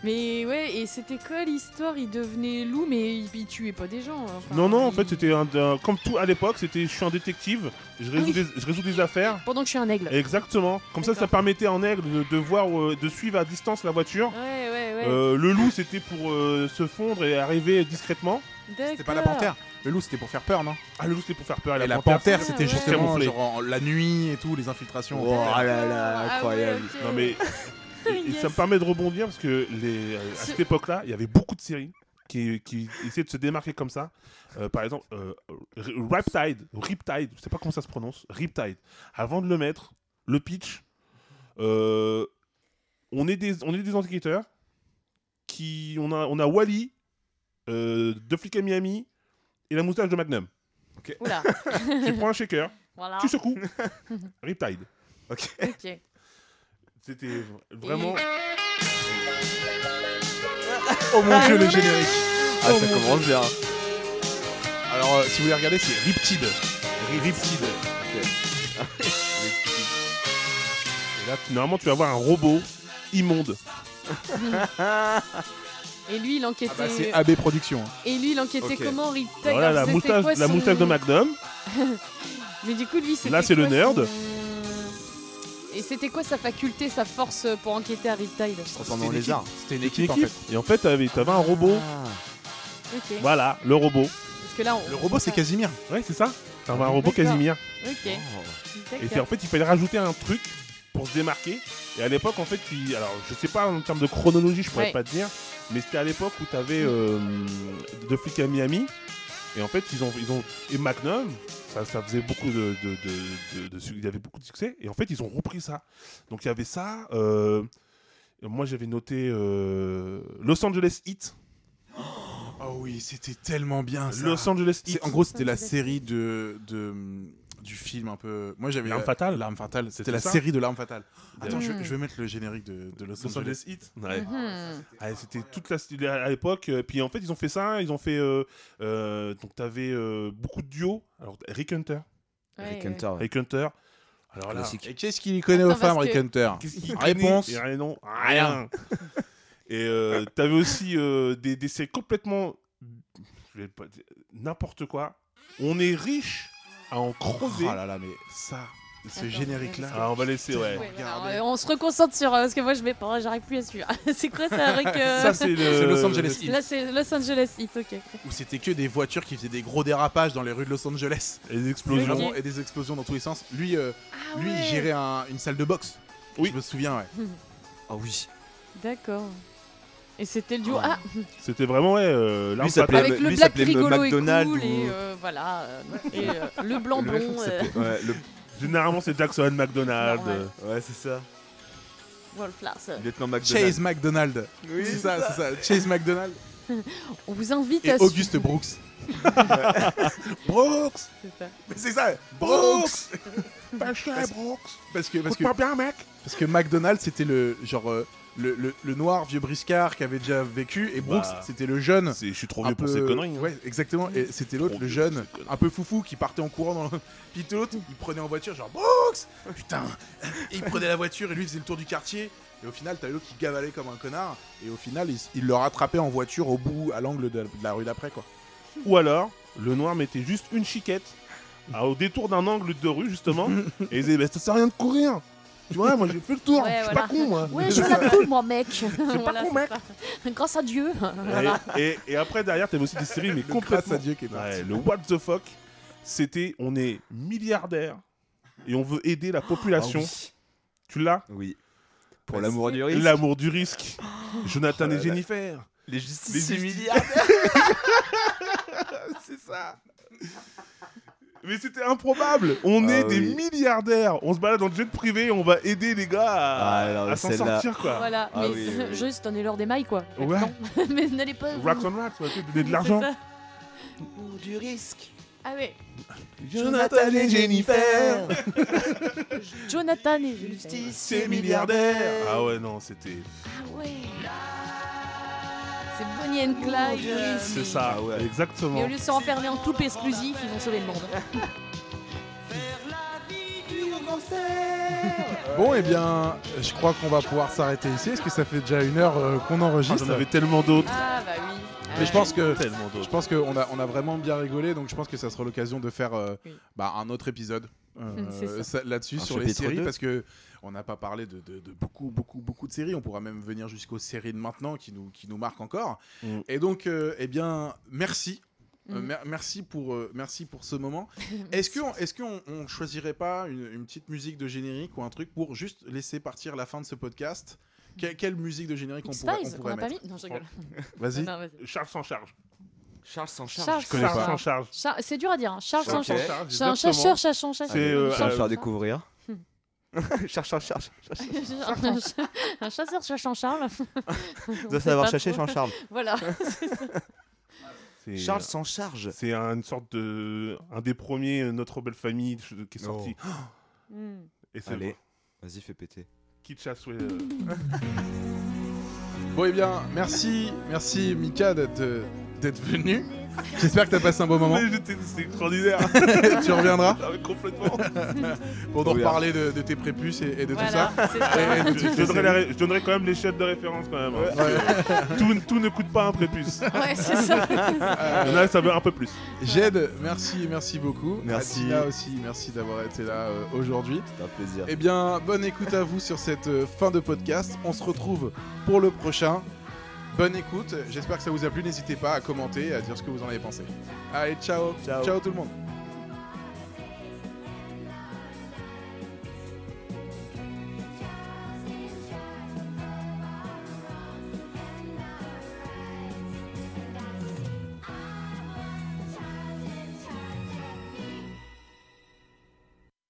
Speaker 2: Mais ouais, et c'était quoi l'histoire Il devenait loup, mais il, il tuait pas des gens. hein. enfin,
Speaker 4: Non, non, en
Speaker 2: il-
Speaker 4: fait, c'était un, un- comme tout à l'époque, c'était je suis un détective, je résous,
Speaker 2: Ah oui.
Speaker 4: des, je résous des affaires.
Speaker 2: Pendant que je suis un aigle.
Speaker 4: Exactement. Comme ça,
Speaker 2: D'accord.
Speaker 4: ça permettait en aigle de, de voir, euh, de suivre à distance la voiture.
Speaker 2: Ouais, ouais, ouais.
Speaker 4: Euh, le loup, c'était pour euh, se fondre et arriver discrètement.
Speaker 1: C'était pas la panthère. Le loup, c'était pour faire peur, non
Speaker 4: Ah, le loup, c'était pour faire peur à
Speaker 1: Et
Speaker 4: la,
Speaker 1: la
Speaker 4: panthère.
Speaker 1: panthère, c'était
Speaker 2: Ah, ouais.
Speaker 1: justement
Speaker 4: Camouflé.
Speaker 1: genre en- la nuit et tout, les infiltrations.
Speaker 3: Oh
Speaker 2: D'accord.
Speaker 3: là là,
Speaker 2: Ah ouais,
Speaker 3: incroyable.
Speaker 2: ok.
Speaker 4: Non, mais et- et
Speaker 2: Yes.
Speaker 4: ça me permet de rebondir parce que les, euh, à
Speaker 2: Ce-
Speaker 4: cette époque-là, il y avait beaucoup de séries. Qui, qui essayaient de se démarquer comme ça. Euh, par exemple, euh, R- Riptide, Riptide, je sais pas comment ça se prononce, Riptide. Avant de le mettre, le pitch, euh, on, est des, on est des enquêteurs, qui, on, a, on a Wally, euh, deux flics à Miami, et la moustache de Magnum.
Speaker 2: Oula,
Speaker 4: tu prends un shaker,
Speaker 2: voilà.
Speaker 4: tu secoues, Riptide.
Speaker 2: Ok.
Speaker 4: C'était vraiment.
Speaker 1: Oh mon dieu, le générique.
Speaker 3: Ah, ça commence bien.
Speaker 1: Alors, euh, si vous voulez regarder, c'est Riptide. Riptide.
Speaker 4: Et là, normalement, tu vas avoir un robot immonde.
Speaker 2: Et lui, il enquêtait.
Speaker 1: Ah bah, c'est AB Productions. hein.
Speaker 2: Et lui, il enquêtait
Speaker 3: Ok.
Speaker 2: comment Rita
Speaker 4: Voilà, la moustache, la moustache de Magnum.
Speaker 2: Mais du coup, lui, c'était.
Speaker 4: Là, c'est le
Speaker 2: quoi
Speaker 4: nerd.
Speaker 2: son- Et c'était quoi sa faculté, sa force euh, pour enquêter à Rita
Speaker 3: Transcendant
Speaker 1: C'était une
Speaker 3: les arts.
Speaker 1: C'était une équipe, en fait.
Speaker 4: Et en fait, t'avais t'avais un robot.
Speaker 2: Ok.
Speaker 4: Voilà, le robot.
Speaker 2: Parce que là, on-
Speaker 1: Le robot, c'est Casimir.
Speaker 4: Ouais, c'est ça. T'avais un robot
Speaker 2: D'accord.
Speaker 4: Casimir.
Speaker 2: Ok.
Speaker 3: Ah,
Speaker 4: Et c'est- en
Speaker 2: D'accord.
Speaker 4: fait, il fallait rajouter un truc pour se démarquer. Et à l'époque, en fait, il- alors je sais pas en termes de chronologie, je pourrais
Speaker 2: Ouais.
Speaker 4: pas te dire, mais c'était à l'époque où t'avais euh, deux flics à Miami. Et en fait, ils ont, ils ont et Magnum, ça, ça faisait beaucoup de, de, de, de- de su- il y avait beaucoup de succès. Et en fait, ils ont repris ça. Donc il y avait ça. euh, moi, j'avais noté euh, Los Angeles Heat.
Speaker 1: Oh oui, c'était tellement bien Ah, ça.
Speaker 4: Los Angeles Heat.
Speaker 1: C'est- en gros, c'était la série de, de- du film un peu. Moi, j'avais
Speaker 4: L'arme fatale.
Speaker 1: L'arme fatale. C'était
Speaker 4: C'était
Speaker 1: la
Speaker 4: ça
Speaker 1: série de l'arme fatale. Attends,
Speaker 2: Mm.
Speaker 1: je, je vais mettre le générique de, de Los
Speaker 4: Los
Speaker 1: Angeles.
Speaker 4: Angeles Heat. Ouais.
Speaker 2: Mhm.
Speaker 4: Ah, c'était toute la stylée à à l'époque. euh, Puis en fait, ils ont fait ça. Ils ont fait. euh, euh, donc, t'avais euh, beaucoup de duos. Alors, Rick Hunter.
Speaker 2: Ouais,
Speaker 3: Rick
Speaker 2: ouais.
Speaker 3: Hunter, ouais.
Speaker 4: Rick Hunter. Alors là.
Speaker 3: Classique.
Speaker 1: Et qu'est-ce qu'il y connaît
Speaker 2: Attends,
Speaker 1: aux femmes,
Speaker 2: parce
Speaker 1: Rick
Speaker 2: que-
Speaker 1: Hunter
Speaker 4: qu'est-ce qu'il
Speaker 1: Réponse.
Speaker 4: connaît Et Rien. non, rien. Et euh, t'avais aussi euh, des, des séries complètement. Je vais pas dire- N'importe quoi. On est riche à en
Speaker 1: Oh
Speaker 4: crever.
Speaker 1: là là, mais ça, ce
Speaker 2: Attends,
Speaker 1: générique-là.
Speaker 4: Ah, on va laisser, ouais.
Speaker 2: Ouais,
Speaker 1: Regardez.
Speaker 2: alors, euh, on se reconcentre sur euh, parce que moi je vais pas, j'arrive plus à suivre. c'est quoi ça, Rick euh,
Speaker 4: Ça, c'est le.
Speaker 1: C'est Los Angeles Heat,
Speaker 2: Là c'est Los Angeles Heat, ok.
Speaker 1: Ah, où c'était que des voitures qui faisaient des gros dérapages dans les rues de Los Angeles.
Speaker 4: Les explosions.
Speaker 1: Vraiment, et des explosions dans tous les sens. Lui, euh,
Speaker 2: Ah
Speaker 1: lui il gérait un- une salle de boxe.
Speaker 4: Oui.
Speaker 1: Je me souviens, ouais.
Speaker 3: Ah oui.
Speaker 2: D'accord. Et c'était le duo ah,
Speaker 4: C'était vraiment, ouais. euh, l'arme
Speaker 3: Lui, ça
Speaker 4: fatale.
Speaker 3: plaît.
Speaker 2: avec
Speaker 3: lui,
Speaker 2: le
Speaker 3: lui
Speaker 2: black
Speaker 3: s'appelait
Speaker 2: rigolo et
Speaker 3: McDonald
Speaker 2: cool
Speaker 3: ou-
Speaker 2: et euh, voilà euh, et euh, le blanc
Speaker 3: Le
Speaker 2: blond.
Speaker 3: mec,
Speaker 2: euh,
Speaker 3: c'était- ouais, le-
Speaker 4: Généralement, c'est Jackson, McDonald.
Speaker 2: Normal.
Speaker 3: Ouais, c'est ça.
Speaker 2: Wolflars.
Speaker 3: Lieutenant McDonald.
Speaker 1: Chase McDonald.
Speaker 3: Oui,
Speaker 1: c'est ça, c'est ça. Chase McDonald
Speaker 2: On vous invite
Speaker 1: et
Speaker 2: à suivre-
Speaker 1: Auguste Brooks. Brooks
Speaker 2: C'est ça.
Speaker 1: Mais c'est ça Brooks
Speaker 4: Pas cher, Brooks.
Speaker 1: Parce que, parce
Speaker 4: Coûte
Speaker 1: que,
Speaker 4: pas bien, mec.
Speaker 1: parce que McDonald, c'était le genre euh, le, le- le noir vieux briscard qui avait déjà vécu, et Brooks,
Speaker 4: Bah,
Speaker 1: c'était le jeune.
Speaker 4: Je suis trop
Speaker 1: un
Speaker 4: vieux pour
Speaker 1: peu-
Speaker 4: ces conneries. hein.
Speaker 1: Ouais, exactement. Et c'était l'autre,
Speaker 4: Trop
Speaker 1: le
Speaker 4: vieux
Speaker 1: jeune,
Speaker 4: pour ces conneries.
Speaker 1: un peu foufou, qui partait en courant dans le. Puis l'autre, il prenait en voiture, genre Brooks Putain Et il prenait la voiture et lui faisait le tour du quartier. Et au final, t'avais l'autre qui gavalait comme un connard. Et au final, il, s- il le rattrapait en voiture au bout, à l'angle de, la- de la rue d'après, quoi.
Speaker 4: Ou alors, le noir mettait juste une chiquette à- au détour d'un angle de rue, justement. et il disait, bah, ça sert à rien de courir. Tu vois, moi j'ai fait le tour.
Speaker 2: Ouais,
Speaker 4: je suis
Speaker 2: voilà.
Speaker 4: pas con, moi.
Speaker 2: Ouais, je suis la poule, moi, mec. Voilà,
Speaker 4: con,
Speaker 2: c'est
Speaker 4: mec.
Speaker 2: ça. Grâce à Dieu. Voilà.
Speaker 4: Et, et- et après, derrière, t'avais aussi des séries, mais
Speaker 1: Le grâce à
Speaker 4: complètement.
Speaker 1: Dieu qui est parti.
Speaker 4: Ouais, le what the fuck, c'était on est milliardaire et on veut aider la population. Tu l'as
Speaker 3: Ah Oui. Pour
Speaker 1: Ouais,
Speaker 3: l'amour du risque.
Speaker 4: L'amour du risque. Jonathan
Speaker 3: Oh là
Speaker 4: et
Speaker 3: là.
Speaker 4: Jennifer.
Speaker 3: Les justiciers
Speaker 4: justices.
Speaker 3: milliardaires.
Speaker 4: C'est ça. Mais c'était improbable. On
Speaker 3: Ah
Speaker 4: est des
Speaker 3: oui.
Speaker 4: milliardaires. On se balade en jet privé. On va aider les gars à,
Speaker 3: Ah, alors,
Speaker 4: à s'en
Speaker 3: celle-là.
Speaker 4: sortir quoi.
Speaker 2: Voilà.
Speaker 3: Ah
Speaker 2: mais
Speaker 3: oui, oui, oui.
Speaker 2: juste, donnez leur des mailles, quoi.
Speaker 4: Ouais.
Speaker 2: Non. mais n'allez pas. vous-
Speaker 4: Racks on racks, ouais, donner de
Speaker 2: C'est
Speaker 4: l'argent.
Speaker 2: ça.
Speaker 5: Du risque.
Speaker 2: Ah ouais.
Speaker 4: Jonathan et Jennifer,
Speaker 2: Jonathan et
Speaker 4: c'est milliardaire. Ah ouais non, c'était
Speaker 2: Ah ouais. C'est Bonnie and Clyde. euh, mais-
Speaker 4: c'est ça,
Speaker 3: Ah ouais.
Speaker 2: Mais au
Speaker 4: exactement.
Speaker 2: lieu de s'enfermer en couple exclusif, ils ont sauvé le monde.
Speaker 1: Bon, et bien, je crois qu'on va pouvoir s'arrêter ici. Est-ce que ça fait déjà une heure euh, qu'on
Speaker 4: Ah,
Speaker 1: enregistre
Speaker 4: J'en avais tellement d'autres,
Speaker 2: Ah bah oui.
Speaker 1: Mais je pense que
Speaker 4: tellement
Speaker 1: je
Speaker 4: d'autres.
Speaker 1: pense qu'on a on a vraiment bien rigolé, donc je pense que ça sera l'occasion de faire euh,
Speaker 2: Oui.
Speaker 1: bah, un autre épisode. euh,
Speaker 2: Mm, c'est ça.
Speaker 1: ça- là-dessus
Speaker 3: Un
Speaker 1: sur les
Speaker 3: chapitre
Speaker 1: séries
Speaker 3: deux.
Speaker 1: parce que on n'a pas parlé de, de- de beaucoup beaucoup beaucoup de séries on pourra même venir jusqu'aux séries de maintenant qui nous qui nous marquent encore
Speaker 4: Mm.
Speaker 1: et donc euh, eh bien merci Euh,
Speaker 2: Mhm.
Speaker 1: mer- merci pour euh, merci pour ce moment est-ce qu'on est-ce qu'on on choisirait pas une, une petite musique de générique ou un truc pour juste laisser partir la fin de ce podcast Que- quelle musique de générique on pourrait, on
Speaker 2: X-Files, on
Speaker 1: pourrait
Speaker 2: n'a pas
Speaker 1: mettre
Speaker 2: mis Non, je rigole.
Speaker 1: Vas-y.
Speaker 2: Non, vas-y.
Speaker 4: Charles s'en charge.
Speaker 3: Charles s'en charge.
Speaker 2: Charles,
Speaker 1: je connais
Speaker 2: sans
Speaker 1: pas.
Speaker 4: s'en
Speaker 2: charge.
Speaker 4: charge.
Speaker 2: Char- C'est dur à dire, hein. Charles sans
Speaker 3: Ok.
Speaker 2: charge.
Speaker 4: charge,
Speaker 2: C'est un
Speaker 4: exactement.
Speaker 2: chasseur, chachon, chachon.
Speaker 4: C'est, euh,
Speaker 3: Charles
Speaker 4: euh,
Speaker 3: faire découvrir.
Speaker 2: Hmm.
Speaker 3: Charles, Charles, Charles.
Speaker 2: Ah,
Speaker 3: Charles.
Speaker 2: Un ch- un chasseur chachon Charles.
Speaker 3: Tu dois savoir chercher Charles Charles.
Speaker 2: Voilà.
Speaker 4: C'est- euh,
Speaker 3: Charles s'en charge.
Speaker 4: C'est un- une sorte de. Un des premiers euh, Notre Belle Famille ch- qui est
Speaker 3: Non.
Speaker 4: sorti.
Speaker 2: Mm.
Speaker 4: Et c'est
Speaker 3: Allez,
Speaker 4: bon.
Speaker 3: vas-y, fais péter.
Speaker 4: Qui chasse, ouais, euh,
Speaker 1: Bon, eh bien, merci, merci Mika d'être euh, d'être venu. J'espère que t'as passé un bon moment.
Speaker 4: Mais j'étais- C'est extraordinaire.
Speaker 1: tu reviendras
Speaker 4: Ah, mais complètement.
Speaker 1: pour nous
Speaker 3: Oui,
Speaker 1: reparler de, de tes prépuces et, et de
Speaker 2: Voilà,
Speaker 1: tout
Speaker 2: c'est
Speaker 1: ça.
Speaker 2: ça.
Speaker 1: Et de
Speaker 4: je, je
Speaker 1: toutes les
Speaker 4: donnerai la ré- je donnerai quand même les chefs de référence quand même. hein,
Speaker 1: séries. Ouais.
Speaker 4: parce que tout, tout ne coûte pas un prépuce.
Speaker 2: Ouais, c'est ça.
Speaker 4: Il y en
Speaker 1: Euh,
Speaker 4: a, ça veut un peu plus.
Speaker 1: Jed, merci, merci beaucoup.
Speaker 3: Merci.
Speaker 1: Adina aussi, merci d'avoir été là euh, aujourd'hui.
Speaker 3: C'était un plaisir.
Speaker 1: Eh bien, bonne écoute à vous sur cette euh, fin de podcast. On se retrouve pour le prochain. Bonne écoute. J'espère que ça vous a plu. N'hésitez pas à commenter, à dire ce que vous en avez pensé. Allez, ciao. Ciao tout le monde.